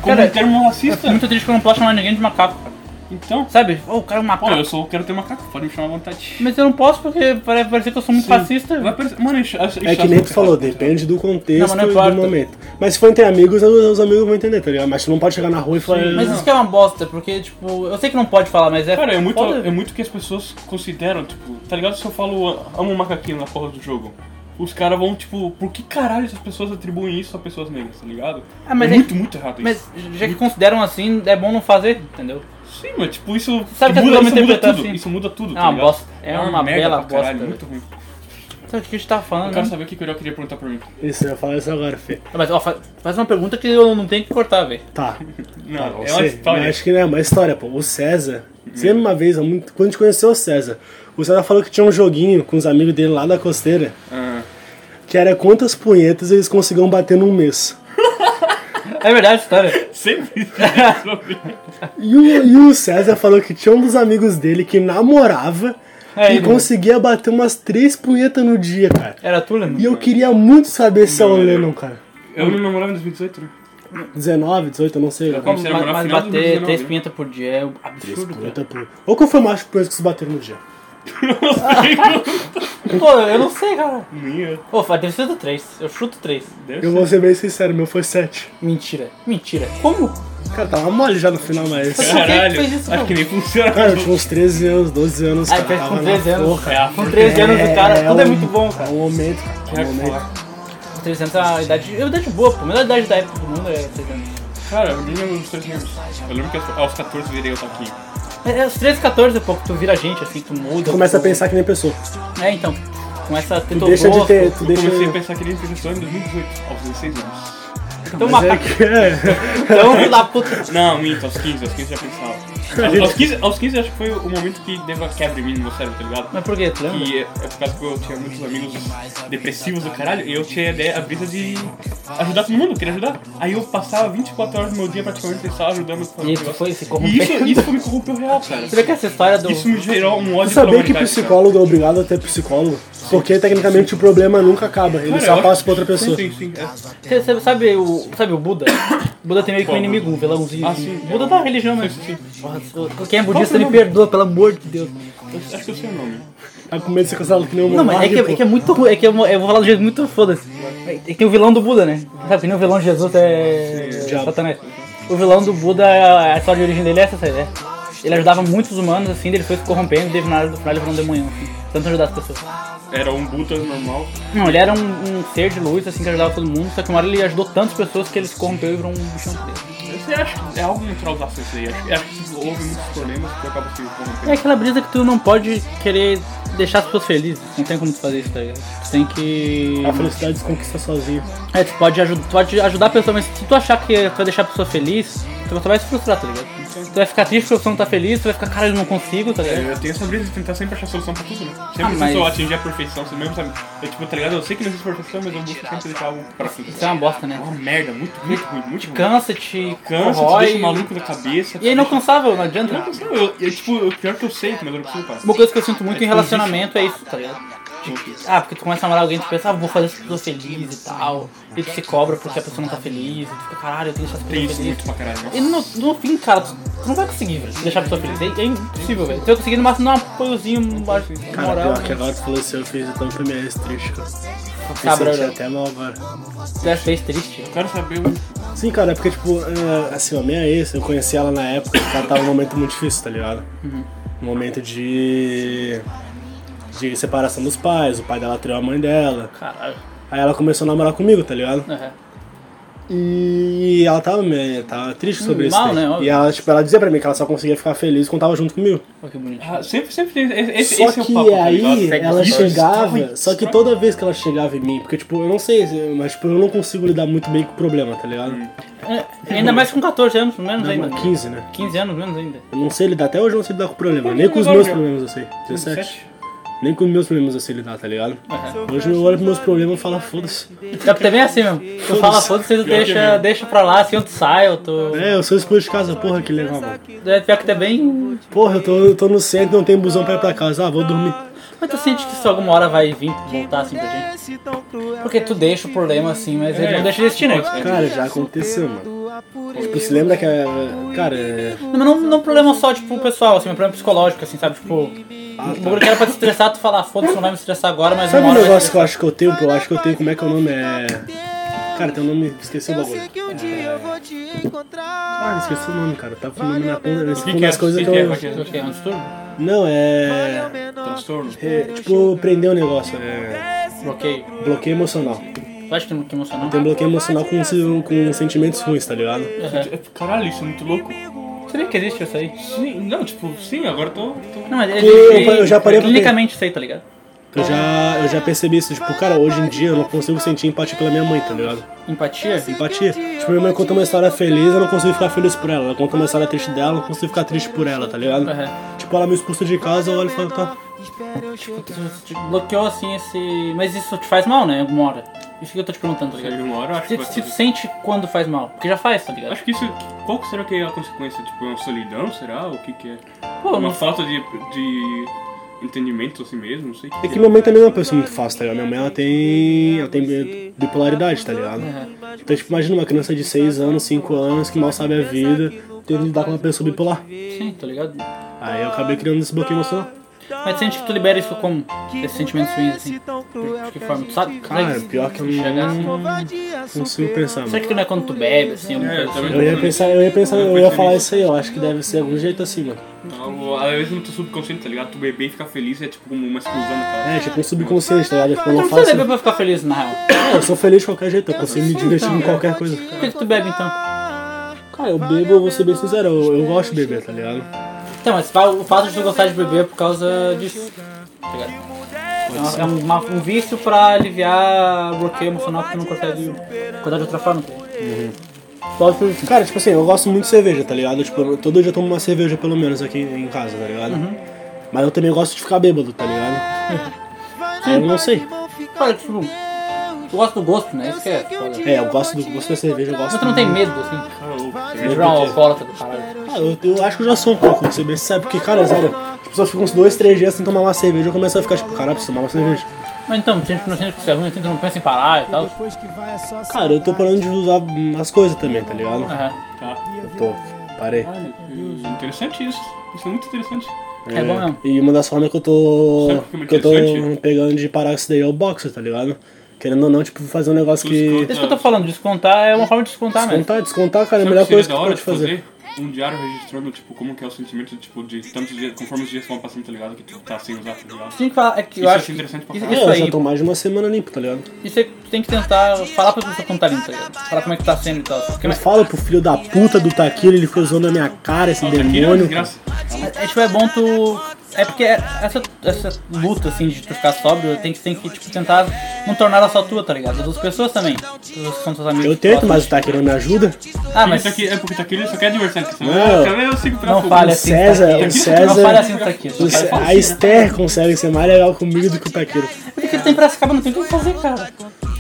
Speaker 5: como
Speaker 3: Cara,
Speaker 5: um termo
Speaker 3: Eu
Speaker 5: racista.
Speaker 3: fico É muito triste que eu não posso chamar ninguém de macaco, cara.
Speaker 5: Então,
Speaker 3: Sabe? Ô, o cara é um
Speaker 5: pô,
Speaker 3: macaco.
Speaker 5: eu sou, quero ter macaco, pode me chamar à vontade.
Speaker 3: Mas eu não posso porque parece parece que eu sou muito fascista.
Speaker 5: Vai parecer- Mano, isso- isso-
Speaker 4: É
Speaker 5: isso-
Speaker 4: que nem tu falou, depende do
Speaker 3: Não,
Speaker 4: contexto
Speaker 3: mas não
Speaker 4: e
Speaker 3: importa.
Speaker 4: do momento. Mas se for entre amigos, os os amigos vão entender, tá ligado? Mas tu não pode chegar na rua e falar.
Speaker 3: Mas isso que é uma bosta, porque, tipo, eu sei que não pode falar, mas é.
Speaker 5: Cara, é muito,
Speaker 3: foda.
Speaker 5: é muito que as pessoas consideram, tipo, tá ligado? Se eu falo "Ah, amo macaquinho na porra do jogo, os caras vão, tipo, por que caralho essas pessoas atribuem isso a pessoas negras, tá ligado?
Speaker 3: Ah, mas
Speaker 5: é,
Speaker 3: é-
Speaker 5: muito, muito errado
Speaker 3: Mas
Speaker 5: isso.
Speaker 3: já que consideram assim, é bom não fazer, entendeu?
Speaker 5: Sim, mas tipo, isso,
Speaker 3: Sabe que as pessoas
Speaker 5: muda, isso muda
Speaker 3: interpretam
Speaker 5: tudo.
Speaker 3: assim?
Speaker 5: Isso muda tudo,
Speaker 3: É
Speaker 5: tá
Speaker 3: uma
Speaker 5: ligado?
Speaker 3: bosta. É uma bela
Speaker 5: pra caralho,
Speaker 3: bosta, né?
Speaker 5: muito ruim.
Speaker 3: Sabe o que a gente tá falando,
Speaker 5: Eu
Speaker 3: né?
Speaker 5: quero saber o que que o Ariel queria perguntar pra mim.
Speaker 4: Isso, eu ia falar isso agora, Fê.
Speaker 3: Ah, Mas ó, fa- faz uma pergunta que eu não tenho que cortar, velho.
Speaker 4: Tá.
Speaker 5: Não,
Speaker 4: Não
Speaker 5: é uma
Speaker 4: sei,
Speaker 5: história.
Speaker 4: eu Acho que não é uma história, pô. O César, sempre uma vez, há muito- quando a gente conheceu o César, o César falou que tinha um joguinho com os amigos dele lá da costeira,
Speaker 5: Ah,
Speaker 4: que era quantas punhetas eles conseguiam bater num mês.
Speaker 3: É verdade a história.
Speaker 5: sempre isso.
Speaker 4: E o, e o César falou que tinha um dos amigos dele que namorava
Speaker 3: É,
Speaker 4: e
Speaker 3: ele-
Speaker 4: conseguia bater umas três punhetas no dia, cara.
Speaker 3: Era tu, Lennon?
Speaker 4: E eu queria muito saber se é o Lennon, cara.
Speaker 5: Eu não namorava em 2018, né?
Speaker 4: 19, 18, eu não sei.
Speaker 5: Como
Speaker 3: Mas,
Speaker 5: se era morar
Speaker 3: mas
Speaker 5: final de
Speaker 3: bater
Speaker 5: 2019,
Speaker 3: três
Speaker 5: né?
Speaker 3: pinhetas por dia é um É absurdo, cara.
Speaker 4: Punheta por... Ou qual foi o máximo punheta que vocês bateram no dia?
Speaker 3: Pô, eu não sei, cara.
Speaker 5: Minha.
Speaker 3: Pô, fa- deve ser do três. Eu chuto três.
Speaker 5: Deve
Speaker 4: Eu
Speaker 5: ser.
Speaker 4: vou ser bem sincero, o meu foi sete.
Speaker 3: Mentira. Mentira. Como?
Speaker 4: Cara, tava mole já no final, mas...
Speaker 3: Por que
Speaker 5: Caralho,
Speaker 3: que fez isso,
Speaker 5: acho
Speaker 3: cara?
Speaker 5: que nem funciona.
Speaker 4: Cara, eu tinha uns 13 anos, 12 anos,
Speaker 3: Ah,
Speaker 4: cara.
Speaker 3: fez
Speaker 4: tava
Speaker 3: com
Speaker 4: na
Speaker 3: 13 anos.
Speaker 4: porra.
Speaker 5: É,
Speaker 3: Com 13 anos o cara, tudo é
Speaker 4: um-
Speaker 3: muito bom,
Speaker 4: É
Speaker 3: cara.
Speaker 4: um momento, cara. É
Speaker 5: né?
Speaker 4: um momento.
Speaker 3: 300 é uma idade, é uma idade boa, pô. A melhor idade da época do mundo é 3 anos.
Speaker 5: Cara, eu nem lembro dos 13 anos. Eu lembro que aos 14 virei o taquinho.
Speaker 3: É, é, os 13, 14 é pouco, tu vira gente, assim, tu muda.
Speaker 4: Tu começa a
Speaker 3: tu-
Speaker 4: pensar que nem pessoa.
Speaker 3: É, então. Começa a ter
Speaker 4: Tu
Speaker 3: teu
Speaker 4: deixa de
Speaker 3: gosto.
Speaker 4: ter... Tu
Speaker 5: Eu
Speaker 4: deixa...
Speaker 5: comecei a pensar que nem pessoa em 2018, aos 16 anos.
Speaker 3: Então,
Speaker 4: Mas
Speaker 3: uma
Speaker 4: é que é...
Speaker 3: pacão filho da puta.
Speaker 5: Não, minto, aos 15, aos 15 já pensava. Aos, aos 15, aos 15 acho que foi o momento que deu a quebra em mim no meu cérebro, tá ligado?
Speaker 3: Mas por que, tu lembra?
Speaker 5: E é, é por causa que eu tinha muitos amigos depressivos do caralho e eu tinha a ideia, a brisa de ajudar todo mundo, eu queria ajudar. Aí eu passava 24 horas do meu dia praticamente só ajudando. com
Speaker 3: E
Speaker 5: o
Speaker 3: isso foi se
Speaker 5: e
Speaker 3: corrompendo.
Speaker 5: isso, isso me corrompeu real, cara.
Speaker 3: Você vê que essa história do.
Speaker 5: Isso me gerou um ódio
Speaker 4: Tu sabia
Speaker 5: pela
Speaker 4: que
Speaker 5: humanidade, cara.
Speaker 4: psicólogo é obrigado a ter psicólogo? Porque, tecnicamente, o problema nunca acaba. Ele
Speaker 5: Cara, eu
Speaker 4: só
Speaker 5: acho-
Speaker 4: passa pra outra pessoa.
Speaker 5: Sim, sim, sim. é.
Speaker 3: Você- você sabe o. Sabe o Buda? O Buda tem meio que um inimigo, um vilãozinho.
Speaker 5: Ah, sim.
Speaker 3: Buda da religião, né?
Speaker 5: Sim, sim.
Speaker 3: Porra, se- Quem é budista me perdoa, pelo amor de Deus.
Speaker 5: Eu Acho que eu sei o nome.
Speaker 4: Tá com medo de ser cancelado que nem um
Speaker 3: Não, mas é que é, que é muito ruim, é que eu, eu vou falar do jeito muito foda-se. É que tem o vilão do Buda, né? Sabe que nem o vilão de Jesus é.
Speaker 4: diabo.
Speaker 3: Satanás. O vilão do Buda, a história de origem dele é essa, né? Ele ajudava muitos humanos, assim, daí ele foi se corrompendo, daí no final no final ele virou um demônio, assim, tanto ajudar as pessoas.
Speaker 5: Era um Buta normal.
Speaker 3: Não, ele era um, um ser de luz, assim, que ajudava todo mundo, só que uma hora ele ajudou tantas pessoas que ele se corrompeu e virou um bichão feio.
Speaker 5: Você acha que é algo natural da ciência aí? Acho, que- acho que houve muitos problemas que acaba se corrompendo.
Speaker 3: É aquela brisa que tu não pode querer deixar as pessoas felizes, não tem como tu fazer isso, tá ligado? Tu tem que...
Speaker 4: A felicidade se conquista sozinho.
Speaker 3: É, tu pode, aju- tu pode ajudar a pessoa, mas se tu achar que tu vai deixar a pessoa feliz, tu só vai se frustrar, tá ligado? Tu vai ficar triste porque a pessoa não tá feliz, tu vai ficar, caralho, eu não consigo, tá ligado?
Speaker 5: Eu tenho essa brisa de tentar sempre achar solução pra tudo, né? Sempre
Speaker 3: Ah,
Speaker 5: ah,
Speaker 3: mas-
Speaker 5: eu atingir a perfeição, você mesmo sabe. Eu, tipo, tá ligado? Eu sei que não existe perfeição, mas eu busco sempre deixar algo pra tudo.
Speaker 3: Isso é uma bosta, né?
Speaker 5: É uma merda, muito, muito ruim, muito ruim.
Speaker 3: Cansa, te
Speaker 5: Cansa, te
Speaker 3: corrói.
Speaker 5: deixa um maluco da cabeça.
Speaker 3: E é inalcançável, não adianta.
Speaker 5: Não, não, eu, eu, tipo, o pior que eu sei, mas eu não consigo, cara.
Speaker 3: Uma coisa que eu sinto muito em relacionamento é isso, tá ligado? Tipo, Ah, porque tu começa a namorar alguém, tu pensa, ah, vou fazer essa pessoa feliz e tal. E tu se cobra porque a pessoa não tá feliz. E tu fica, caralho, eu tenho que deixar essa pessoa
Speaker 5: Tem isso
Speaker 3: feliz.
Speaker 5: muito pra caralho.
Speaker 3: E no, no fim, cara, tu, tu não vai conseguir, velho, deixar a pessoa feliz. É, é impossível, velho. Tu vai conseguir no máximo dar um apoiozinho, uma
Speaker 4: Cara,
Speaker 3: moral.
Speaker 4: pior que é agora que falou isso, eu fiz então pra minha triste, cara.
Speaker 3: Tá,
Speaker 4: Me senti
Speaker 3: Bruno.
Speaker 4: até mal agora.
Speaker 3: Tu é fez triste.
Speaker 5: Eu quero saber o.
Speaker 4: Sim, cara, é porque, tipo, é, assim, a minha ex, eu conheci ela na época, ela tava num momento muito difícil, tá ligado? Um momento de. de separação dos pais, o pai dela traiu a mãe dela.
Speaker 3: Caralho.
Speaker 4: Aí ela começou a namorar comigo, tá ligado?
Speaker 3: Aham.
Speaker 4: E ela tava, me- tava triste sobre
Speaker 3: Hum,
Speaker 4: isso. daí.
Speaker 3: mal, né? Óbvio.
Speaker 4: E ela, tipo, ela dizia pra mim que ela só conseguia ficar feliz quando tava junto comigo.
Speaker 3: Olha que bonito.
Speaker 5: Ah, sempre, sempre tem. Esse,
Speaker 4: só
Speaker 5: esse é o
Speaker 4: que
Speaker 5: papo, tá
Speaker 4: aí
Speaker 5: ligado?
Speaker 4: ela
Speaker 5: Isso
Speaker 4: chegava,
Speaker 5: destrói,
Speaker 4: só que
Speaker 5: destrói.
Speaker 4: toda vez que ela chegava em mim, porque tipo, eu não sei, mas tipo, eu não consigo lidar muito bem com o problema, tá ligado?
Speaker 5: Hum.
Speaker 3: É, Ainda mais com 14 anos, menos ainda.
Speaker 4: 15, né?
Speaker 3: 15 anos, menos ainda.
Speaker 4: Eu não sei lidar, até hoje eu não sei lidar com o problema,
Speaker 5: Quantos
Speaker 4: nem com os
Speaker 5: anos
Speaker 4: meus
Speaker 5: agora,
Speaker 4: problemas eu sei. 17.
Speaker 5: 17?
Speaker 4: Nem com os meus problemas eu sei lidar, tá ligado? Hoje eu olho pros meus problemas e falo, foda-se.
Speaker 3: É porque também é assim mesmo. Tu fala foda, você deixa,
Speaker 5: mesmo.
Speaker 3: deixa pra lá, assim, ou tu sai, ou tu.
Speaker 4: É, eu sou expulso de casa, porra, que legal, mano.
Speaker 3: É pior que também.
Speaker 4: Porra, eu tô, eu tô no centro, não tem busão pra ir pra casa, ah, vou dormir.
Speaker 3: Mas tu sente que isso alguma hora vai vir voltar assim pra gente? Porque tu deixa o problema assim, mas ele não deixa de existir, né?
Speaker 4: Cara, já aconteceu, mano. Tipo, se lembra que a. Cara, é.
Speaker 3: Não, mas não, não problema só, tipo, pessoal, assim, mas problema psicológico, assim, sabe? Tipo, um bagulho que era pra te estressar, tu falar, foda-se, não vai me estressar agora, mas
Speaker 4: Ah, tá. Sabe
Speaker 3: uma
Speaker 4: um
Speaker 3: hora. vai
Speaker 4: negócio que eu acho que eu tenho, pô? Eu acho que eu tenho, como é que é o nome? É. Cara, tem um nome, esqueci o bagulho.
Speaker 2: que um dia eu vou te encontrar.
Speaker 4: Ah, esqueci o nome, cara. Tá com o nome na ponta, nesse
Speaker 5: O que
Speaker 4: fundo
Speaker 5: que é?
Speaker 4: das coisas que
Speaker 5: O que que é?
Speaker 4: eu...
Speaker 5: Qual que é?
Speaker 3: estressar. O quê? É um distúrbio?
Speaker 4: Não, é...
Speaker 5: Transtorno.
Speaker 4: é, Tipo, prender o negócio, é...
Speaker 3: Bloqueio.
Speaker 4: Bloqueio emocional.
Speaker 3: Tu acha que tem que emocionar?
Speaker 4: Tem bloqueio emocional com, se- com sentimentos ruins, tá ligado?
Speaker 5: É, Caralho, isso é muito louco.
Speaker 3: Sabia que existe isso aí?
Speaker 5: Sim, não, tipo, sim, agora eu tô. tô...
Speaker 3: Não, mas
Speaker 4: eu- eu já parei pra
Speaker 3: clinicamente isso aí, tá ligado?
Speaker 4: Eu já, eu já percebi isso, tipo, cara, hoje em dia eu não consigo sentir empatia pela minha mãe, tá ligado?
Speaker 5: É,
Speaker 3: Empatia?
Speaker 4: Empatia. Tipo, minha mãe conta uma história feliz, eu não consigo ficar feliz por ela. Ela conta uma história triste dela, eu não consigo ficar triste por ela, tá ligado?
Speaker 3: Aham.
Speaker 4: Tipo, ela me expulsa de casa, eu olho e falo, tá...
Speaker 3: Tu- tu Bloqueou assim esse. Mas isso te faz mal, né? Alguma hora. Isso que eu tô te perguntando, tá
Speaker 5: Chega
Speaker 3: ligado?
Speaker 5: uma hora, eu acho que
Speaker 3: Se,
Speaker 5: vai
Speaker 3: se tu
Speaker 5: fazer.
Speaker 3: sente quando faz mal, porque já faz, tá ligado?
Speaker 5: Acho que isso. Qual que será que é a consequência? Tipo, é uma solidão, será? O que que é?
Speaker 3: Pô,
Speaker 5: uma
Speaker 3: não
Speaker 5: falta de, de entendimento assim mesmo, não sei.
Speaker 4: É que minha mãe também não é uma pessoa muito fácil, tá ligado? Minha mãe, ela tem... Ela tem bipolaridade, tá ligado? Então, tipo, imagina uma criança de 6 anos, 5 anos, que mal sabe a vida, tendo que lidar com uma pessoa bipolar.
Speaker 3: sim, tá ligado?
Speaker 4: Aí eu acabei criando esse bloqueio emocional.
Speaker 3: Mas sente que tipo, tu libera isso como? Esses sentimentos ruins, assim. De que forma? Tu sabe?
Speaker 4: Cara,
Speaker 3: Consegue
Speaker 4: é pior que eu não consigo pensar,
Speaker 3: Será
Speaker 4: mano.
Speaker 3: que não é quando tu bebe, assim, alguma
Speaker 5: É, eu
Speaker 3: coisa
Speaker 5: também-
Speaker 4: Eu
Speaker 3: assim?
Speaker 4: ia pensar, eu ia pensar, eu ia falar isso aí, eu acho que deve ser algum jeito assim, mano.
Speaker 5: Então, Às vezes no teu subconsciente, tá ligado? Tu beber e ficar feliz é tipo como uma exclusão, cara.
Speaker 4: É, tipo um subconsciente, tá ligado? Tipo, eu
Speaker 3: Tu
Speaker 4: não
Speaker 3: não
Speaker 4: faço.
Speaker 3: precisa beber Então pra ficar feliz, na real.
Speaker 4: Eu sou feliz de qualquer jeito, eu consigo me divertir com qualquer coisa.
Speaker 3: Por que, que tu bebe, então?
Speaker 4: Cara, eu bebo, eu vou ser bem sincero, eu, eu gosto de beber, tá ligado?
Speaker 3: Então, mas fa- o fato de tu gostar de beber é por causa disso. Tá ligado? É uma- É um, uma- um vício pra aliviar o bloqueio emocional que tu não consegue cuidar de outra forma. tá ligado?
Speaker 4: Logo que- Cara, tipo assim, eu gosto muito de cerveja, tá ligado? Tipo, eu- todo dia eu tomo uma cerveja pelo menos aqui em casa, tá ligado? Mas eu também gosto de ficar bêbado, tá ligado? Aí eu não sei.
Speaker 3: Cara, tipo, tu gosta do gosto, né? Isso que é foda.
Speaker 4: É, eu gosto do gosto da cerveja, eu
Speaker 3: Mas
Speaker 4: gosto.
Speaker 3: tu não tem medo, assim,
Speaker 5: Cara, louco, tá
Speaker 3: de
Speaker 5: ligado?
Speaker 3: virar um alcoólatra do caralho.
Speaker 4: Ah, eu, eu acho que eu já sou um pouco, pra você bem sincero, porque, cara, sério, as pessoas ficam uns dois, três dias sem tomar uma cerveja, eu começo a ficar tipo, caralho, preciso tomar uma cerveja.
Speaker 3: Mas então, tem gente que não sente que isso é ruim, tem gente que não pensa em parar e tal.
Speaker 4: Cara, eu tô parando de usar hum, as coisas também, tá ligado?
Speaker 3: Aham.
Speaker 5: Tá.
Speaker 4: Eu tô, parei.
Speaker 5: Olha, hum, Interessante isso. Isso é muito interessante.
Speaker 3: É bom mesmo.
Speaker 4: E uma das formas que eu tô.
Speaker 5: Sabe o que é muito
Speaker 4: que eu tô
Speaker 5: interessante?
Speaker 4: pegando de parar com isso daí é o boxe, tá ligado? Querendo ou não, tipo, fazer um negócio
Speaker 5: Os
Speaker 4: que.
Speaker 5: co-
Speaker 3: Isso que eu tô falando, descontar é uma forma de descontar mesmo.
Speaker 4: Descontar, descontar, cara, é a
Speaker 5: Sabe o
Speaker 4: melhor
Speaker 5: que seria
Speaker 4: coisa que
Speaker 5: da hora
Speaker 4: pode
Speaker 5: de
Speaker 4: fazer.
Speaker 5: fazer? um diário registrando, tipo, como que é o sentimento, tipo, de tantos dias, conforme os dias vão passando, tá ligado? Que tu tá sem usar, tá ligado?
Speaker 3: Tem que falar, é que eu
Speaker 5: Isso eu
Speaker 3: acho.
Speaker 5: achei interessante pra
Speaker 3: isso,
Speaker 5: caralho.
Speaker 3: isso
Speaker 4: É, eu já
Speaker 3: aí,
Speaker 4: tô mais de uma semana limpo, tá ligado?
Speaker 3: isso aí tu tem que tentar falar pra pessoa como tá lindo, tá ligado? Falar como é que tá sendo e tal. Porque,
Speaker 4: Eu
Speaker 3: mas,
Speaker 4: falo pro filho da puta do Taquilo, ele ficou usando a minha cara, esse
Speaker 5: Isso aqui é uma
Speaker 4: demônio. cara.
Speaker 5: desgraça.
Speaker 3: é, é, tipo, é bom tu. É porque essa, essa luta, assim, de tu ficar sóbrio, tem que, tem que tipo, tentar não tornar ela só tua, tá ligado? Das pessoas também. Que são teus amigos.
Speaker 4: Eu tento, mas
Speaker 3: próximos.
Speaker 4: o Taquilo não me ajuda.
Speaker 3: Ah, mas.
Speaker 5: Isso aqui é porque tá aqui, ele só quer adversário.
Speaker 4: Não.
Speaker 5: Eu sigo pra
Speaker 3: Não
Speaker 5: fogo.
Speaker 3: fale
Speaker 4: O
Speaker 3: assim.
Speaker 4: César-
Speaker 3: tá aqui.
Speaker 4: o
Speaker 3: Não
Speaker 4: César-
Speaker 3: fale assim, tá aqui.
Speaker 4: O Ce- A Esther consegue ser mais legal comigo do que o Taquilo.
Speaker 3: Porque ele tem Piracicaba, não tem o que fazer, cara.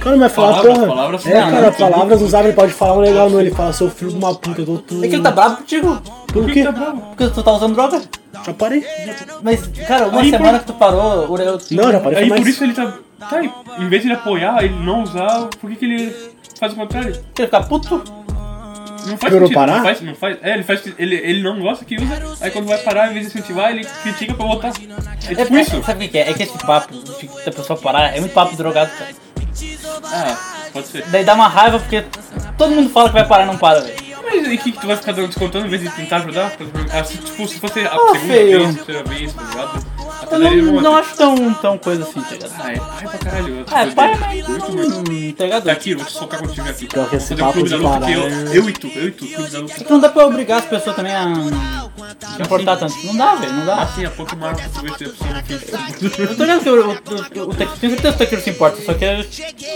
Speaker 4: Cara, mas falar,
Speaker 5: Palavras,
Speaker 4: porra.
Speaker 5: palavras
Speaker 4: é,
Speaker 5: são
Speaker 4: cara,
Speaker 5: muito-
Speaker 4: palavras usadas, ele pode falar um legal, não. Ele fala, seu filho de uma puta, eu tô tudo.
Speaker 3: É que ele tá bravo contigo.
Speaker 4: Por quê?
Speaker 3: Porque tu tá usando droga.
Speaker 4: Já parei.
Speaker 3: Mas, cara, uma
Speaker 5: Aí,
Speaker 3: semana que
Speaker 5: por-
Speaker 3: tu parou, o eu...
Speaker 4: Não, já parei.
Speaker 5: Aí
Speaker 4: mas...
Speaker 5: por isso ele tá. Tá, em vez de ele apoiar, ele não usar, por que, que ele faz o contrário?
Speaker 3: Ele fica puto.
Speaker 5: Não faz
Speaker 4: Jurou
Speaker 5: sentido.
Speaker 4: parar?
Speaker 5: Não faz, não faz. É, ele faz. Ele, ele não gosta que usa, aí quando vai parar, em vez de incentivar, ele critica pra voltar. É
Speaker 3: É,
Speaker 5: tipo
Speaker 3: é-
Speaker 5: isso.
Speaker 3: Sabe o que é? É que esse papo de- da pessoa parar é muito papo drogado, cara.
Speaker 5: Ah, pode ser.
Speaker 3: Daí dá uma raiva porque todo mundo fala que vai parar e não para, velho.
Speaker 5: Mas e o que, que tu vai ficar dando descontando em vez de tentar ajudar? Ah, se, tipo, se fosse a segunda
Speaker 3: feio.
Speaker 5: vez, terceira vez, tá ligado?
Speaker 3: Eu não, não acho tão, tão coisa assim, tá ligado?
Speaker 5: é Ah, é pai pra caralho.
Speaker 3: Ah, é pai, mas
Speaker 5: Muito,
Speaker 3: não,
Speaker 5: muito.
Speaker 3: tá ligado?
Speaker 5: Daqui, eu vou te socar contigo aqui.
Speaker 4: Pior que esse
Speaker 5: Fazer um clube da
Speaker 4: papo de
Speaker 5: luta que eu,
Speaker 4: parar,
Speaker 5: eu e tu, eu e tu, clube da luta.
Speaker 3: Tu não dá pra obrigar as pessoas também a se importar tanto. Não dá, velho, não dá.
Speaker 5: Assim, a pouco mais tu vê se a pessoa não quis.
Speaker 3: Eu tô ligado que o, o, o, o Tequiro, tenho certeza que o Tequiro se importa, só que às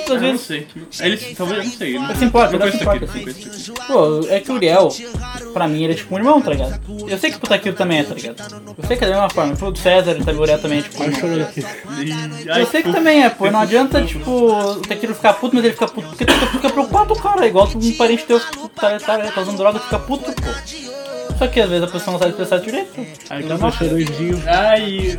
Speaker 5: Eu não
Speaker 3: vezes
Speaker 5: sei. Ele talvez, eu não sei. Eu não,
Speaker 3: Ele se importa,
Speaker 5: não
Speaker 3: ele
Speaker 5: conheço
Speaker 3: se
Speaker 5: daqui,
Speaker 3: importa.
Speaker 5: não conheço daqui.
Speaker 3: Pô, é que o Uriel, pra mim, ele é tipo um irmão, tá ligado? Eu sei que o Taquiro também é, tá ligado? Eu sei que é da mesma forma. Tipo, O César, ele sabe, o Uriel também é tipo um
Speaker 4: Olha eu chorando
Speaker 3: irmão.
Speaker 4: aqui.
Speaker 5: E- ai,
Speaker 3: Eu sei que
Speaker 5: pô,
Speaker 3: também é, pô. Não adianta, tipo, o Taquiro ficar puto, mas ele fica puto porque tu fica preocupado, cara. É Igual tu- um parente teu que tá, tá, tá usando droga, tu fica puto, pô. Só que às vezes a pessoa não sabe expressar direito,
Speaker 5: Ai,
Speaker 4: Tá mais chorandinho.
Speaker 5: Ai,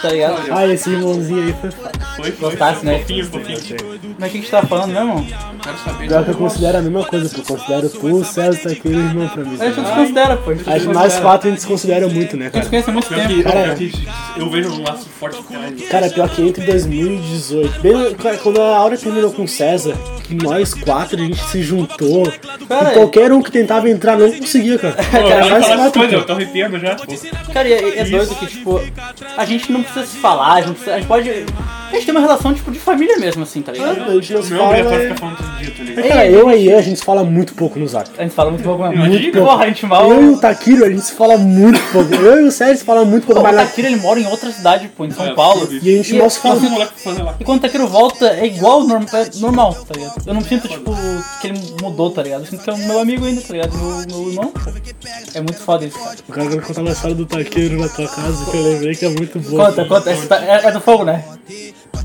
Speaker 3: tá ligado?
Speaker 5: olha,
Speaker 4: Ah, esse irmãozinho aí foi.
Speaker 5: foi, foi.
Speaker 3: Gostasse, né?
Speaker 5: Fofinho, fofinho.
Speaker 3: Mas o que a gente tá falando mesmo?
Speaker 5: Quero saber.
Speaker 4: Pior que eu considero a mesma coisa, pô. Eu considero tu, o César, o Taquilo e o irmão pra mim.
Speaker 3: A gente não desconsidera, pô. A gente
Speaker 4: Aí nós quatro a gente se considera muito, né,
Speaker 3: a gente
Speaker 4: cara?
Speaker 3: se conhece há muito
Speaker 5: Pior
Speaker 3: tempo.
Speaker 5: que,
Speaker 4: Cara,
Speaker 5: pior que eu vejo um laço forte com ele.
Speaker 4: Cara, pior que entre 2018, bem, cara, quando a Aura terminou com o César, que nós quatro a gente se juntou,
Speaker 3: Cara,
Speaker 4: e qualquer um que tentava entrar não conseguia, cara.
Speaker 5: Pô, eu
Speaker 4: Era
Speaker 5: quero
Speaker 4: nós
Speaker 5: falar essas
Speaker 4: quatro,
Speaker 5: coisas, eu
Speaker 4: cara.
Speaker 5: tô arrepiando já. pô.
Speaker 3: Cara, e é, é doido que, tipo, a gente não precisa se falar, a gente, não precisa- a gente pode. A gente tem uma relação, tipo, de família mesmo, assim, tá ligado?
Speaker 4: A gente não se
Speaker 5: Não é obrigatório
Speaker 4: fala. é,
Speaker 5: ficar falando todo dia, tá ligado?
Speaker 4: Cara, eu e a Ian, a gente se fala muito pouco no zap.
Speaker 3: A gente fala muito pouco mesmo.
Speaker 5: Muito
Speaker 4: pouco.
Speaker 3: tipo, Porra, a gente mal.
Speaker 4: Eu e o
Speaker 3: Pô,
Speaker 4: Takiro, a gente se fala muito pouco. Eu e o Sérgio se fala muito pouco,
Speaker 3: o
Speaker 4: mas na-
Speaker 3: Takiro, ele mora em outra cidade, pô, em São
Speaker 5: É,
Speaker 3: Paulo.
Speaker 5: absurdo
Speaker 4: E a gente
Speaker 3: E
Speaker 4: mal se fala.
Speaker 5: Faz um moleque pra fazer lá.
Speaker 3: E quando o Takiro volta, é igual norm- é normal, tá ligado? Eu não sinto, tipo, que ele mudou, tá ligado? Eu sinto que é o meu amigo ainda, tá ligado? Meu, meu irmão. pô. É muito foda isso, cara.
Speaker 4: O cara vai contar uma história do Taquiro na tua casa, que eu lembrei que é muito boa.
Speaker 3: Conta, conta. essa tá- É, é do fogo, né?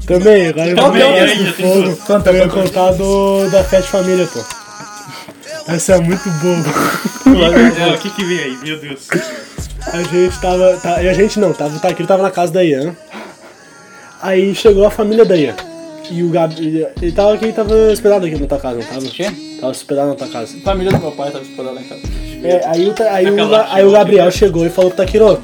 Speaker 4: Também, agora eu vou
Speaker 3: Também,
Speaker 4: contar
Speaker 5: aí,
Speaker 4: essa do
Speaker 5: já tem
Speaker 4: fogo. Eu ia contar do, da Fete Família, pô. Essa é muito boa.
Speaker 5: É, O que que vem aí? Meu Deus.
Speaker 4: A gente tava. tá- e a gente não, tava, o Taquiro tava na casa da Ian. Aí chegou a família da Ian. E o Gabi. Ele tava aqui, tava hospedado aqui na tua casa, não tava?
Speaker 3: Quê?
Speaker 4: Tava hospedado na tua casa.
Speaker 3: Família do meu pai tá tava esperando lá em casa.
Speaker 4: É, aí, o, Ta- aí, o, Ga- aí o Gabriel chegou e falou pro Taquiro,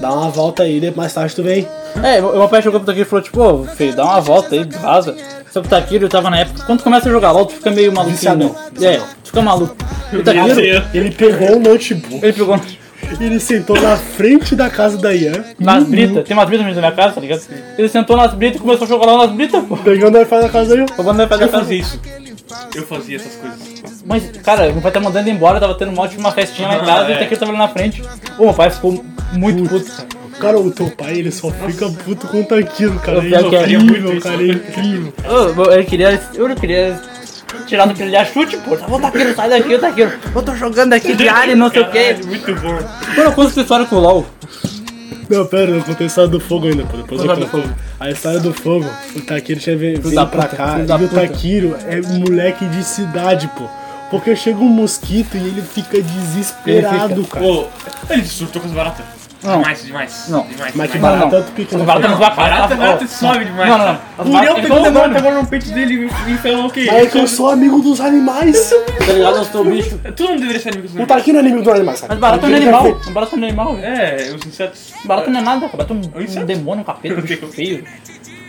Speaker 4: dá uma volta aí, de- mais tarde tu vem.
Speaker 3: É, meu meu pai chegou pro Takiro e falou, tipo, ô, filho, dá uma volta aí, vaza. Só que o Takiro tava na época, quando tu começa a jogar LOL, tu fica meio maluquinho,
Speaker 4: Viciadão.
Speaker 3: né? É, tu fica maluco. E O
Speaker 5: Meu
Speaker 3: Takiro,
Speaker 5: Deus.
Speaker 4: Ele pegou o notebook,
Speaker 3: ele pegou
Speaker 4: ele sentou na frente da casa da Ian,
Speaker 3: nas britas, tem umas britas na minha casa, tá ligado? Ele sentou nas britas e começou a jogar LOL nas britas, pô.
Speaker 4: pegando o wi-fi da casa da Ian.
Speaker 3: Jogando na
Speaker 5: Eu
Speaker 3: casa.
Speaker 5: fazia isso. Eu fazia essas coisas.
Speaker 3: Mas, cara, meu pai tá mandando embora, tava tendo mal, tipo, uma festinha lá em casa
Speaker 5: É.
Speaker 3: e o Takiro tava ali na frente. Ô, meu pai ficou muito puto, cara.
Speaker 4: Cara, o teu pai, ele só fica puto com o Taquiro, cara.
Speaker 3: Eu
Speaker 4: Ele é
Speaker 3: quero que-
Speaker 4: incrível, cara, ele é incrível.
Speaker 3: Ô, ele queria, eu não queria tirar do que ele dá chute, pô. Tá bom, Takiro, sai daqui, Takiro. Eu tô jogando aqui de área e não sei o quê.
Speaker 5: Caralho, Muito bom.
Speaker 3: Mano, eu conto essa história com o LOL.
Speaker 4: Não, pera, eu contei a história do fogo ainda, pô. Depois eu
Speaker 3: História do
Speaker 4: conto. A história do fogo, o Taquiro tinha vi- vindo
Speaker 3: da
Speaker 4: pra
Speaker 3: puta,
Speaker 4: cá.
Speaker 3: filho da
Speaker 4: E o
Speaker 3: puta.
Speaker 4: Taquiro é moleque de cidade, pô. Porque chega um mosquito e ele fica desesperado,
Speaker 3: Ele
Speaker 4: cara.
Speaker 5: Pô, ele surtou com as baratas.
Speaker 3: Não.
Speaker 5: Demais, demais.
Speaker 3: Não.
Speaker 5: Demais,
Speaker 4: Mas que
Speaker 5: demais.
Speaker 3: Não,
Speaker 4: barata
Speaker 3: não.
Speaker 4: tanto pequeno.
Speaker 3: As baratas não vai
Speaker 5: Barata,
Speaker 3: parar.
Speaker 5: barata sobe demais.
Speaker 3: Não, não, não.
Speaker 5: cara.
Speaker 3: As
Speaker 5: O Uriel
Speaker 3: baratas-
Speaker 5: pegou
Speaker 3: Não,
Speaker 5: a
Speaker 3: não,
Speaker 5: barata
Speaker 3: não.
Speaker 5: agora no peito um dele e falou o quê?
Speaker 4: Aí É que eu sou amigo dos animais.
Speaker 3: Tá ligado? Eu sou o bicho.
Speaker 5: Todo mundo deveria ser amigo dos
Speaker 4: O
Speaker 5: animais.
Speaker 4: Taquiro é inimigo dos animais, cara.
Speaker 3: Mas barato não é animal. Barato não é animal. velho.
Speaker 5: É, os insetos.
Speaker 3: Barato não é nada. cara. Barato é um,
Speaker 5: inseto.
Speaker 3: um demônio, um capeta, um bicho feio.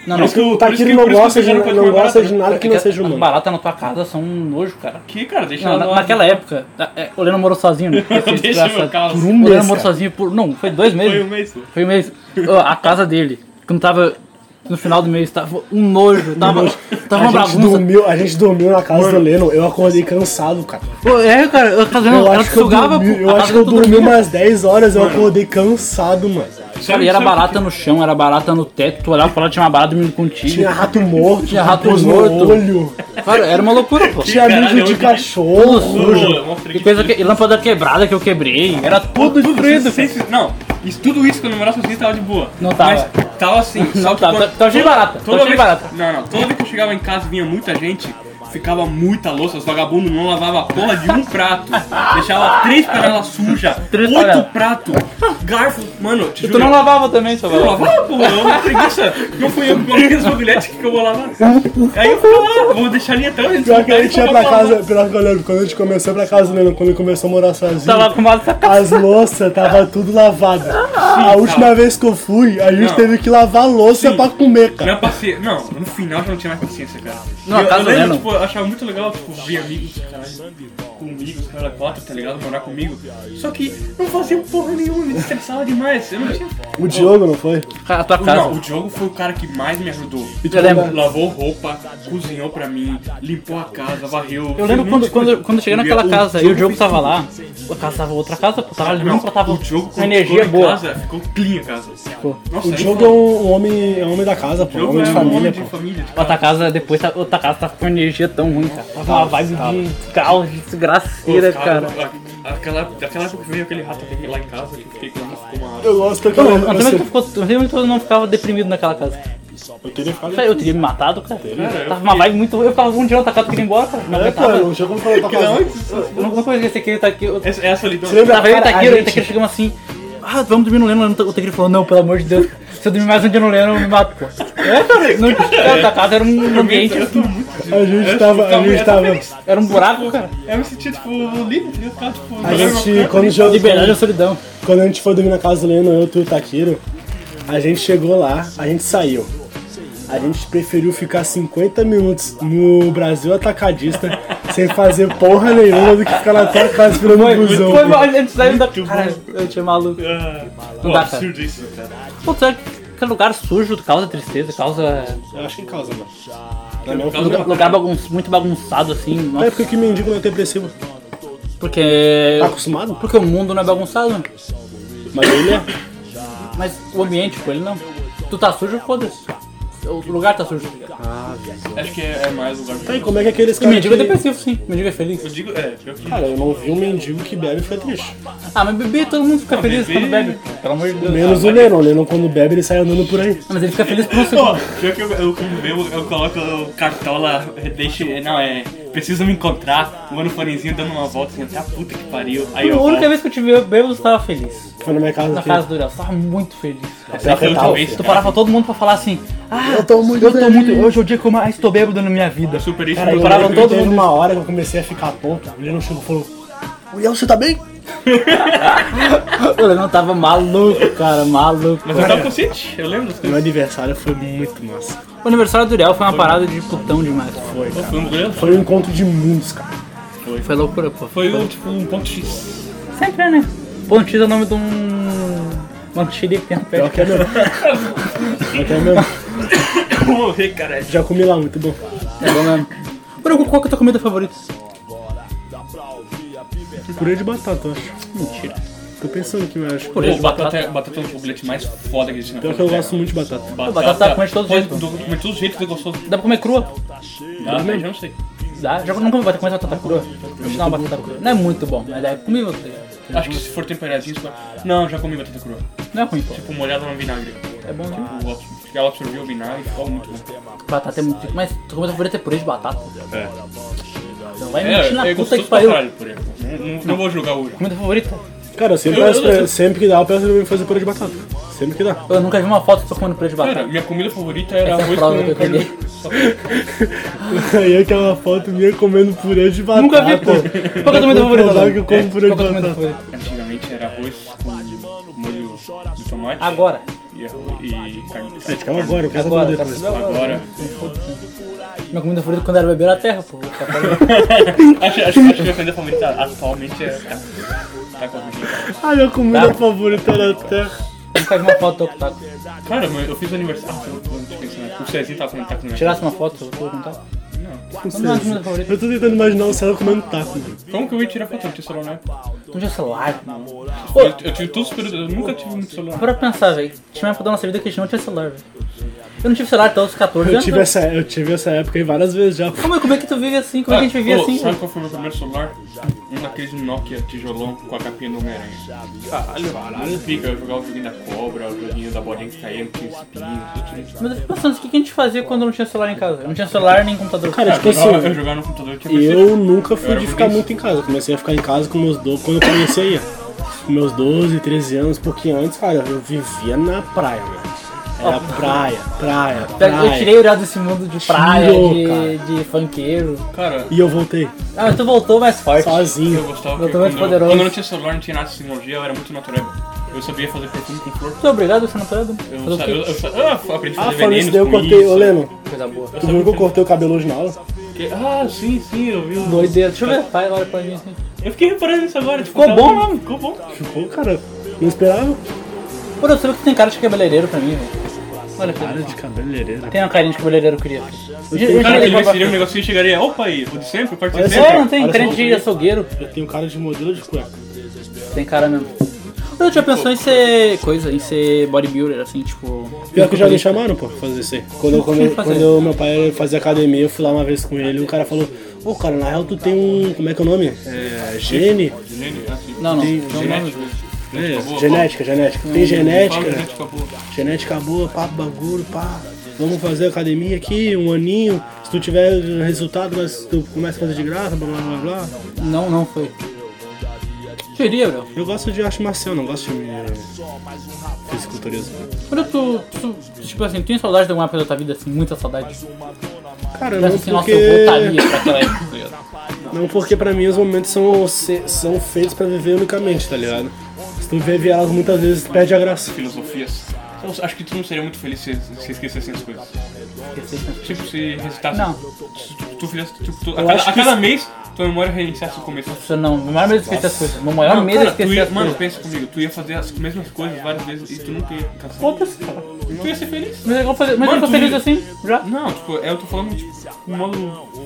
Speaker 3: Não,
Speaker 5: Por
Speaker 3: não.
Speaker 5: isso que eu-
Speaker 4: O
Speaker 5: por
Speaker 4: Taquiro
Speaker 5: isso que-
Speaker 4: não
Speaker 5: por isso que
Speaker 4: gosta
Speaker 5: eu
Speaker 4: de,
Speaker 5: quero comer
Speaker 4: não gosta
Speaker 5: barata.
Speaker 4: de nada que não seja
Speaker 3: as
Speaker 4: humano.
Speaker 3: baratas na tua casa são um nojo, cara.
Speaker 5: Que, cara, deixa
Speaker 3: Não, é
Speaker 5: ela
Speaker 3: na-
Speaker 5: lá.
Speaker 3: naquela época, na- é, o Leno morou sozinho, né? Esse
Speaker 5: Deixa
Speaker 3: desgraçado.
Speaker 5: meu caos.
Speaker 3: Por
Speaker 4: Foi
Speaker 3: um mês. O
Speaker 4: esse,
Speaker 3: Leno morou
Speaker 4: cara.
Speaker 3: sozinho por. Não, foi dois meses.
Speaker 5: Foi um mês.
Speaker 3: Foi um mês. Ó, a casa dele, quando tava. No final do mês, tava um nojo, tava, tava
Speaker 4: A
Speaker 3: uma
Speaker 4: gente,
Speaker 3: bagunça.
Speaker 4: dormiu, a gente dormiu na casa do Leno, eu acordei cansado, cara.
Speaker 3: Pô, é, cara, eu tava vendo,
Speaker 4: Eu
Speaker 3: ela
Speaker 4: acho que eu
Speaker 3: sugava.
Speaker 4: dormi,
Speaker 3: pô,
Speaker 4: eu
Speaker 3: a
Speaker 4: acho
Speaker 3: casa
Speaker 4: que eu
Speaker 3: tu
Speaker 4: dormi
Speaker 3: dormia.
Speaker 4: umas 10 horas, eu acordei cansado, mano.
Speaker 3: Cara,
Speaker 5: é
Speaker 3: e era barata no chão, era barata no teto, tu olhava pra lá, tinha uma barata dormindo contigo.
Speaker 4: Tinha rato morto,
Speaker 3: Tinha rato
Speaker 4: pus no
Speaker 3: morto.
Speaker 4: olho,
Speaker 3: Cara, era uma loucura, pô.
Speaker 4: tinha
Speaker 5: Caralho,
Speaker 4: mijo de
Speaker 5: eu-
Speaker 4: cachorro.
Speaker 5: é
Speaker 3: E coisa que. E lâmpada quebrada que eu quebrei. Era tudo assim. destruído, cara.
Speaker 5: Não, isso, tudo isso quando eu morava sozinho tava de boa.
Speaker 3: Não tava.
Speaker 5: Mas tava assim, só
Speaker 3: Não
Speaker 5: que
Speaker 3: tava,
Speaker 5: quando-
Speaker 3: tava cheio de barata,
Speaker 5: Toda
Speaker 3: tava cheio de
Speaker 5: vez-
Speaker 3: barata.
Speaker 5: Não, não. Toda vez que eu chegava em casa e vinha muita gente, ficava muita louça, os vagabundos não lavavam a porra de um prato. Deixava três panelas sujas,
Speaker 3: Três
Speaker 5: oito
Speaker 3: panelas.
Speaker 5: pratos, garfo. Mano, te
Speaker 3: E tu
Speaker 5: juro.
Speaker 3: não lavava também, só
Speaker 5: Eu
Speaker 3: lavava.
Speaker 5: lavava, porra, eu não preguiça. Não fui eu que coloquei as bagulhetes que eu vou lavar. Aí eu fui lá, vou deixar ali até eles
Speaker 4: Pior que a gente ia pra
Speaker 5: voltarem e
Speaker 4: casa, pior que eu lembro, quando a gente começou pra casa do Leno, quando ele começou a morar sozinho,
Speaker 3: Tava com uma saca-
Speaker 4: as louças tava tudo lavada. A última vez que eu fui, a gente
Speaker 5: Não.
Speaker 4: teve que lavar a louça
Speaker 5: Sim.
Speaker 4: pra comer, cara.
Speaker 5: Minha paciência. Não, no final eu já não tinha mais paciência, cara.
Speaker 3: Não,
Speaker 5: eu,
Speaker 3: a casa
Speaker 5: eu lembro,
Speaker 3: dela.
Speaker 5: tipo, eu achava muito legal, tipo, ver amigos, caralho, comigo, os caras quatro, tá ligado? Morar comigo. Só que não fazia porra nenhuma, me estressava demais. Eu não tinha.
Speaker 4: O Diogo, não foi?
Speaker 3: A tua
Speaker 5: Não, o
Speaker 3: casa.
Speaker 5: Diogo foi o cara que mais me ajudou. Tipo,
Speaker 3: Eu lembro.
Speaker 5: Lavou roupa, cozinhou pra mim, limpou a casa, varreu.
Speaker 3: Eu
Speaker 5: fez um
Speaker 3: lembro
Speaker 5: monte
Speaker 3: quando,
Speaker 5: de coisa.
Speaker 3: quando, quando eu cheguei
Speaker 5: Um dia,
Speaker 3: naquela casa e o Diogo
Speaker 5: fez-
Speaker 3: tava lá, a casa tava outra casa, pô, tava
Speaker 5: Não,
Speaker 3: limpa, tava
Speaker 5: o Diogo
Speaker 3: com
Speaker 5: quando
Speaker 3: energia
Speaker 5: ficou em
Speaker 3: boa.
Speaker 5: Casa, ficou clean a casa. Nossa,
Speaker 4: O
Speaker 5: aí
Speaker 4: Diogo
Speaker 5: foi-
Speaker 4: é um, um homem, é um homem da casa, pô,
Speaker 5: Diogo
Speaker 4: homem de
Speaker 5: é um
Speaker 4: família,
Speaker 5: de
Speaker 4: pô.
Speaker 5: família. tipo,
Speaker 3: Outra casa, depois, tá- outra casa tava com energia tão ruim, cara. Tava uma vibe de caos, de desgraceira,
Speaker 5: Pô,
Speaker 3: cara.
Speaker 5: a- Aquela, aquela época que veio aquele rato aquele lá em casa, que eu fiquei com ele, ficou uma hora.
Speaker 4: Eu gosto que eu,
Speaker 3: Não, mas
Speaker 4: eu,
Speaker 3: também que
Speaker 4: sei-
Speaker 3: tu ficou, não sei como tu não ficava deprimido naquela casa.
Speaker 4: eu queria ficar
Speaker 3: Isso aí, Eu teria me matado, cara.
Speaker 5: Cara, É, eu
Speaker 3: Tava uma vibe muito ruim, eu ficava um dia na tua casa querendo ir embora, cara. Não
Speaker 4: É, pô,
Speaker 3: aguentava.
Speaker 4: não tinha como falar pra casa.
Speaker 3: Eu não conhecia esse aqui, tá aqui. eu-
Speaker 5: Essa, é a solidão.
Speaker 4: Você lembra?
Speaker 3: Tava eu e o
Speaker 4: Cara, a
Speaker 3: Taquiro, e o
Speaker 4: gente-
Speaker 3: Taquiro chegamos assim. Ah, vamos dormir no Leno. O Taquiro falou, não, pelo amor de Deus. Se eu dormir mais um dia no Leno, eu me mato, pô. É, cara. Não, cara, da casa era um ambiente,
Speaker 5: Eu tô muito
Speaker 4: A gente tava, a gente tava, a
Speaker 3: era um buraco, cara.
Speaker 5: Eu me sentia tipo livre, entendeu? Ficava tipo.
Speaker 4: gente, quando o Diogo,
Speaker 3: Liberdade ou solidão.
Speaker 4: quando a gente foi dormir na casa do Leno, eu, tu e o Taquiro, a gente chegou lá, a gente saiu. A gente preferiu ficar 50 minutos no Brasil Atacadista sem fazer porra nenhuma do que ficar na tua casa virando um busão.
Speaker 3: Foi mal, a gente saiu da. Cara, eu tinha maluco.
Speaker 5: Ah,
Speaker 3: Não
Speaker 5: pô,
Speaker 3: dá,
Speaker 5: absurdo isso, cara.
Speaker 3: Pô, será que aquele lugar sujo causa tristeza, causa.
Speaker 4: Eu acho que causa, mano. Na minha opinião.
Speaker 3: Lugar, lugar bagun- muito bagunçado, assim.
Speaker 4: É
Speaker 3: Nossa,
Speaker 4: porque que mendigo não é depressivo.
Speaker 3: porque.
Speaker 4: Tá acostumado?
Speaker 3: Porque o mundo não é bagunçado, né?
Speaker 4: Mas ele é.
Speaker 3: mas o ambiente com ele não. Tu tá sujo, foda-se. O lugar tá sujo.
Speaker 5: Acho que é, é mais lugar.
Speaker 4: Tá, e como é que aqueles
Speaker 3: E
Speaker 4: caras.
Speaker 3: mendigo é
Speaker 4: que-
Speaker 3: depressivo, sim. Mendigo é feliz.
Speaker 5: Eu digo, é, pior que.
Speaker 4: Cara, eu não vi um mendigo que bebe e fica triste.
Speaker 3: Ah, mas bebê, todo mundo fica feliz
Speaker 5: bebê-
Speaker 3: quando bebe. Pelo amor de Deus.
Speaker 4: Menos o Lennon. O Lennon, quando bebe, ele sai andando por aí.
Speaker 3: Ah, mas ele fica feliz por um
Speaker 5: Pô,
Speaker 3: segundo.
Speaker 5: pior que eu, eu quando bebo, eu coloco o cartola, deixa. Não, é. Precisa me encontrar, o ano forenzinho dando uma volta assim, até a puta que pariu. Aí eu.
Speaker 3: a única
Speaker 5: volto.
Speaker 3: vez que eu te vi bêbado, você tava feliz.
Speaker 4: Foi na minha casa
Speaker 3: Na
Speaker 4: aqui.
Speaker 3: casa do Uriel, você tava muito feliz. cara.
Speaker 5: Essa foi a última
Speaker 4: Tá,
Speaker 5: vez.
Speaker 3: Tu parava todo mundo pra falar assim: Ah, eu
Speaker 4: tô muito
Speaker 3: eu tô
Speaker 4: feliz."
Speaker 3: muito. Hoje é o dia que eu mais tô bêbado na minha vida.
Speaker 5: Super isso.
Speaker 4: Cara, eu
Speaker 3: Parava
Speaker 4: parava
Speaker 3: todo
Speaker 4: todo mundo
Speaker 3: mundo.
Speaker 4: uma hora que eu comecei a ficar tonto. O Lennon chegou e falou: Uriel, você tá bem?
Speaker 3: O Leandro tava maluco, cara, maluco.
Speaker 5: Mas eu tava consciente, eu lembro assim, das
Speaker 4: Meu
Speaker 5: coisas.
Speaker 4: aniversário foi muito massa.
Speaker 3: O aniversário do Uriel foi uma parada de putão demais. Foi.
Speaker 5: Pô, Foi um goleiro.
Speaker 4: Foi um encontro de mundos, cara.
Speaker 3: Foi loucura, pô.
Speaker 5: Foi o tipo um ponto X.
Speaker 3: Sempre é, né? Pontis é o nome de um. Mano, xerife que tem no pé.
Speaker 4: Pior que é mesmo. Pior que é mesmo.
Speaker 5: Vou morrer, cara.
Speaker 4: Já comi lá, muito bom.
Speaker 3: É bom mesmo. Bruno, qual que é a tua comida favorita?
Speaker 4: Purê de batata, eu acho.
Speaker 3: Mentira.
Speaker 4: Tô pensando que eu acho.
Speaker 3: Purê
Speaker 5: Pô,
Speaker 3: de
Speaker 5: batata, é- batata é um chocolate mais foda que existe na
Speaker 4: Pior que eu gosto muito de batata.
Speaker 3: Batata come de todo
Speaker 5: pode-
Speaker 3: jeito.
Speaker 5: do- Come de todo jeito que é gostoso.
Speaker 3: Dá pra comer crua?
Speaker 5: Ah, eu já não sei.
Speaker 3: Dá. Já nunca vai comer batata crua. Vou te dar uma batata crua. Não é muito bom, mas é comível. tá ligado?
Speaker 5: Acho que se for temperadinho, isso vai- Não, já comi batata crua.
Speaker 3: Não é ruim, pô.
Speaker 5: Tipo, molhada no vinagre.
Speaker 3: É bom demais.
Speaker 5: Tipo, abs- porque ela absorveu o vinagre e ficou muito bom.
Speaker 3: Batata é muito rica. Mas tua comida favorita é purê de batata.
Speaker 5: É.
Speaker 3: Então vai mentir na
Speaker 5: É, é
Speaker 3: puta
Speaker 5: gostoso
Speaker 3: que
Speaker 5: pra
Speaker 3: pariu.
Speaker 5: caralho, por exemplo. Não, não- não vou julgar hoje.
Speaker 3: Comida favorita?
Speaker 4: Cara, eu sempre,
Speaker 5: Eu-
Speaker 4: peço pra-
Speaker 5: eu-
Speaker 4: sempre que dá, eu peço pra mim fazer purê de batata. Sempre que dá.
Speaker 3: Eu nunca vi uma foto de tu comendo purê de
Speaker 5: Cara,
Speaker 3: batata.
Speaker 5: minha comida favorita era
Speaker 3: Essa é a
Speaker 5: arroz
Speaker 3: prova que
Speaker 5: com
Speaker 3: eu
Speaker 5: carne
Speaker 3: peguei.
Speaker 5: moída. Só-
Speaker 4: Aí aquela foto minha comendo purê de batata.
Speaker 3: Nunca vi, pô. Qual que é a tua comida favorita?
Speaker 4: Apesar
Speaker 3: Bruno?
Speaker 4: que eu como purê
Speaker 3: Qual é
Speaker 4: de
Speaker 3: que é a tua comida
Speaker 4: batata.
Speaker 3: favorita?
Speaker 5: Antigamente era arroz com molho de tomate.
Speaker 3: Agora.
Speaker 5: e, arroz- e carne de
Speaker 4: É, calma agora, eu quero
Speaker 3: Agora,
Speaker 4: saber
Speaker 3: tá
Speaker 4: depois.
Speaker 3: precisando agora.
Speaker 5: Agora,
Speaker 3: Minha comida favorita quando era bebê era terra, pô. Tá
Speaker 5: acho, acho, acho que minha comida favorita atualmente é tá taco. Taco ao milho.
Speaker 4: Ah, minha comida
Speaker 3: Tá.
Speaker 4: favorita era até.
Speaker 3: Não faz uma foto do Toco Taco. Se
Speaker 5: Cara, mas eu fiz aniversário. Ah, eu vou te mencionar. O Cezinho tava tá comendo taco no meu.
Speaker 3: tirasse uma foto, eu vou contar. Não. Não é a comida favorita.
Speaker 4: Eu tô tentando imaginar o César comendo taco, mano.
Speaker 5: Como que eu ia tirar foto? Eu tinha celular, né?
Speaker 3: Não tinha celular, mano.
Speaker 5: Eu, eu tive todos os períodos, eu nunca tive muito celular.
Speaker 3: Bora pensar, velho. Tinha uma época da nossa vida que a gente não tinha celular, velho. Eu não tive celular até os 14
Speaker 4: Eu
Speaker 3: anos.
Speaker 4: tive,
Speaker 3: velho.
Speaker 4: essa, eu tive essa época aí várias vezes já.
Speaker 3: Como, é- como é que tu vive assim? Como é que a gente vivia
Speaker 5: Ô,
Speaker 3: assim?
Speaker 5: Ah, Sabe qual foi o meu primeiro celular? Um daqueles Nokia tijolão com a capinha do Homem-Aranha. Caralho, caralho. Fica, eu jogava o joguinho da cobra, o joguinho da bolinha que caía, que tinha espinhos.
Speaker 3: Mas eu fico pensando, o que que a gente fazia quando não tinha celular em casa? Não tinha celular nem computador.
Speaker 4: Cara,
Speaker 5: Eu
Speaker 4: tipo
Speaker 5: jogava, eu
Speaker 4: assim,
Speaker 5: jogava no computador, tinha
Speaker 4: eu nunca fui
Speaker 5: era
Speaker 4: de ficar
Speaker 5: burguês.
Speaker 4: muito em casa. Comecei a ficar em casa com meus 12, quando eu comecei, com meus 12, 13 anos, um pouquinho antes, cara, eu vivia na praia, mano. Era praia, praia,
Speaker 3: Pega- Eu tirei
Speaker 4: praia.
Speaker 3: o irado desse mundo de praia,
Speaker 4: Tirou,
Speaker 3: de,
Speaker 4: cara.
Speaker 3: de funkeiro.
Speaker 5: Cara,
Speaker 4: E eu voltei,
Speaker 3: Ah, mas tu voltou mais forte.
Speaker 5: eu
Speaker 4: sozinho.
Speaker 5: gostava
Speaker 3: Eu
Speaker 5: que
Speaker 3: tô mais
Speaker 5: quando,
Speaker 3: poderoso.
Speaker 5: quando eu não tinha celular, não tinha nada de tecnologia, eu era muito natural. Eu sabia fazer perfume com flor.
Speaker 3: Muito obrigado, você não tá dando.
Speaker 5: Eu,
Speaker 3: Fazer o
Speaker 5: sa-
Speaker 3: quê?
Speaker 5: eu, eu, sa- ah, aprendi a
Speaker 4: Ah, falando
Speaker 5: fazer
Speaker 4: isso
Speaker 5: venenos
Speaker 4: daí, eu
Speaker 5: com
Speaker 4: cortei.
Speaker 5: isso.
Speaker 4: Ô, Leno,
Speaker 3: Coisa boa.
Speaker 4: tu viu que eu cortei o cabelo hoje na aula?
Speaker 5: Que- Ah, sim, sim, eu vi. o-
Speaker 3: Doideira. Deixa eu ver. Vai, olha pra mim. assim.
Speaker 5: Eu fiquei reparando isso agora. Tipo,
Speaker 3: Ficou
Speaker 5: tá-
Speaker 3: bom mesmo?
Speaker 5: Ficou bom.
Speaker 4: Ficou, cara. Não esperava.
Speaker 3: Pô, eu sei que tu tem cara de cabeleireiro pra mim, velho. Olha, cara.
Speaker 4: de cabeleireiro.
Speaker 3: Tem uma carinha de cabeleireiro, eu queria. Eu,
Speaker 4: tenho
Speaker 3: eu
Speaker 5: Cara,
Speaker 3: cheguei
Speaker 5: ele
Speaker 3: pra-
Speaker 5: seria um negocinho e chegaria, opa aí, o de sempre, parte de
Speaker 4: Olha
Speaker 5: sempre.
Speaker 3: É, não tem
Speaker 4: Olha
Speaker 3: crente
Speaker 4: só,
Speaker 3: de açougueiro.
Speaker 4: Eu tenho cara de modelo de cueca.
Speaker 3: Tem cara mesmo. Eu já pensou em ser coisa, em ser bodybuilder, assim, tipo.
Speaker 4: Pior que já me chamaram, pô, pra fazer isso aí. Quando, eu, come-
Speaker 3: Quem fazer?
Speaker 4: quando eu- meu pai fazia academia, eu fui lá uma vez com ele e o cara falou, ô cara, na real tu tem um. como é que é o nome? É. Gene.
Speaker 5: Gênio, assim.
Speaker 3: Não, não.
Speaker 4: Tem
Speaker 3: Não, não.
Speaker 5: Genética. Genética boa,
Speaker 4: Genética, genética. Tem Hum,
Speaker 5: fala- fala
Speaker 4: genética,
Speaker 5: genética boa.
Speaker 4: genética boa, pá, bagulho, pá. Vamos fazer academia aqui, um aninho. Se tu tiver resultado, mas tu começa a fazer de graça, blá blá blá blá.
Speaker 3: Não, não foi. Queria, bro.
Speaker 4: Eu gosto de arte marcial, não gosto de eh,
Speaker 3: um
Speaker 4: fisiculturismo.
Speaker 3: Quando tu, tu- Tipo assim, tem saudade de alguma coisa da tua vida, assim, muita saudade.
Speaker 4: Cara,
Speaker 3: Parece
Speaker 4: não
Speaker 3: assim, nossa, eu
Speaker 4: porque.
Speaker 3: voltaria pra aquela época, tá ligado?
Speaker 4: Não porque pra mim os momentos são, se- são feitos pra viver unicamente, tá ligado? Se tu vive elas muitas vezes perde a graça.
Speaker 5: Filosofias. Eu acho que tu não seria muito feliz se, se esquecesse as coisas. Tipo, se recitasse.
Speaker 3: Não.
Speaker 5: Tu, tu, tu fizesse- tipo, tu- a, cada,
Speaker 4: acho
Speaker 5: a
Speaker 4: que
Speaker 5: cada mês, tua memória reiniciasse o começo.
Speaker 3: Isso não, meu maior medo é esquecer as coisas. Meu maior medo é
Speaker 5: cara, tu
Speaker 3: esquecer
Speaker 5: ia,
Speaker 3: as
Speaker 5: mano,
Speaker 3: coisas.
Speaker 5: pensa comigo, tu ia fazer as mesmas coisas várias vezes e tu nunca ia cansar.
Speaker 3: Foda-se, cara.
Speaker 5: Tu ia ser feliz?
Speaker 3: Mas é igual fazer. Mas
Speaker 5: Mano,
Speaker 3: eu tô
Speaker 5: tu
Speaker 3: feliz
Speaker 5: ia-
Speaker 3: assim, já.
Speaker 5: Não, tipo, eu tô falando, tipo, no modo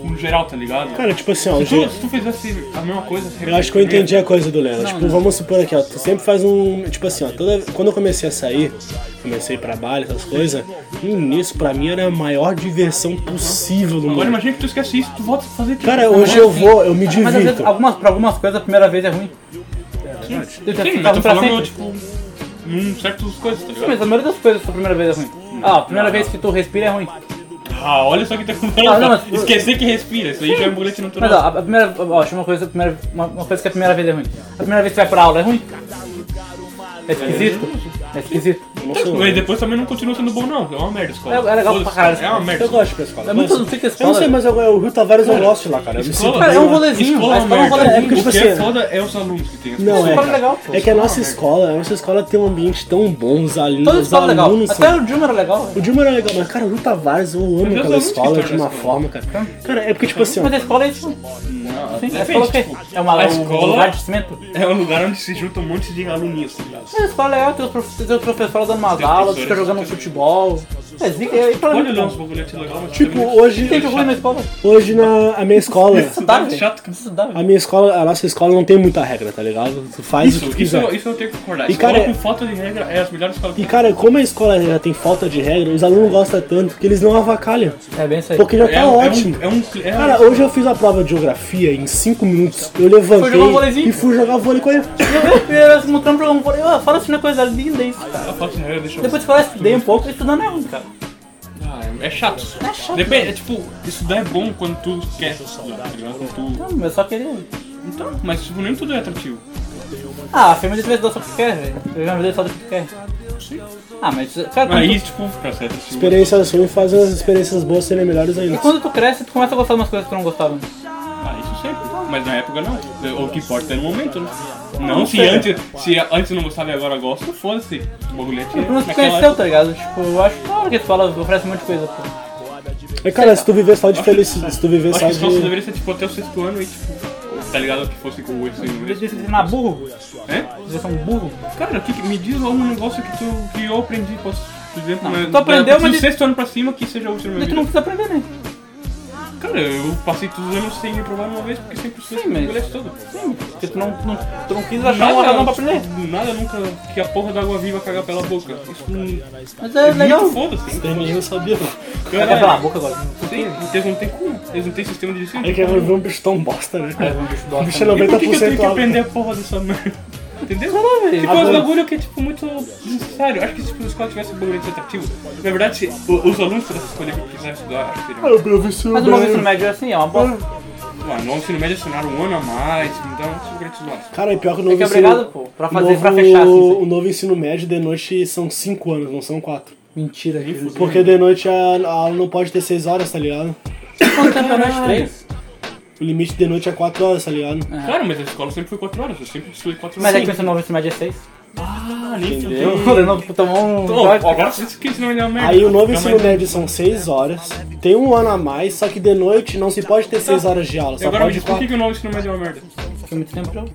Speaker 5: no geral, tá ligado?
Speaker 4: Cara, tipo assim, ó, o
Speaker 5: tu,
Speaker 4: Gê-
Speaker 5: se tu fizesse a mesma coisa, se
Speaker 4: eu acho que eu entendi
Speaker 5: repetisse,
Speaker 4: a coisa do Léo. Tipo, vamos supor aqui, ó, tu sempre faz um. Tipo assim, ó, toda, quando eu comecei a sair, comecei pra baile, essas coisas, no início pra mim era a maior diversão possível no
Speaker 5: Agora
Speaker 4: mundo.
Speaker 5: imagina que tu esquece isso, tu volta a fazer tipo,
Speaker 4: Cara, hoje eu vou, eu me
Speaker 3: Mas às vezes,
Speaker 4: divirto.
Speaker 3: algumas, pra algumas coisas, a primeira vez é ruim. Eu já
Speaker 5: Sim,
Speaker 3: ficava
Speaker 5: mas tô
Speaker 3: pra
Speaker 5: falando,
Speaker 3: sempre.
Speaker 5: tipo, num certas coisas, tá
Speaker 3: Sim,
Speaker 5: ligado?
Speaker 3: mas a maioria das coisas, a primeira vez é ruim. Ah, a primeira vez que tu respira é ruim.
Speaker 5: Ah, olha só que tá
Speaker 3: Ah,
Speaker 5: falando.
Speaker 3: não, mas-
Speaker 5: Esquecer que respira, isso aí já é um boletim
Speaker 3: Mas ó,
Speaker 5: natural.
Speaker 3: a a primeira. Ó, acho uma coisa, a primeira, uma, uma coisa que a primeira vez é ruim. A primeira vez que tu vai pra aula é ruim. É esquisito. É esquisito.
Speaker 5: Mas, depois também não continua sendo bom, não. É uma merda a escola.
Speaker 3: É- é legal
Speaker 5: Foda-se,
Speaker 3: pra caralho.
Speaker 5: É uma merda.
Speaker 4: Eu gosto de escola.
Speaker 3: É muito
Speaker 4: gosto.
Speaker 3: não sei que
Speaker 4: Eu não sei, mas eu, eu, o Rio Tavares eu gosto de lá, cara. Eu me sinto
Speaker 3: Cara, é
Speaker 4: bem
Speaker 3: um
Speaker 4: lá.
Speaker 3: rolezinho.
Speaker 5: Escola
Speaker 3: a
Speaker 5: é
Speaker 3: escola
Speaker 5: uma
Speaker 3: é um
Speaker 5: merda.
Speaker 3: rolê.
Speaker 4: porque,
Speaker 5: O
Speaker 4: tipo
Speaker 5: que é
Speaker 4: assim,
Speaker 5: foda é os alunos que tem.
Speaker 4: Não, é.
Speaker 3: escola
Speaker 4: cara.
Speaker 3: é legal, pô.
Speaker 4: É que a nossa escola, a nossa escola tem um ambiente tão bom, os alunos,
Speaker 3: Toda
Speaker 4: os
Speaker 3: escola é legal.
Speaker 4: alunos
Speaker 3: Até
Speaker 4: são...
Speaker 3: o Dilma era legal.
Speaker 4: O Dilma era legal, mas cara, o Lu Tavares, eu amo
Speaker 5: Deus,
Speaker 4: aquela
Speaker 5: alunos que
Speaker 4: escola de
Speaker 5: tornam
Speaker 4: uma
Speaker 5: essa
Speaker 4: forma, cara. Cara, é porque tipo assim, ó,
Speaker 3: Mas a escola é isso.
Speaker 5: Não,
Speaker 3: Sim, a
Speaker 5: depende,
Speaker 3: escola o quê?
Speaker 5: tipo,
Speaker 3: É uma
Speaker 5: a
Speaker 3: um lugar
Speaker 5: escola
Speaker 3: de cimento?
Speaker 5: é um lugar onde se junta um monte de aluninhos. tá ligado?
Speaker 3: Mas a escola é legal, tem os profe- tem os professores dando umas
Speaker 5: Tem
Speaker 3: aulas, fica
Speaker 5: professores.
Speaker 3: jogando futebol. É zica, é pra
Speaker 5: Olha lá uns
Speaker 3: mim.
Speaker 5: bagulhetes legais, mas
Speaker 4: tipo,
Speaker 5: também-
Speaker 4: hoje,
Speaker 3: Tem que ruim na escola.
Speaker 4: hoje na a minha escola,
Speaker 3: Estudar,
Speaker 5: Chato,
Speaker 3: velho.
Speaker 5: chato que-
Speaker 3: Estudar, velho.
Speaker 4: a minha escola, a nossa escola não tem muita regra, tá ligado? Tu faz o que tu
Speaker 5: Isso, é isso,
Speaker 4: quiser.
Speaker 5: isso eu tenho que concordar.
Speaker 4: E,
Speaker 5: escola
Speaker 4: cara,
Speaker 5: com falta de regra é as melhores escolas que
Speaker 4: E cara, como a escola já tem falta de regra, os alunos gostam tanto que eles não avacalham,
Speaker 3: É bem isso aí.
Speaker 4: porque já
Speaker 5: É,
Speaker 4: tá
Speaker 5: é um-
Speaker 4: ótimo.
Speaker 5: É um, é um, é
Speaker 4: Cara, hoje eu fiz a prova de geografia em 5 minutos, eu
Speaker 3: Foi jogar um
Speaker 4: levantei
Speaker 3: vôleizinho.
Speaker 4: e fui jogar vôlei com ele.
Speaker 3: Eu encontramos pra um falei, ó, fala assim uma coisa linda isso, cara.
Speaker 5: Eu faço regra, deixa eu-
Speaker 3: Depois que eu estudei um pouco, estudando é ruim, cara.
Speaker 5: Ah, é- é chato.
Speaker 4: Tá
Speaker 5: É chato.
Speaker 4: né?
Speaker 5: Depende, é tipo, estudar é bom quando tu quer estudar, tá ligado? Quando tu-
Speaker 3: Não, eu só queria.
Speaker 5: Então, mas tipo, nem tudo é atrativo.
Speaker 3: Ah, a família te vai dar só o que tu quer, velho. Eu já me dei só do que tu quer. Ah, mas, cara,
Speaker 4: Então,
Speaker 3: quando,
Speaker 5: Aí,
Speaker 3: tu,
Speaker 5: tipo, pra ser atrativo.
Speaker 4: Experiências ruins fazem as experiências boas serem melhores ainda.
Speaker 3: quando tu cresce, tu Tipo, começa a gostar de umas coisas que tu não gostava. antes.
Speaker 5: Ah, isso sempre. Mas na época não. O que importa é no momento, né? Não, se
Speaker 3: sei.
Speaker 5: antes, se antes não gostava e agora gosto, foda-se. O bagulho é que
Speaker 3: O Bruno se
Speaker 5: naquela
Speaker 3: conheceu,
Speaker 5: época-
Speaker 3: tá ligado? Tipo, eu acho que porque tu fala, oferece um monte de coisa, pô.
Speaker 4: É, cara, se tu viver só de felicidade, se tu viver
Speaker 5: Acho
Speaker 4: só
Speaker 5: que só
Speaker 4: de...
Speaker 5: deveria ser tipo até o sexto ano e tipo, tá ligado? Que fosse com o oito em inglês.
Speaker 3: Você na burro?
Speaker 5: É?
Speaker 3: Você é um burro?
Speaker 5: Cara, que, que- me diz um negócio que tu que eu aprendi, posso dizer,
Speaker 3: Não,
Speaker 5: mas-
Speaker 3: tu aprendeu,
Speaker 5: mas.
Speaker 3: mas-
Speaker 5: Do sexto ano pra cima que seja útil na minha
Speaker 3: Mas tu não
Speaker 5: vida.
Speaker 3: precisa aprender, né?
Speaker 5: Cara, eu passei todos os anos sem me provar uma vez porque sempre assim, fiz
Speaker 3: Sim, mas-
Speaker 5: o colégio todo.
Speaker 3: Sim, porque tu não, não, tu não quis achar uma razão pra aprender.
Speaker 5: tipo, Nada nunca que a porra da água viva cagar pela boca. Isso não.
Speaker 3: Mas é legal.
Speaker 5: Muito foda-se.
Speaker 4: Eu sabia,
Speaker 5: Cara,
Speaker 3: Vai pela boca agora.
Speaker 5: Sim, eles não têm como. Eles não têm sistema de ensino.
Speaker 4: É que eu viver um bicho tão bosta, né?
Speaker 3: É,
Speaker 4: cara?
Speaker 3: um bicho
Speaker 4: O
Speaker 3: bosta.
Speaker 4: bicho é
Speaker 5: E por que, que eu tenho
Speaker 4: 90%
Speaker 5: que
Speaker 4: alto.
Speaker 5: aprender a porra dessa merda? Entendeu? Tipo,
Speaker 3: Ah,
Speaker 4: Agora-
Speaker 5: um bagulho que é tipo muito necessário. Acho que se a escola tivesse um bagulho mais atrativo, na verdade, se o- os alunos tivessem escolhido o que quiserem estudar, acho que seria.
Speaker 4: O professor
Speaker 5: um
Speaker 3: Mas o novo ensino médio é assim, é uma bosta.
Speaker 5: Ah, no ensino médio ensinaram um ano a mais, então, se eu estudar.
Speaker 4: Cara, e pior que o
Speaker 3: É
Speaker 4: novo
Speaker 3: que é
Speaker 4: ensino...
Speaker 3: obrigado, pô, pra fazer,
Speaker 4: novo-
Speaker 3: pra fechar assim.
Speaker 4: O novo ensino médio de noite são 5 anos, não são 4.
Speaker 3: Mentira, gente.
Speaker 4: Porque de noite a, a aula não pode ter 6 horas, tá ligado?
Speaker 3: Quanto tempo é nós três?
Speaker 4: O limite de noite é 4 horas, tá ligado?
Speaker 5: Claro, mas a escola sempre foi 4 horas, eu sempre estudei 4
Speaker 3: É. Mas
Speaker 5: horas.
Speaker 3: é que esse novo ensino médio é seis.
Speaker 5: Ah, nem
Speaker 3: Eu
Speaker 5: fudeu.
Speaker 3: não tomou um.
Speaker 5: Ô,
Speaker 3: Agora
Speaker 5: Agora vocês que ensinam ele a merda.
Speaker 4: Aí o novo
Speaker 5: Não,
Speaker 4: ensino
Speaker 5: mas-
Speaker 4: médio são 6 horas, tem um ano a mais, só que de noite não se pode ter 6 horas de aula,
Speaker 5: E
Speaker 4: só
Speaker 5: Tá. agora me
Speaker 4: pode
Speaker 5: diz por que
Speaker 4: 4.
Speaker 5: que o novo ensino médio é uma merda.
Speaker 3: fica muito tempo pra eu.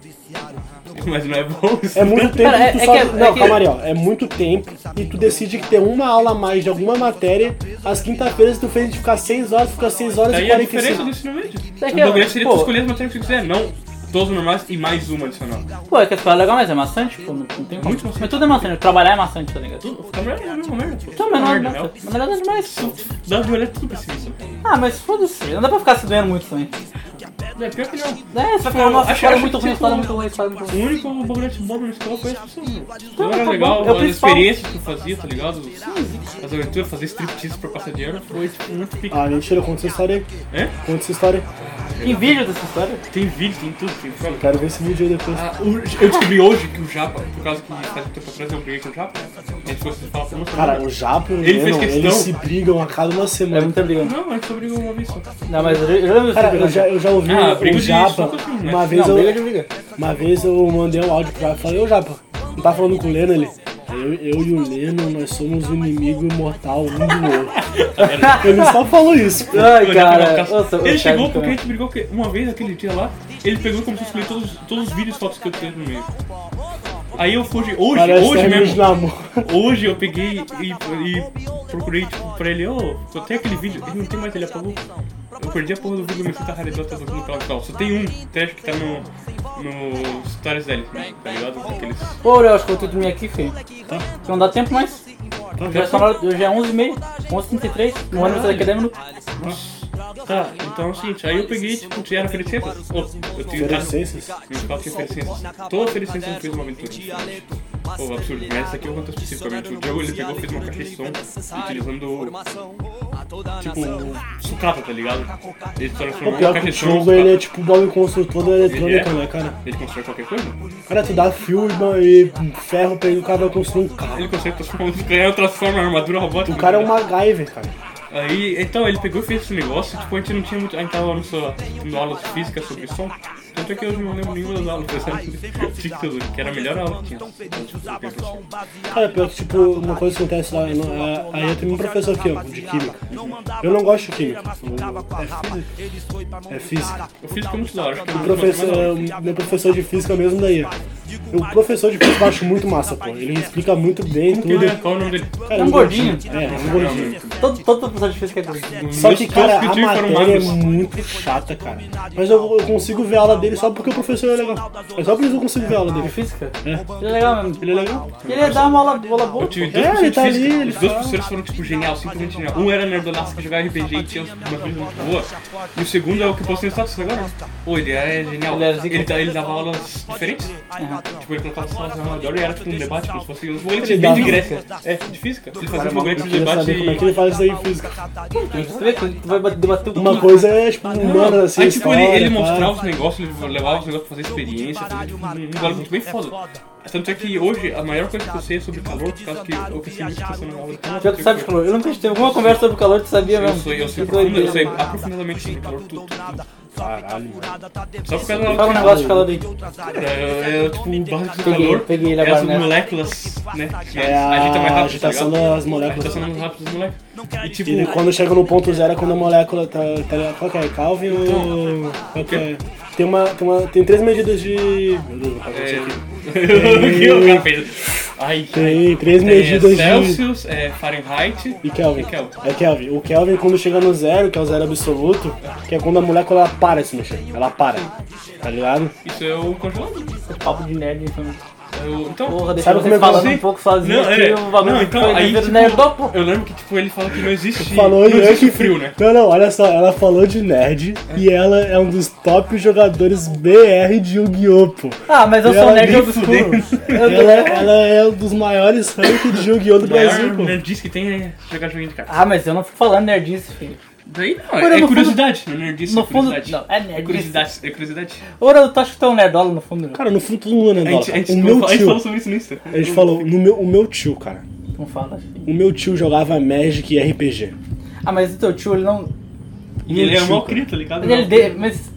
Speaker 5: Mas não é bom isso.
Speaker 4: É muito tempo
Speaker 3: Cara, é-
Speaker 4: que tu
Speaker 3: é
Speaker 4: só...
Speaker 3: que é- é
Speaker 4: não,
Speaker 3: que-
Speaker 4: calma aí, ó. É muito tempo e tu decide que tem uma aula a mais de alguma matéria, às quinta-feiras tu fez de ficar 6 horas, fica 6 horas
Speaker 5: Daí
Speaker 4: e
Speaker 5: a diferença
Speaker 4: 45.
Speaker 5: do ensino médio.
Speaker 3: Será
Speaker 5: O
Speaker 3: que é-
Speaker 5: bagulho seria
Speaker 3: pô.
Speaker 5: tu escolher as matérias que tu quiser, não 12 normais e mais uma adicional.
Speaker 3: Pô, é que a escola é legal, mas é maçante, pô, não, não tem como.
Speaker 5: Muito maçante.
Speaker 3: Mas tudo é maçante, trabalhar é maçante, tá ligado?
Speaker 5: Tá merda, é a mesma merda. pô.
Speaker 3: Então, mas
Speaker 5: Tá
Speaker 3: não é
Speaker 5: merda, né?
Speaker 3: maçante. Na verdade, é mais.
Speaker 5: Dá uma olhada tudo pra cima. sabe?
Speaker 3: Ah, mas foda-se, não dá pra ficar se doendo muito também.
Speaker 5: É pior que não.
Speaker 3: É, você vai
Speaker 5: Pô,
Speaker 3: falar, nossa,
Speaker 5: acho-
Speaker 3: escola é
Speaker 5: acho
Speaker 3: muito ruim,
Speaker 5: que, tipo,
Speaker 3: escola é muito ruim, escola é muito
Speaker 5: O
Speaker 3: ruim.
Speaker 5: único bagulho bom na escola foi as pessoas.
Speaker 3: Então,
Speaker 5: Então era
Speaker 3: tá
Speaker 5: legal,
Speaker 3: bom. É o
Speaker 5: as
Speaker 3: principal.
Speaker 5: experiências que tu fazia, tá ligado? As aventuras, fazer striptease pra passar dinheiro foi tipo muito pica.
Speaker 4: Ah, mentira, conta essa história aí.
Speaker 5: É?
Speaker 4: Conta essa história aí.
Speaker 3: Tem vídeo dessa história?
Speaker 5: Tem vídeo, tem tudo, tem tudo.
Speaker 4: Quero ver esse vídeo aí depois.
Speaker 5: Ah, o- Eu descobri hoje que o Japa, por causa que faz um tempo atrás eu briguei com o Japa, a gente fosse falar por uma
Speaker 4: Cara,
Speaker 5: semana.
Speaker 4: o Japo e o
Speaker 5: Ele fez
Speaker 4: Lennon,
Speaker 5: questão.
Speaker 4: eles se brigam a cada uma
Speaker 3: É
Speaker 4: semana.
Speaker 3: muito brigando.
Speaker 5: Não, a gente só brigou uma vez só.
Speaker 3: Não, mas eu, eu lembro
Speaker 4: Cara, eu
Speaker 3: desse
Speaker 4: já,
Speaker 3: vídeo.
Speaker 4: eu já ouvi
Speaker 5: Ah, briga
Speaker 4: o
Speaker 5: de
Speaker 4: Japa.
Speaker 5: soco, filho, né?
Speaker 4: Uma vez,
Speaker 3: Não,
Speaker 4: eu,
Speaker 3: briga de briga.
Speaker 4: uma vez eu mandei um áudio pra ele e falei, ô Japa, não tá falando com o Leno ali? Eu, eu e o Leno, nós somos um inimigo mortal um do outro.
Speaker 5: É
Speaker 4: ele só falou isso.
Speaker 3: Ai,
Speaker 5: Eu
Speaker 3: cara.
Speaker 5: lembro que eu-
Speaker 3: nossa,
Speaker 5: ele
Speaker 3: o Thiago
Speaker 5: chegou porque a
Speaker 3: também.
Speaker 5: gente brigou porque uma vez aquele dia lá, ele pegou e começou a escolher todos, todos os vídeos e fotos que eu tenho no meio. Aí eu fugi, hoje,
Speaker 4: Parece
Speaker 3: é
Speaker 5: hoje
Speaker 4: término de
Speaker 5: mesmo,
Speaker 4: namoro.
Speaker 5: hoje eu peguei e, e procurei tipo, pra ele, ô, só tem aquele vídeo, ele não tem mais, ele apagou. Eu perdi a porra do vídeo, minha fita raridão tá tocando pela cal. Só tem um trecho que tá no, no stories dele, tá ligado? Aqueles...
Speaker 3: Pô, eu acho que eu vou ter que dormir aqui, filho.
Speaker 5: Tá.
Speaker 3: Não dá tempo mais. Já são hora- Hoje é 11h30, 11h33, no ônibus daqui a 10 minutos.
Speaker 5: Tá, então é o seguinte, aí eu peguei, tipo, tiveram felicências. Ô, eu tenho
Speaker 4: Felicências?
Speaker 5: Não fala que é felicências. Toda felicência eu fiz uma aventura. Pô, absurdo, mas essa aqui eu conto especificamente. O Diogo ele pegou, fez uma caixa de som utilizando. Tipo, sucata, tá ligado? Ele
Speaker 4: O
Speaker 5: transformou uma
Speaker 4: pior que
Speaker 5: caixa
Speaker 4: o
Speaker 5: de som.
Speaker 4: Diogo, ele é
Speaker 5: sucata.
Speaker 4: tipo o Bob Construtor da eletrônica,
Speaker 5: Ele é?
Speaker 4: né, cara?
Speaker 5: Ele constrói qualquer coisa?
Speaker 4: Cara, tu dá fio irmão, e ferro pra ele, o cara vai construir um carro.
Speaker 5: Ele consegue transformar um canhão, transforma a armadura robótica. tá
Speaker 4: O cara é um MacGyver, cara.
Speaker 5: Aí, então, ele pegou e fez esse negócio, tipo, a gente não tinha muito. A gente tava no sua, tendo aulas de física sobre som. Tanto é que hoje eu não lembro nenhuma das aulas, sabe? Física, que era a melhor aula que tinha.
Speaker 1: um
Speaker 4: Cara, pior que, tipo, uma coisa que acontece lá, eu não- é- aí eu tenho um professor aqui, ó, de química. Eu não gosto de química. eu- É física. É física.
Speaker 5: Eu fiz como te dá, acho que é
Speaker 4: O
Speaker 5: muito
Speaker 4: Um professor,
Speaker 5: mais legal.
Speaker 4: meu professor de física mesmo daí, ó. O professor de física eu acho muito massa, pô. Ele explica muito bem
Speaker 5: Quem
Speaker 4: tudo.
Speaker 5: é? Qual é o nome dele?
Speaker 4: Cara,
Speaker 3: É um gordinho.
Speaker 4: É, é um gordinho.
Speaker 3: Todo, todo professor de física é coisa.
Speaker 5: Hum.
Speaker 4: Só que, cara,
Speaker 5: Meus
Speaker 4: a
Speaker 5: todos que eu tive foram
Speaker 4: matéria é
Speaker 5: magros.
Speaker 4: muito chata, cara. Mas eu, eu consigo ver a aula dele só porque o professor é legal. É só por isso que eu consigo ver a aula
Speaker 3: De
Speaker 4: dele.
Speaker 3: física? Ele é legal mesmo.
Speaker 4: Ele é legal.
Speaker 3: Ele ia dar uma aula, bola boa.
Speaker 5: Eu tive dois
Speaker 4: É, ele
Speaker 5: professores
Speaker 4: tá
Speaker 5: de
Speaker 4: ali,
Speaker 5: física.
Speaker 4: ele
Speaker 5: Os dois
Speaker 4: fala.
Speaker 5: professores foram, tipo, genial, simplesmente genial. Um era nerdonaço que jogava RPG e tinha umas coisas muito boas. E o segundo é o que eu postei no status agora. Pô, ele é genial.
Speaker 3: Ele era zica.
Speaker 5: Ele, dá- ele dava aulas diferentes. Tipo, ele colocava as aulas na roda e era tipo um debate, como se fosse uns boletes bem
Speaker 4: dava um-
Speaker 5: de
Speaker 3: física.
Speaker 5: Grécia. É, de física. Ele fazia uns
Speaker 4: Eu
Speaker 5: boletes de
Speaker 4: queria
Speaker 5: debate
Speaker 4: saber como é que
Speaker 5: e...
Speaker 4: ele faz isso aí em física.
Speaker 3: Tu vai debater o
Speaker 4: Uma coisa é, tipo, humana, assim,
Speaker 5: Então, Aí, tipo, ele,
Speaker 4: história,
Speaker 5: ele
Speaker 4: pá.
Speaker 5: mostrava os negócios, ele levava os negócios pra fazer experiência, fazer um negócio muito bem foda. Tanto é que hoje a maior coisa que eu sei é sobre calor, por causa que eu cresci muito passando aula de calor.
Speaker 3: Já que tu sabe de calor. Eu nunca tive alguma conversa sobre calor, tu sabia
Speaker 5: Eu
Speaker 3: mesmo.
Speaker 5: sei, eu sei,
Speaker 3: doideira.
Speaker 5: profunda, eu sei aprofundadamente sobre calor, tudo, tudo, tudo. Caralho, mano. Só por causa
Speaker 3: Fala um
Speaker 5: da.
Speaker 3: negócio pra ela daí.
Speaker 5: É, é tipo o barco do
Speaker 3: Peguei,
Speaker 5: calor.
Speaker 3: peguei ele
Speaker 5: é
Speaker 3: agora
Speaker 5: as
Speaker 3: nessa.
Speaker 5: moléculas, né? Que
Speaker 4: É a
Speaker 5: agita mais rápido, tá
Speaker 4: agitação
Speaker 5: ligado?
Speaker 4: das
Speaker 5: A
Speaker 4: moléculas.
Speaker 5: agitação mais rápida das moléculas. E tipo,
Speaker 4: E quando chega no ponto zero é quando a molécula tá. tá qual que é? Calvin ou. Qual
Speaker 5: Então,
Speaker 4: que é? Tem uma. Tem, uma, tem três medidas de. Meu Deus, vou fazer isso aqui.
Speaker 5: é... o que o cara fez? Ai,
Speaker 4: Tem três
Speaker 5: Tem
Speaker 4: medidas de.
Speaker 5: Celsius, é, Fahrenheit
Speaker 4: E Kelvin.
Speaker 5: E Kelvin.
Speaker 4: É Kelvin. O Kelvin, quando chega no zero, que é o zero absoluto, que é quando a molécula ela para de se mexer. Ela para. Tá ligado?
Speaker 5: Isso é o congelador.
Speaker 3: Papo de nerd, então.
Speaker 5: É o- Então,
Speaker 3: Porra, deixa
Speaker 4: Sabe
Speaker 3: você
Speaker 4: como é que
Speaker 3: falando
Speaker 4: você-
Speaker 3: um pouco sozinho
Speaker 5: Não,
Speaker 3: aqui,
Speaker 5: é.
Speaker 3: o bagulho
Speaker 5: Não, então,
Speaker 3: foi
Speaker 5: aí,
Speaker 3: devido
Speaker 5: tipo,
Speaker 3: nerdão, pô.
Speaker 5: eu lembro que tipo, ele fala que não existe,
Speaker 4: Falou
Speaker 5: não
Speaker 4: e
Speaker 5: existe frio, né?
Speaker 4: Não, não, olha só, ela falou de nerd e ela é um dos top jogadores BR de Yu-Gi-Oh! pô.
Speaker 3: Ah, mas eu
Speaker 4: Ela
Speaker 3: sou nerd
Speaker 4: nem
Speaker 3: obscuro. Eu-
Speaker 4: Ela, ela é um dos maiores ranked de Yu-Gi-Oh! do
Speaker 5: O maior
Speaker 4: Brasil, pô.
Speaker 5: nerdice que tem é jogar joguinho de carta.
Speaker 3: Ah, mas eu não fico falando nerdice, filho.
Speaker 5: Daí não,
Speaker 3: Mano, no
Speaker 5: é,
Speaker 3: fundo-
Speaker 5: curiosidade. Não é nerdice,
Speaker 3: no
Speaker 5: é
Speaker 3: fundo-
Speaker 5: curiosidade.
Speaker 3: não, é nerdice.
Speaker 5: Curiosidade, é curiosidade.
Speaker 3: Ora, tu acha que tu é um nerdola no fundo?
Speaker 4: Cara, no fundo todo mundo é
Speaker 5: A
Speaker 4: nerdola.
Speaker 5: gente, a
Speaker 4: cara.
Speaker 5: gente,
Speaker 4: O
Speaker 5: falou,
Speaker 4: meu
Speaker 5: a gente falou
Speaker 4: tio. É
Speaker 5: sobre isso no Insta.
Speaker 4: A gente falou, no meu, o meu tio, cara.
Speaker 3: Não fala, filho.
Speaker 4: O meu tio jogava Magic e RPG.
Speaker 3: Ah, mas o teu tio, ele não...
Speaker 5: E ele era
Speaker 4: Meu
Speaker 5: mal
Speaker 4: tio,
Speaker 5: crítico, tá ligado?
Speaker 3: Mas ele... De... Mas...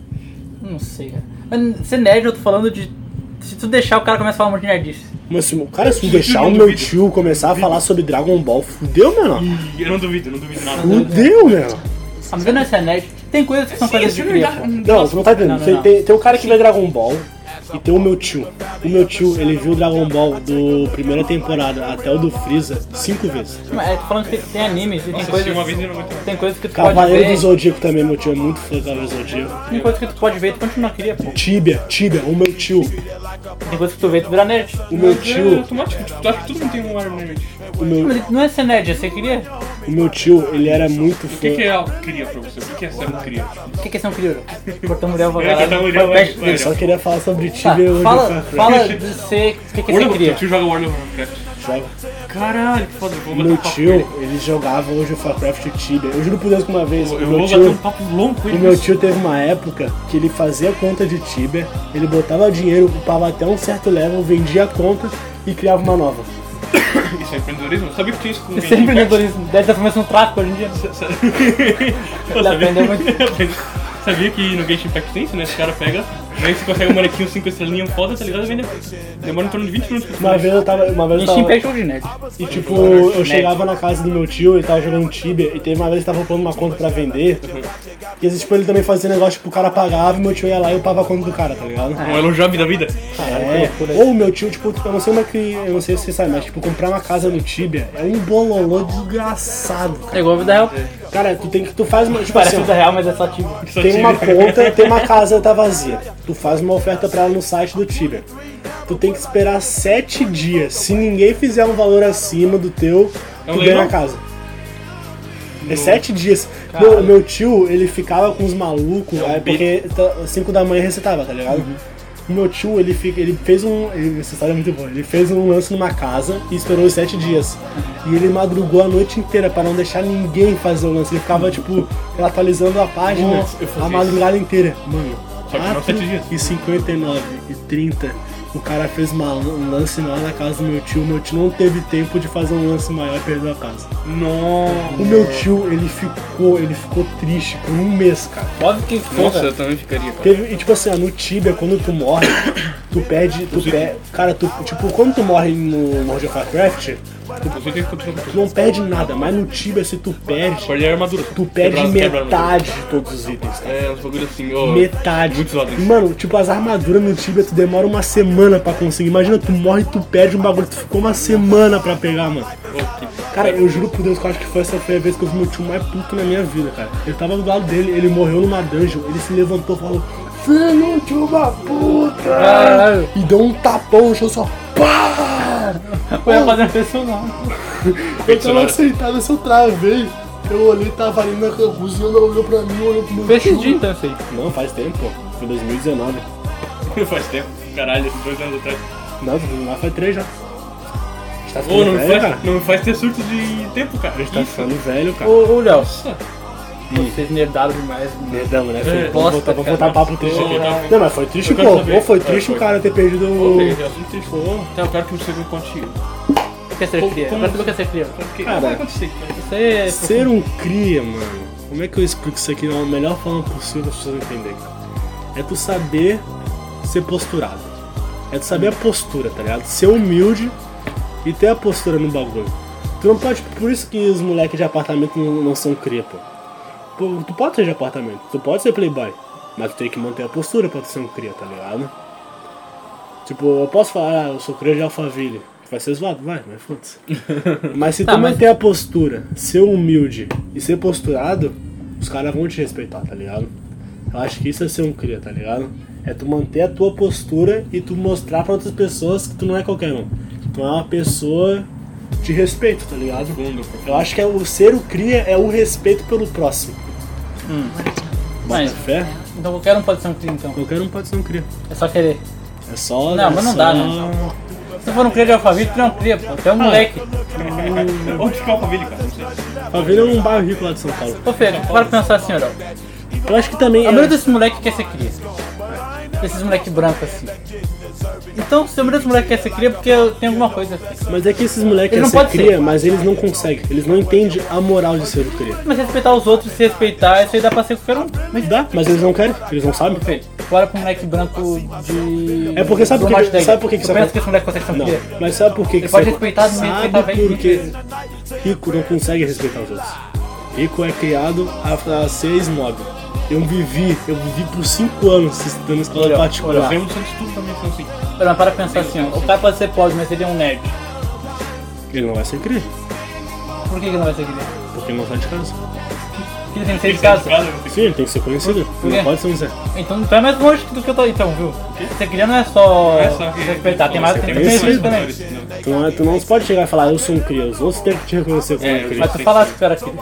Speaker 3: Não sei, cara. Mas ser nerd, eu tô falando de... Se tu deixar, o cara começa a falar muito de nerdice.
Speaker 4: Mas se o cara, se não deixar o meu tio começar a falar sobre Dragon Ball, fudeu, mano.
Speaker 5: Ih, Eu não duvido, eu não duvido nada.
Speaker 4: Fudeu, meu.
Speaker 3: Ah, mas eu não é ser nerd. Tem coisas que são coisas
Speaker 5: é um
Speaker 3: de cria, pô.
Speaker 4: Não, você não tá entendendo.
Speaker 3: Não, não,
Speaker 4: Tem-
Speaker 3: não.
Speaker 4: Tem, tem o cara que vê Dragon Ball e tem o meu tio. O meu tio, ele viu o Dragon Ball do primeira temporada até o do Freeza cinco vezes.
Speaker 3: Mas É, tô falando que tem- tem animes e tem
Speaker 5: Nossa,
Speaker 3: coisas...
Speaker 5: uma vez eu não aguento mais.
Speaker 3: Tem coisas que tu pode
Speaker 4: Cavaleiro do
Speaker 3: ver...
Speaker 4: Zodíaco também, meu tio é muito fã do Cavaleiro do Zodíaco.
Speaker 3: Tem coisas que tu pode ver e tu continua cria, pô.
Speaker 4: Tibia, Tibia, o meu tio.
Speaker 3: Tem coisas que tu vê e tu vira nerd.
Speaker 4: O meu
Speaker 5: É
Speaker 4: tio,
Speaker 5: automático, tipo, tu acha que todo mundo tem um ar nerd.
Speaker 4: o meu,
Speaker 3: Mas não é ser nerd, é ser cria.
Speaker 4: o meu tio, ele era muito
Speaker 5: O que, que
Speaker 4: fã.
Speaker 5: é a cria pra você? O que, que é ser um cria?
Speaker 3: O que que é ser um crioulo? Cortar mulher pra
Speaker 5: É,
Speaker 3: caralho.
Speaker 5: cortar mulher,
Speaker 3: Peste
Speaker 5: vai,
Speaker 3: dele.
Speaker 4: Ele só queria falar sobre
Speaker 3: Tá,
Speaker 4: Tibia hoje.
Speaker 3: fala, fala de ser. O que, que você
Speaker 5: World
Speaker 3: cria?
Speaker 5: of Tu joga World of Warcraft.
Speaker 4: Joga.
Speaker 5: Caralho, que foda, eu vou bater
Speaker 4: Meu
Speaker 5: um papo com ele.
Speaker 4: tio, ele jogava hoje o Warcraft e o Tibia. Eu juro por Deus que uma vez, o
Speaker 5: Eu vou
Speaker 4: meu
Speaker 5: bater
Speaker 4: tio,
Speaker 5: um papo longo com
Speaker 4: o
Speaker 5: ele.
Speaker 4: meu tio teve uma época que ele fazia conta de Tibia, ele botava dinheiro, upava até um certo level, vendia a conta e criava uma nova.
Speaker 5: Isso é empreendedorismo? Sabia que tinha isso com
Speaker 3: É sempre empreendedorismo. Deve estar começando um tráfico hoje em dia. aprendeu
Speaker 5: muito. Sabia que no Genshin Impact tem isso, né? Esse cara pega, vê se consegue um manequinho 5 estrelinhas foda, tá ligado? Vende. Demora em torno de 20 minutos.
Speaker 4: Uma vez eu tava. Uma vez eu
Speaker 3: Enche
Speaker 4: tava
Speaker 3: impede hoje, nerd.
Speaker 4: e tipo, eu chegava na casa do meu tio, ele tava jogando Tibia, e teve uma vez que tava upando uma conta pra vender. E às vezes tipo, ele também fazia negócio, tipo, o cara pagava e meu tio ia lá e upava a conta do cara, tá ligado?
Speaker 5: Um Elo Job da vida.
Speaker 4: É, ou meu tio, tipo, eu não sei como é que. Eu não sei se você sabe, mas tipo, comprar uma casa no Tibia é um bololô desgraçado, cara.
Speaker 3: É igual a vida real.
Speaker 4: Cara, tu tem que. Tu faz uma. Tipo,
Speaker 3: Parece
Speaker 4: assim,
Speaker 3: vida real, mas é só tipo.
Speaker 5: Só
Speaker 4: tem
Speaker 5: tive-
Speaker 4: uma conta, tem uma casa tá vazia. Tu faz uma oferta pra ela no site do Tibia. Tu tem que esperar sete dias. Se ninguém fizer um valor acima do teu,
Speaker 5: É um
Speaker 4: tu ganha
Speaker 5: leilão?
Speaker 4: a casa. É sete dias. Meu, meu tio, ele ficava com os
Speaker 5: É
Speaker 4: malucos,
Speaker 5: um
Speaker 4: aí, porque tá- cinco da manhã recitava, tá ligado?
Speaker 5: Uhum.
Speaker 4: O meu tio, ele, fica, ele fez um. Ele, essa história é muito boa. Ele fez um lance numa casa e esperou os sete dias. E ele madrugou a noite inteira pra não deixar ninguém fazer o lance. Ele ficava, tipo, atualizando a página
Speaker 5: Nossa, eu fazia
Speaker 4: a madrugada inteira. Mano,
Speaker 5: Só que não sete dias.
Speaker 4: e 59 e 30. O cara fez uma- um lance maior na casa do meu tio. Meu tio não teve tempo de fazer um lance maior e perdeu a casa.
Speaker 5: Nossa.
Speaker 4: O meu tio, ele ficou, ele ficou triste por um mês, cara.
Speaker 3: Óbvio que foda.
Speaker 5: Nossa, eu também ficaria. cara.
Speaker 4: Teve, e tipo assim, ó, no Tibia, quando tu morre, tu perde, tu pe... Cara, tu, tipo, quando tu morre no World of Warcraft,
Speaker 5: Você tem que continuar com
Speaker 4: tu não perde nada, mas no Tibia, se tu perde,
Speaker 5: Perder a armadura.
Speaker 4: tu perde
Speaker 5: Quebrar- quebrar a armadura.
Speaker 4: metade de todos os itens, cara.
Speaker 5: É, uns bagulho assim, ó.
Speaker 4: Metade.
Speaker 5: Muitos lados.
Speaker 4: Mano, tipo, as armaduras no Tibia, tu demora uma semana pra conseguir. Imagina, tu morre e tu perde um bagulho, tu ficou uma semana pra pegar, mano. Cara, eu juro por Deus que eu acho que foi essa foi a vez que eu vi meu tio mais puto na minha vida, cara. Eu tava do lado dele, ele morreu numa dungeon, ele se levantou e falou, é filho de uma puta!
Speaker 3: Caralho.
Speaker 4: E deu um tapão no chão só, pá!
Speaker 3: Eu ia fazer uma pessoa, não.
Speaker 4: Eu
Speaker 5: né?
Speaker 4: tava sentado, eu travei. Eu olhei, tava ali na cozinha, ela olhou pra mim, olhou pro meu
Speaker 3: Fecha
Speaker 4: tio.
Speaker 3: de então, sei.
Speaker 4: Não, faz tempo, pô. Foi 2019.
Speaker 5: Faz tempo. Caralho, dois anos atrás.
Speaker 4: Não, lá faz três já. A gente tá ficando
Speaker 5: Ô, não, me
Speaker 4: velho, cara.
Speaker 5: faz, não me faz ter surto de tempo, cara.
Speaker 4: A gente tá
Speaker 5: Isso.
Speaker 4: ficando velho, cara.
Speaker 3: Ô, ô, Léo.
Speaker 5: Nossa.
Speaker 3: Vocês nerdaram demais. mano.
Speaker 4: Nerdamos, né? filho?
Speaker 5: É,
Speaker 4: vamos
Speaker 3: bosta,
Speaker 4: voltar, vamos
Speaker 3: cara.
Speaker 4: voltar papo triste
Speaker 5: Vou
Speaker 4: aqui.
Speaker 5: voltar.
Speaker 4: Não, mas foi triste,
Speaker 5: tá Eu quero
Speaker 4: pô.
Speaker 5: saber.
Speaker 4: Ou foi triste
Speaker 5: É,
Speaker 4: o
Speaker 5: foi.
Speaker 4: cara ter perdido
Speaker 5: Pô,
Speaker 4: o.
Speaker 5: é assunto triste. Tem um cara que me chegou contigo.
Speaker 3: O que é ser
Speaker 5: Como-
Speaker 3: cria?
Speaker 5: como-
Speaker 3: Agora sabe o assim? que é ser cria.
Speaker 5: Porque,
Speaker 4: Cara.
Speaker 5: vai acontecer.
Speaker 3: Isso aí é.
Speaker 4: Ser um cria, mano. Como é que eu explico isso aqui da melhor forma possível para as pessoas entenderem? É tu saber ser posturado. É tu saber a postura, tá ligado? Ser humilde e ter a postura no bagulho. Tu não pode. Por isso que os moleques de apartamento não, não são cria, pô. Pô, Tu pode ser de apartamento, tu pode ser playboy, mas tu tem que manter a postura pra tu ser um cria, tá ligado? Tipo, eu posso falar, ah, eu sou cria de Alphaville. Vai ser zoado, vai, mas foda-se. mas se tu
Speaker 3: Tá, mas-
Speaker 4: manter a postura, ser humilde e ser posturado, os caras vão te respeitar, tá ligado? Eu acho que isso é ser um cria, tá ligado? É tu manter a tua postura e tu mostrar pra outras pessoas que tu não é qualquer um. Tu é uma pessoa de respeito, tá ligado?
Speaker 5: Fundo, pô.
Speaker 4: Eu acho que é o ser o cria é o respeito pelo próximo.
Speaker 3: Mas,
Speaker 4: É Fé?
Speaker 3: então qualquer um pode ser um cria, então.
Speaker 4: Qualquer um pode ser um cria.
Speaker 3: É só querer.
Speaker 4: É só.
Speaker 3: Não, mas não dá, né? Se for um cria de alfabeto, tu não é um cria, pô. Tu é um moleque.
Speaker 5: Onde que é o Alphaville, cara? Não sei.
Speaker 3: Tá.
Speaker 4: Favela é um bairro rico lá de São Paulo.
Speaker 3: Ô, Fê, para pensar assim, olha.
Speaker 4: Eu acho que também.
Speaker 3: A
Speaker 4: É...
Speaker 3: maioria desses moleques quer ser cria. Desses moleques brancos assim. Então, se a maioria dos moleques quer ser cria, porque tem alguma coisa assim.
Speaker 4: Mas é que esses moleques
Speaker 3: Ele
Speaker 4: querem
Speaker 3: não
Speaker 4: ser
Speaker 3: pode ser.
Speaker 4: cria, mas eles não conseguem. Eles não entendem a moral de ser o cria.
Speaker 3: Mas respeitar os outros, se respeitar, isso aí dá pra ser qualquer um. Mas dá.
Speaker 4: Mas eles não querem, eles não sabem.
Speaker 3: Fê, bora pro moleque branco de.
Speaker 4: É porque sabe
Speaker 3: do
Speaker 4: por que-
Speaker 3: Norte daí.
Speaker 4: sabe por que que
Speaker 3: Tu
Speaker 4: isso
Speaker 3: pensa
Speaker 4: acontece?
Speaker 3: que esse moleque consegue ser um
Speaker 4: Não.
Speaker 3: cria?
Speaker 4: Mas sabe por que que
Speaker 3: Ele pode
Speaker 4: isso-
Speaker 3: respeitar, não
Speaker 4: Sabe
Speaker 3: respeitar, velho,
Speaker 4: por que rico não consegue respeitar os outros? Rico é criado a, a ser esmoga. Eu vivi, eu vivi por 5 anos estudando escola
Speaker 3: Olha,
Speaker 5: Os
Speaker 4: particular.
Speaker 5: membros do um Santos Tudo também são assim.
Speaker 3: Pera, mas para pensar assim, ó. O cara pode ser pobre, mas ele é um nerd.
Speaker 4: Ele não vai ser cria,
Speaker 3: Por que que ele não vai ser cria?
Speaker 4: porque ele não sai de casa.
Speaker 3: Porque ele tem que ser de casa.
Speaker 4: Sim, ele tem que ser conhecido.
Speaker 3: Por quê?
Speaker 4: Não pode ser um Zé.
Speaker 3: Então tu é mais longe do que eu tô então, viu? Ser cria não é só
Speaker 5: É só que-
Speaker 3: respeitar, tem mais tem que
Speaker 4: Tem
Speaker 3: ser
Speaker 4: esse-
Speaker 3: conhecido também.
Speaker 4: Tu não, é- tu não pode chegar e falar, eu sou um cria. Os outros têm que te reconhecer como
Speaker 5: É,
Speaker 4: um cria.
Speaker 3: Mas tu fala assim, cara, cria.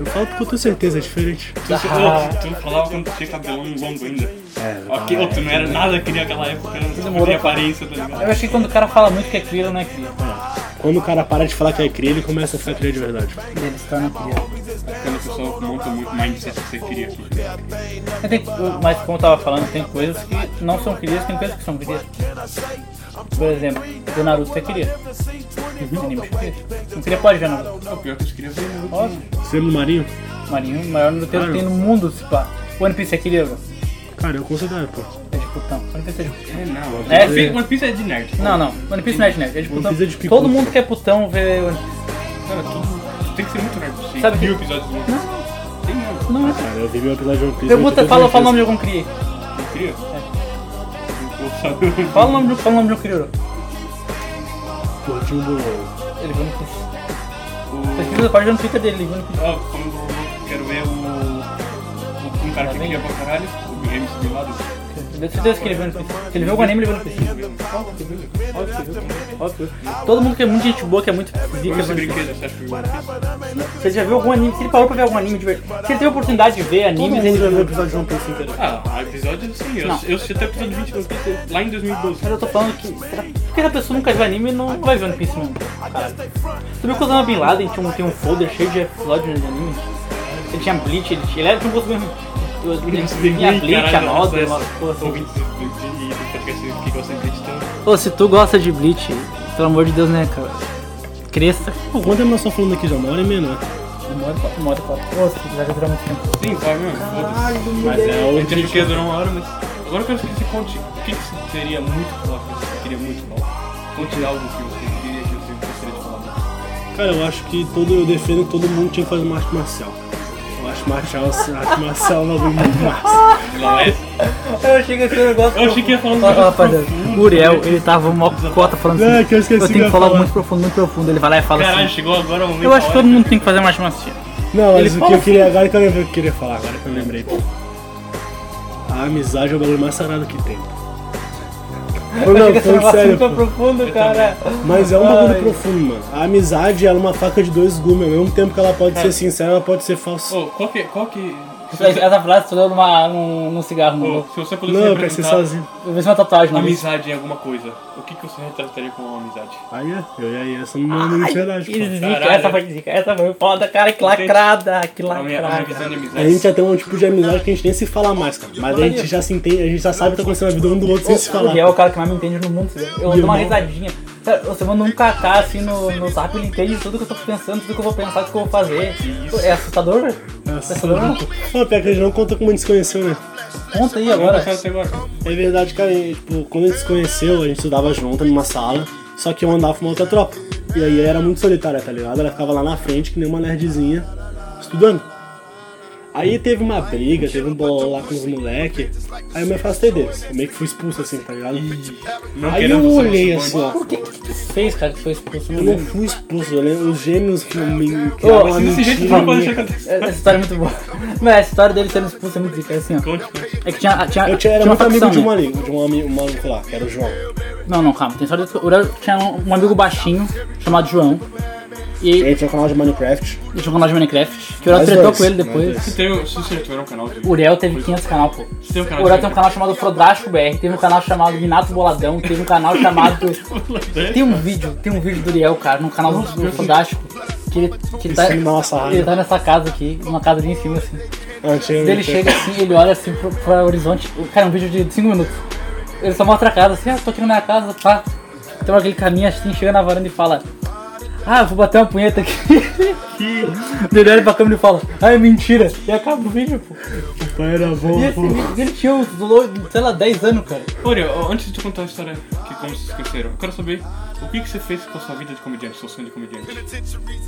Speaker 4: Eu falo porque eu tenho certeza, é diferente.
Speaker 5: Tu, tu, tu falava quando tu tinha cabelão longo ainda.
Speaker 3: É,
Speaker 5: Ok, ô, tu não era nada que nem aquela época, não tinha aparência, tá ligado?
Speaker 3: Eu acho que quando o cara fala muito que é cria, não é cria.
Speaker 4: Quando o cara para de falar que é cria, ele começa a ficar cria de verdade.
Speaker 3: Ele se torna cria.
Speaker 5: Quando o pessoal monta muito mindset que você queria assim. aqui.
Speaker 3: Mas, tem- mas como eu tava falando, tem coisas que não são crias, tem coisas que são crias. Por exemplo, o Naruto é cria. Uhum. Anime é cria. Não cria pode ver Naruto.
Speaker 5: Ah, O pior que eu queria ver era o
Speaker 3: Óbvio.
Speaker 4: Sendo marinho,
Speaker 3: Marinho, o maior Naruteiro que
Speaker 4: Claro.
Speaker 3: tem no mundo, se pá. O One Piece é cria, bro.
Speaker 4: cara, eu considero, pô.
Speaker 3: É de putão. One Piece é de putão.
Speaker 5: É, não, One
Speaker 3: É,
Speaker 5: Piece-
Speaker 3: sim.
Speaker 5: One Piece é de nerd.
Speaker 3: Não, não. One Piece não é de nerd, é de
Speaker 4: One
Speaker 3: putão.
Speaker 4: Piece é de picudo.
Speaker 3: Todo mundo que é putão vê One Piece.
Speaker 5: Cara, tu, tu tem que ser muito nerd. Sim.
Speaker 3: Sabe
Speaker 5: mil
Speaker 3: que-
Speaker 5: episódios do One Piece. Tem não.
Speaker 3: Não é.
Speaker 4: Cara, eu vi meu episódio é de One Piece.
Speaker 3: Pergunta,
Speaker 4: eu tô
Speaker 3: fala,
Speaker 4: todo
Speaker 3: fala o nome
Speaker 4: feliz.
Speaker 3: de algum cria.
Speaker 5: Eu queria.
Speaker 3: É. Fala o nome de, fala o nome de um cria, bro.
Speaker 4: Gordinho do-
Speaker 3: Ele viu no Twitter.
Speaker 5: O-
Speaker 3: Pesquisa a página no Twitter dele, ele viu no Twitter.
Speaker 5: Ah, falando do Naruto, quero ver o. o- Um cara que queria pra caralho, o MC de lado.
Speaker 3: Eu tenho certeza que ele viu no Twitter. Se ele viu o anime, ele viu no Twitter. Óbvio que viu, óbvio. que viu. Todo mundo que é muito gente boa, que é muito
Speaker 5: Como
Speaker 3: zica.
Speaker 5: esse
Speaker 3: você-
Speaker 5: brinquedo, você acha que o One Piece?
Speaker 3: Você já viu algum anime? Se ele parou pra ver algum anime de verdade. Se ele teve a oportunidade de ver
Speaker 4: Todo
Speaker 3: animes,
Speaker 4: mundo já
Speaker 3: ele
Speaker 4: viu o
Speaker 3: viu.
Speaker 4: episódio de One Piece inteiro.
Speaker 5: Ah, episódio sim. Eu,
Speaker 3: Não.
Speaker 5: eu assisti até o episódio 20 do One Piece lá em 2012.
Speaker 3: Mas eu tô falando que. será- Porque se a pessoa nunca viu anime, não vai ver One Piece nunca. Caralho. Tu viu que o Osama Bin Laden tinha um, tem um folder cheio de episódios de anime? Ele tinha Bleach, ele, tinha- ele era de um gosto mesmo. Ele tinha Bleach, a Noda, uma porra assim.
Speaker 5: Ouvintes do de- do podcast que gostam de Bleach estão.
Speaker 3: Ô, se tu gosta de Bleach, pelo amor de Deus, né, cara? Cresça.
Speaker 4: Pô, quanto tempo nós estamos falando aqui já? Uma hora e meia, né?
Speaker 3: Moda Ô, se quiser durar muito tempo.
Speaker 5: Sim, vai mesmo.
Speaker 3: Ah,
Speaker 5: Foda-se.
Speaker 4: Mas é
Speaker 5: Eu
Speaker 4: o
Speaker 5: entendi que
Speaker 4: que
Speaker 5: ia durar uma hora, mas. Agora eu quero que você conte o que que você seria muito foda, que você queria muito falar. Conte algo que você queria que você gostaria de falar.
Speaker 4: Cara, eu acho que todo, eu defendo que todo mundo tinha que fazer uma arte marcial. Eu acho marcial, arte marcial é um bagulho muito massa.
Speaker 5: Não é?
Speaker 3: Eu achei que esse negócio.
Speaker 5: Eu achei que ia falar um
Speaker 3: Ó, ó,
Speaker 5: negócio
Speaker 3: rapaziada, o Uriel, ele tava mó cota falando assim.
Speaker 4: É, que eu esqueci
Speaker 3: tenho
Speaker 4: que
Speaker 3: que
Speaker 4: eu
Speaker 3: falar
Speaker 4: ia
Speaker 3: muito profundo, muito profundo. Ele vai lá e fala
Speaker 5: Caralho,
Speaker 3: assim.
Speaker 5: chegou agora o momento.
Speaker 3: Eu acho que
Speaker 5: da hora.
Speaker 3: todo mundo tem que fazer mais macia.
Speaker 4: Não,
Speaker 3: Ele
Speaker 4: mas o que
Speaker 3: fala
Speaker 4: eu queria. Agora que eu lembrei o que eu queria falar, agora que eu lembrei. A amizade é o bagulho mais sagrado que tem. Pô,
Speaker 3: Eu
Speaker 4: não,
Speaker 3: achei que É, esse
Speaker 4: falando
Speaker 3: um negócio
Speaker 4: sério.
Speaker 3: muito
Speaker 4: pô.
Speaker 3: profundo, cara.
Speaker 4: Mas é um bagulho
Speaker 3: Ai.
Speaker 4: profundo, mano. A amizade ela é uma faca de dois gumes. Ao mesmo tempo que ela pode
Speaker 3: É.
Speaker 4: ser sincera, ela pode ser falsa.
Speaker 5: Ô, qual que. Qual que... Se você,
Speaker 3: Essa frase tu leu numa- num, num cigarro,
Speaker 5: ô,
Speaker 3: mano.
Speaker 5: se você pudesse
Speaker 4: é não,
Speaker 3: é
Speaker 4: eu quero ser
Speaker 5: representar
Speaker 4: sozinho.
Speaker 3: Eu fiz uma tatuagem, mano.
Speaker 5: amizade em alguma coisa, o que, que você retrataria como uma amizade?
Speaker 4: Aí eu e aí, essa não é uma verdade, pô.
Speaker 3: Zica,
Speaker 5: Caralho.
Speaker 3: essa foi zica, essa foi foda, cara, que lacrada, que
Speaker 5: A minha, a minha
Speaker 3: lacrada.
Speaker 5: visão de
Speaker 4: A
Speaker 5: amizade.
Speaker 4: gente já tem um tipo de amizade que a gente nem se fala mais, cara. Mas a gente já se entende, a gente já sabe o que tá acontecendo na vida um do outro sem se
Speaker 3: O
Speaker 4: falar.
Speaker 3: Uriel é o cara que mais me entende no mundo. sabe? Eu dou uma risadinha. Cara, você manda um cacá assim no, no zap, ele entende tudo que eu tô pensando, tudo que eu vou pensar, tudo que eu vou fazer. Pô, É assustador? É assustador? não?
Speaker 4: Não, pior que a gente não conta como a gente se conheceu, né?
Speaker 3: Conta aí
Speaker 5: Vamos
Speaker 3: agora.
Speaker 5: passar até agora.
Speaker 4: É verdade, cara, e, tipo, quando a gente se conheceu, a gente estudava junto numa sala, só que eu andava com uma outra tropa. E aí era muito solitária, tá ligado? Ela ficava lá na frente, que nem uma nerdzinha, estudando. Aí teve uma briga, teve um bolão lá com os moleque, aí eu me afastei deles. Eu meio que fui expulso assim, tá ligado?
Speaker 5: Não
Speaker 4: Aí
Speaker 5: querendo
Speaker 4: eu
Speaker 5: você
Speaker 4: olhei
Speaker 5: nesse
Speaker 4: assim, ó.
Speaker 3: Por que que tu fez, cara, que foi expulso?
Speaker 4: Eu não fui expulso, eu lembro, os gêmeos que me
Speaker 3: Ô,
Speaker 4: criaram uma
Speaker 3: mas
Speaker 5: Desse jeito
Speaker 4: mentira
Speaker 5: não pode
Speaker 4: minha.
Speaker 5: chegar até.
Speaker 3: Essa história é muito boa. Mas essa história dele sendo expulso é muito zica, é assim, ó.
Speaker 5: Conte, conte.
Speaker 3: É que tinha. tinha
Speaker 4: Eu tinha, era
Speaker 3: tinha
Speaker 4: muito amigo de um
Speaker 3: né?
Speaker 4: amigo, de um amigo, um maluco lá, que era o João.
Speaker 3: Não, não, calma. Tem história de. eu Tinha um, um amigo baixinho, chamado João. E
Speaker 4: Ele tinha um canal de Minecraft.
Speaker 3: ele jogou lá de Minecraft, que o Uriel
Speaker 4: Nós
Speaker 3: tretou
Speaker 4: dois,
Speaker 3: com ele
Speaker 4: nós
Speaker 3: depois.
Speaker 5: Você teve, você você tiveram um canal de...
Speaker 3: O Uriel teve 500 canal, pô.
Speaker 5: Você tem um
Speaker 3: O
Speaker 5: canal
Speaker 3: Uriel
Speaker 4: é
Speaker 5: de...
Speaker 3: tem um canal chamado Frodrasco BR, teve um canal chamado Minato Boladão, teve um canal chamado. Tem um vídeo, tem um vídeo do Uriel, cara, no canal do, do Fodástico, que ele, que ele tá.
Speaker 4: Esse animal assado.
Speaker 3: Ele tá nessa casa aqui, numa casa ali em cima, assim.
Speaker 4: Antes
Speaker 3: Ele chega assim, ele olha assim pro, pro horizonte, cara, um vídeo de 5 minutos. Ele só mostra a casa, assim, ah, tô aqui na minha casa, pá. Então aquele caminho assim, chega na varanda e fala, ah, vou bater uma punheta aqui. ele olha pra câmera e fala, ah, é mentira. E acaba o vídeo, pô.
Speaker 4: Era bom,
Speaker 3: E assim, ele tinha, uns, sei lá, 10 anos, cara.
Speaker 5: Olha, ó, antes de tu contar a história que como vocês se esqueceram, eu quero saber o que, que você fez com a sua vida de comediante, seu sonho de comediante.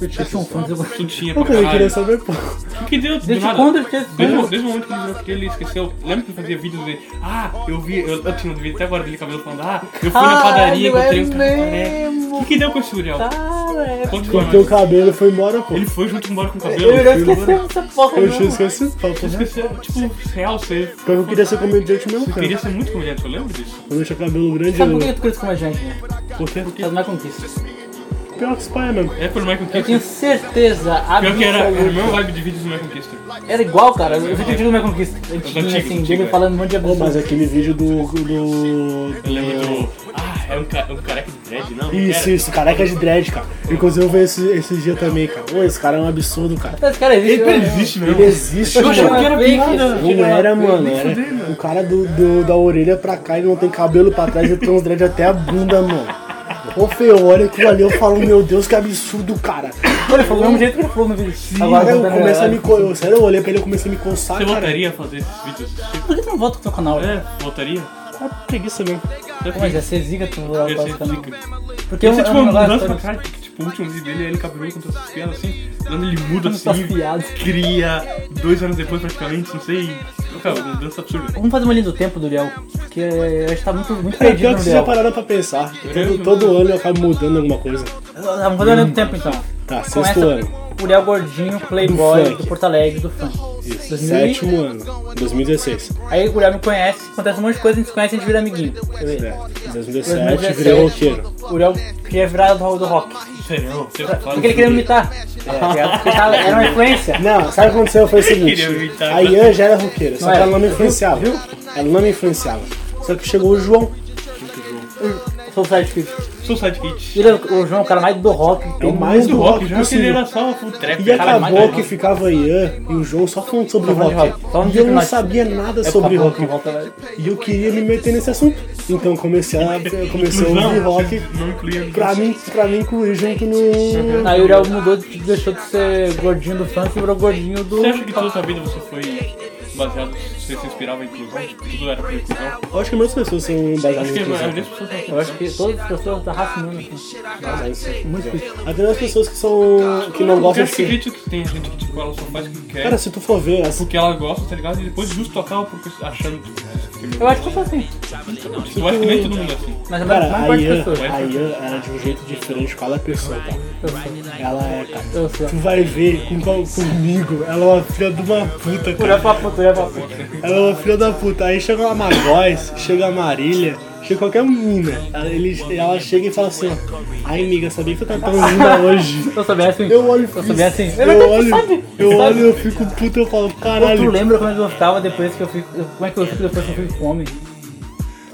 Speaker 3: Eu tinha um fã, eu-
Speaker 5: Tu tinha pra
Speaker 4: Uma coisa que eu queria
Speaker 5: caralho.
Speaker 4: saber, pô.
Speaker 5: O que deu? Do
Speaker 3: Desde
Speaker 5: nada.
Speaker 3: quando eu tinha-
Speaker 5: Desde, desde o momento que ele virou que ele esqueceu. Lembra que ele fazia vídeos de. Ah, eu vi. Eu, eu tinha um vídeo até agora dele cabelo falando. Ah, eu fui na padaria,
Speaker 3: Caralho,
Speaker 5: encontrei
Speaker 3: é
Speaker 5: um cabaré.
Speaker 3: mesmo.
Speaker 5: O que, que deu com esse Uriel?
Speaker 3: Cara, é...
Speaker 5: Conta pra
Speaker 4: Cortei o
Speaker 5: nós.
Speaker 4: cabelo e foi embora, pô.
Speaker 5: Ele foi junto embora com o cabelo.
Speaker 3: Eu já esqueci essa porra,
Speaker 4: Eu tinha
Speaker 3: não.
Speaker 4: esquecido, fala, pô.
Speaker 5: Esqueceu, tipo, real, você
Speaker 4: Porque eu queria ser comediante mesmo, cara.
Speaker 5: queria ser muito comediante, eu lembro disso.
Speaker 4: Quando eu tinha cabelo grande,
Speaker 3: Sabe por que
Speaker 4: eu...
Speaker 3: tu curte comediante, né?
Speaker 4: Por quê?
Speaker 3: Por causa da conquista.
Speaker 4: Pior que esse pai é mesmo.
Speaker 5: É pelo Michael
Speaker 3: Eu tenho
Speaker 5: Kister.
Speaker 3: certeza
Speaker 5: Pior
Speaker 3: absoluta.
Speaker 5: que era, era o mesmo vibe de vídeos do Michael Kister.
Speaker 3: Era igual, cara. Eu vi o vídeo do minha conquista. Antiguinho, assim,
Speaker 5: antigos,
Speaker 3: Diego
Speaker 5: é.
Speaker 3: falando um monte de
Speaker 4: Pô, mas
Speaker 3: absurdo.
Speaker 4: aquele vídeo do... do...
Speaker 5: Eu lembro do. Ah, é um, ca um careca de dread, não?
Speaker 4: Isso,
Speaker 5: era.
Speaker 4: isso, careca de dread, cara. Inclusive eu vi esse, esse dia também, cara. Ô, esse cara é um absurdo, cara.
Speaker 3: Mas, cara, existe.
Speaker 5: Ele
Speaker 3: eu-
Speaker 5: existe mesmo.
Speaker 4: Ele existe,
Speaker 3: Eu achava
Speaker 4: mano.
Speaker 3: que era
Speaker 4: Fake,
Speaker 3: piada.
Speaker 4: Não era, mano. Era
Speaker 3: né?
Speaker 4: o cara do, do- da orelha pra cá, ele não tem cabelo pra trás, ele tem uns dread até a bunda, mano. Ô, feio, olha aquilo ali, eu falo, meu Deus, que absurdo, cara.
Speaker 3: Pô, Ele falou do mesmo jeito que ele falou no vídeo.
Speaker 4: Agora eu
Speaker 3: voltando
Speaker 4: começo a
Speaker 3: ao-
Speaker 4: me co... eu- Sério, eu olhei pra ele, eu comecei a me coçar,
Speaker 5: Você
Speaker 4: cara.
Speaker 5: voltaria a fazer esses vídeos? Tipo,
Speaker 3: Por que tu não volta pro teu canal?
Speaker 5: É, voltaria?
Speaker 4: Ah, preguiça mesmo.
Speaker 3: Pô, Mas é ia ser zica tu voltar pro teu canal. Porque
Speaker 5: Esse é
Speaker 3: eu-
Speaker 5: tipo
Speaker 3: um eu
Speaker 5: uma
Speaker 3: não
Speaker 5: mudança pra
Speaker 3: gosto
Speaker 5: cara, que tipo, o último vídeo dele é ele cabelo com todas as piadas assim, quando ele muda
Speaker 3: Todas as
Speaker 5: assim,
Speaker 3: piadas.
Speaker 5: cria dois anos depois praticamente, não sei. Cara, uma mudança absurda.
Speaker 3: Vamos fazer uma linha do tempo do Uriel. Porque a gente tá muito, muito
Speaker 4: É pior
Speaker 3: perdido
Speaker 4: que
Speaker 3: no
Speaker 4: vocês já
Speaker 3: Uriel.
Speaker 4: pararam pra pensar. Todo, todo ano eu acabo mudando alguma coisa.
Speaker 3: Vamos fazer uma linha do tempo então.
Speaker 4: Tá, sexto
Speaker 3: Começa
Speaker 4: ano.
Speaker 3: com Uriel Gordinho, Playboy,
Speaker 4: Do
Speaker 3: do,
Speaker 4: funk.
Speaker 3: Porto Alegre, do fã. Isso.
Speaker 4: Sétimo ano. 2016.
Speaker 3: Aí o Uriel me conhece, acontece um monte de coisa, a gente se conhece e a gente vira amiguinho. Deixa eu ver.
Speaker 4: É, 2017, virei roqueiro.
Speaker 3: O Uriel queria virar do, do rock.
Speaker 5: Sério, você
Speaker 3: É, Porque ele queria imitar. É, Porque ele tava- era uma influência.
Speaker 4: Não, sabe o que aconteceu? Foi o seguinte:
Speaker 5: Queria imitar,
Speaker 4: a Ian já era roqueira, só
Speaker 3: Não
Speaker 4: que
Speaker 3: é?
Speaker 4: ela não me influenciava. Ela não me influenciava. Só que chegou o João. é
Speaker 3: Sou sidekick.
Speaker 5: Sou sidekick.
Speaker 3: Ele, o João é o cara mais do rock. que
Speaker 4: É o
Speaker 3: tem.
Speaker 4: mais do
Speaker 5: Do rock,
Speaker 4: rock
Speaker 5: já que ele
Speaker 4: possível.
Speaker 5: era só o trap.
Speaker 4: E
Speaker 5: cara, mas-
Speaker 4: acabou que ficava a Ian e o João só falando sobre
Speaker 3: Só falando de
Speaker 4: rock.
Speaker 3: rock. Só um
Speaker 4: E
Speaker 3: dia
Speaker 4: eu
Speaker 3: que
Speaker 4: não
Speaker 3: nós-
Speaker 4: sabia nada
Speaker 3: É
Speaker 4: sobre
Speaker 3: papo,
Speaker 4: rock.
Speaker 3: volta, vai.
Speaker 4: E eu queria me meter nesse assunto. Então eu comecei a, eu comecei a ouvir
Speaker 5: Não,
Speaker 4: rock
Speaker 5: assim, não incluía.
Speaker 4: pra mim, pra mim incluir junto no.
Speaker 3: Aí o Uriel mudou, de- deixou de ser gordinho do funk e virou gordinho do.
Speaker 5: Você acha que toda sua vida você foi baseado, você se inspirava em inclusão? Tipo, tudo era pra inclusão?
Speaker 4: Eu acho que muitas pessoas são baseadas
Speaker 5: Acho que é a
Speaker 4: em
Speaker 5: maioria
Speaker 4: inclusão.
Speaker 5: das pessoas
Speaker 3: Eu acho que todas as pessoas da raça humana. assim. Muito difícil.
Speaker 4: Até as pessoas que são. que não
Speaker 5: Eu
Speaker 4: gostam de
Speaker 5: acho que
Speaker 4: ser.
Speaker 5: gente que tem gente que tipo, ela só faz o que quer.
Speaker 4: Cara, se tu for ver, assim,
Speaker 5: porque ela gosta, tá ligado? E depois justo acaba porque achando que.
Speaker 3: Eu acho que eu sou assim.
Speaker 5: Eu acho que nem todo mundo é assim.
Speaker 3: Mas a maior
Speaker 4: Cara,
Speaker 3: maior
Speaker 4: a
Speaker 3: parte das
Speaker 4: Ian,
Speaker 3: pessoas.
Speaker 4: a Ian era de um jeito diferente de cada pessoa, tá?
Speaker 3: Eu sou.
Speaker 4: Ela é, cara.
Speaker 3: Eu sou.
Speaker 4: Tu vai ver com, qual- comigo, ela é uma filha de uma puta,
Speaker 3: Uriel é
Speaker 4: cara.
Speaker 3: pra puta, Uriel é pra puta.
Speaker 4: Ela é uma filha da puta. Aí chega uma Magóis, chega a Marília, chega qualquer mina. Ela, ele- ela chega e fala assim, ó. Ai, amiga, sabia que tu tá tão linda hoje?
Speaker 3: Eu sou bem assim.
Speaker 4: Eu olho
Speaker 3: Eu sou bem assim.
Speaker 4: Eu olho,
Speaker 3: Sabe?
Speaker 4: eu
Speaker 3: Sabe?
Speaker 4: olho e eu fico puta, eu falo,
Speaker 3: Pô, tu
Speaker 4: caralho.
Speaker 3: lembra como é que eu ficava depois que eu fico. Como é que eu fico depois que eu fico com fome?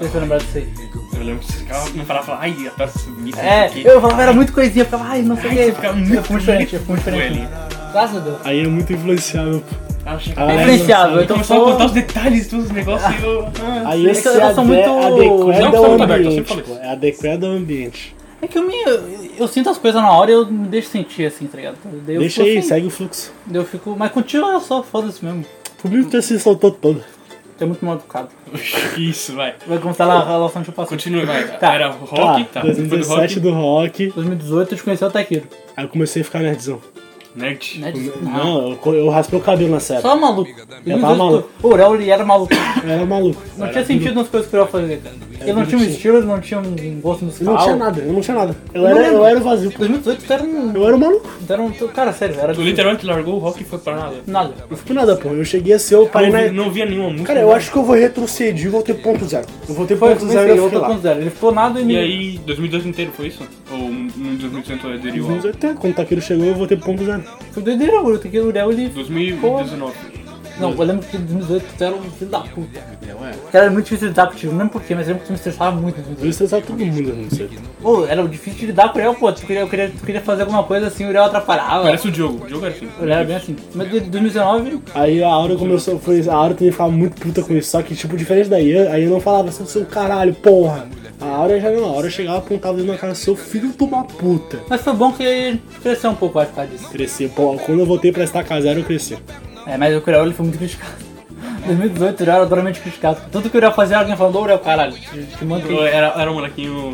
Speaker 3: Não sei se eu lembrar disso aí.
Speaker 5: Eu lembro que você ficava não falava, falava, ai, a peça sumida.
Speaker 3: É, eu falava, era muito coisinha, eu ficava, ai, não sei o que. Eu
Speaker 5: ficava
Speaker 3: ficava
Speaker 5: muito
Speaker 3: muito diferente, eu fui muito
Speaker 5: Foi ali.
Speaker 3: diferente. Graças a Deus.
Speaker 4: Aí é muito influenciável. pô.
Speaker 5: Ela
Speaker 4: Ela é
Speaker 3: Diferenciável,
Speaker 4: engraçada.
Speaker 3: então
Speaker 5: começou a
Speaker 3: sou.
Speaker 5: contar os detalhes dos negócios e eu. Ah,
Speaker 4: Aí
Speaker 3: Eles
Speaker 4: esse
Speaker 3: são-
Speaker 4: é
Speaker 3: elas são
Speaker 4: ade-
Speaker 3: muito-
Speaker 4: adequado
Speaker 5: Não,
Speaker 4: ao
Speaker 5: tá aberto, eu sempre
Speaker 4: é ambiente,
Speaker 5: falo
Speaker 4: pô.
Speaker 5: isso.
Speaker 4: É adequado ao é ambiente.
Speaker 3: É que eu me. Eu, eu sinto as coisas na hora e eu me deixo sentir assim, tá ligado? Daí eu
Speaker 4: Deixa
Speaker 3: fico
Speaker 4: aí,
Speaker 3: assim,
Speaker 4: segue o fluxo.
Speaker 3: daí eu fico. Mas contigo é só foda-se mesmo.
Speaker 4: O público já se soltou todo.
Speaker 3: Tu é muito mal educado.
Speaker 5: Isso, vai.
Speaker 3: Vai começar lá a relação tipo, de passado.
Speaker 5: Continua, vai.
Speaker 3: Tá.
Speaker 5: Era rock, tá. Foi do
Speaker 4: 2017
Speaker 5: rock.
Speaker 4: do rock.
Speaker 3: 2018 eu te conheci o Taquiro.
Speaker 4: Aí eu comecei a ficar nerdzão.
Speaker 5: Nerd.
Speaker 3: Né? Não.
Speaker 4: Não, eu, co- eu raspei o cabelo nessa época.
Speaker 3: Só maluco.
Speaker 4: Eu tava maluco.
Speaker 3: Pô, o Raul ele era maluco.
Speaker 4: Eu era maluco.
Speaker 3: Não tinha sentido nas coisas que o Raul fazia. Ele não tinha um estilo, ele não tinha um gosto
Speaker 4: Eu não
Speaker 3: musical.
Speaker 4: tinha nada, eu não tinha nada. Eu
Speaker 3: Não
Speaker 4: era, eu
Speaker 3: lembro.
Speaker 4: era o vazio.
Speaker 3: 2018 tu era um.
Speaker 4: Eu era o maluco.
Speaker 3: Tu era um tu- cara, sério, era
Speaker 5: Tu literalmente largou o rock e foi pra nada.
Speaker 3: nada.
Speaker 4: Eu fui pro nada, pô. Eu cheguei a ser o
Speaker 5: Não,
Speaker 4: parei
Speaker 5: vi-
Speaker 4: na.
Speaker 5: não via nenhuma música.
Speaker 4: Cara, eu acho que eu vou retroceder e voltei pro ponto zero. Eu voltei pro
Speaker 3: Foi, eu
Speaker 4: ponto zero
Speaker 3: comecei,
Speaker 4: e eu
Speaker 3: eu
Speaker 4: fiquei
Speaker 3: tô
Speaker 4: lá.
Speaker 3: com zero. Ele ficou nada e
Speaker 5: E
Speaker 3: nem-
Speaker 5: aí, 2012 inteiro foi isso? Ou um 2018 é
Speaker 4: Em
Speaker 5: deriu ao
Speaker 4: 2018, quando o Taqueiro chegou, eu voltei pro ponto zero.
Speaker 3: Foi doideira, o Taquiro, o Raul ele.
Speaker 5: 2019.
Speaker 3: Não, eu lembro que em 2018 tu era um filho da puta.
Speaker 4: é.
Speaker 3: Cara, era muito difícil de lidar contigo, não lembro porquê, mas eu lembro que tu me estressava muito em 2018.
Speaker 4: Eu estressava é todo mundo, não sei.
Speaker 3: Pô, era difícil de lidar com o Uriel, pô. Tu queria, eu queria, tu queria fazer alguma coisa assim, o Uriel atrapalhava.
Speaker 5: Parece o Diogo. O Diogo era assim.
Speaker 3: O Uriel era bem assim. Mas de 2019,
Speaker 4: Aí a Aura começou, foi, a Aura também ficava muito puta com isso, só que tipo, diferente da Ian, aí eu não falava assim, seu caralho, porra. A Aura já não, a Aura chegava e apontava dentro na cara, seu filho de uma puta.
Speaker 3: mas foi bom que cresceu um pouco, acho, por causa disso.
Speaker 4: Cresci, pô, quando eu voltei pra estaca zero, eu cresci.
Speaker 3: É, mas o Uriel ele foi muito criticado. 2018 o Uriel era duramente criticado. Tudo que o Uriel fazia, alguém falou, ô Uriel, caralho, te, te manda que...
Speaker 5: Eu era, era um molequinho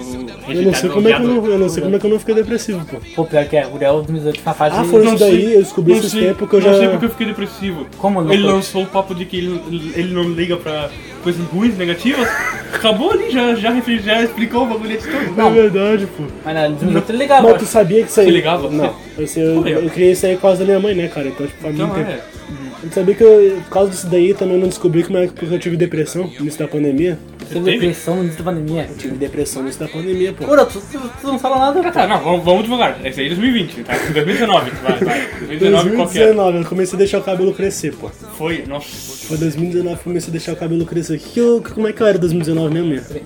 Speaker 4: Eu não sei
Speaker 5: rejeitado,
Speaker 4: como é que eu
Speaker 5: odiado.
Speaker 4: não, eu não sei como é que eu não fiquei depressivo, pô.
Speaker 3: Pô, pior que é, o Uriel 2018 na fase...
Speaker 4: Ah, foi
Speaker 5: Não
Speaker 4: isso daí,
Speaker 5: sei,
Speaker 4: eu descobri
Speaker 5: não
Speaker 4: esses
Speaker 5: sei,
Speaker 4: tempos que eu
Speaker 5: não
Speaker 4: já-
Speaker 5: sei porque eu fiquei depressivo.
Speaker 3: Como não
Speaker 5: Ele
Speaker 3: foi?
Speaker 5: lançou o papo de que ele, ele não liga pra coisas ruins, negativas. Acabou ali, já, já, refle- já explicou o bagulho de todo.
Speaker 4: É verdade, pô.
Speaker 3: Mas na 2018 ele ligava.
Speaker 4: Mas tu sabia que isso aí.
Speaker 5: Você ligava?
Speaker 4: Não. Eu, sei- eu,
Speaker 5: Foi eu.
Speaker 4: eu criei isso aí por causa da minha mãe, né, cara? Então, tipo, faz
Speaker 5: Então,
Speaker 4: muito tempo.
Speaker 5: é.
Speaker 4: Eu sabia que eu, por causa disso daí também não descobri como é que porque eu tive depressão no início da pandemia.
Speaker 3: Teve
Speaker 5: teve?
Speaker 3: depressão no início da pandemia.
Speaker 4: Tive depressão no início da pandemia, pô.
Speaker 3: Ura, tu, tu- tu não fala nada,
Speaker 5: Tá,
Speaker 3: cara.
Speaker 5: não, vamos, vamos devagar. Esse aí é 2020, tá? 2019, vai, vai. 2019 qual que é?
Speaker 4: 2019, eu comecei a deixar o cabelo crescer, pô.
Speaker 5: Foi, nossa.
Speaker 4: Foi 2019 que eu comecei a deixar o cabelo crescer. Que que eu, como é que eu era 2019 mesmo? mesmo?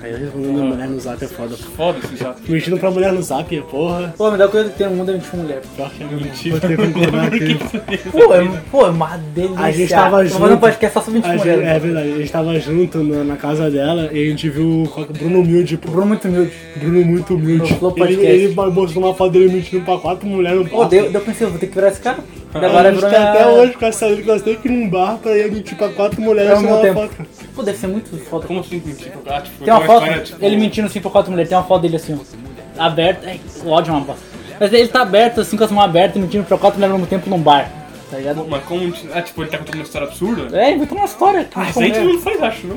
Speaker 4: Aí eu respondendo a mulher no zap é foda, pô.
Speaker 5: Foda-se já.
Speaker 4: Mentindo pra mulher no zap é porra.
Speaker 3: Pô, a melhor coisa que tem no mundo é mentir com mulher.
Speaker 4: Pior que é
Speaker 5: Mentira.
Speaker 4: Vou ter que concordar
Speaker 5: Por que
Speaker 4: aqui.
Speaker 5: que você-
Speaker 3: Pô, é, pô, é uma delícia.
Speaker 4: A gente tava
Speaker 3: Eu
Speaker 4: junto.
Speaker 3: Vou fazer um podcast só sobre né?
Speaker 4: A
Speaker 3: mentir com
Speaker 4: gente, é
Speaker 3: mulher.
Speaker 4: verdade, a gente tava junto na, na casa dela e a gente viu o Bruno humilde,
Speaker 3: O
Speaker 4: pô.
Speaker 3: Bruno é muito humilde.
Speaker 4: Bruno muito humilde.
Speaker 3: No Flow
Speaker 4: Ele,
Speaker 3: Podcast.
Speaker 4: ele mostrou uma foto dele mentindo pra quatro mulheres no
Speaker 3: Pô,
Speaker 4: palco.
Speaker 3: daí, daí eu pensei, eu vou ter que virar esse cara. Daí
Speaker 4: A
Speaker 3: agora é
Speaker 4: gente
Speaker 3: virou
Speaker 4: tá
Speaker 3: minha-
Speaker 4: até hoje com essa que nós temos que ir num bar pra ir é mentir pra quatro mulheres
Speaker 3: Ao mesmo
Speaker 4: numa
Speaker 3: um tempo.
Speaker 4: foto.
Speaker 3: Pô, deve ser muito foda.
Speaker 5: Como assim mentir pro gato? Tipo,
Speaker 3: Tem uma foto,
Speaker 5: história, tipo,
Speaker 3: ele mentindo assim pra quatro mulheres, tem uma foto dele assim, ó, aberto, ai, o ódio é uma bosta. Mas ele tá aberto, assim, com as mãos abertas, mentindo pra quatro mulheres ao mesmo tempo num bar, tá ligado?
Speaker 5: Mas como. Ah, tipo, ele tá contando uma história absurda?
Speaker 3: É, inventando uma história.
Speaker 5: Ah, isso
Speaker 4: é?
Speaker 5: aí todo
Speaker 3: como é?
Speaker 5: mundo faz, acho, não?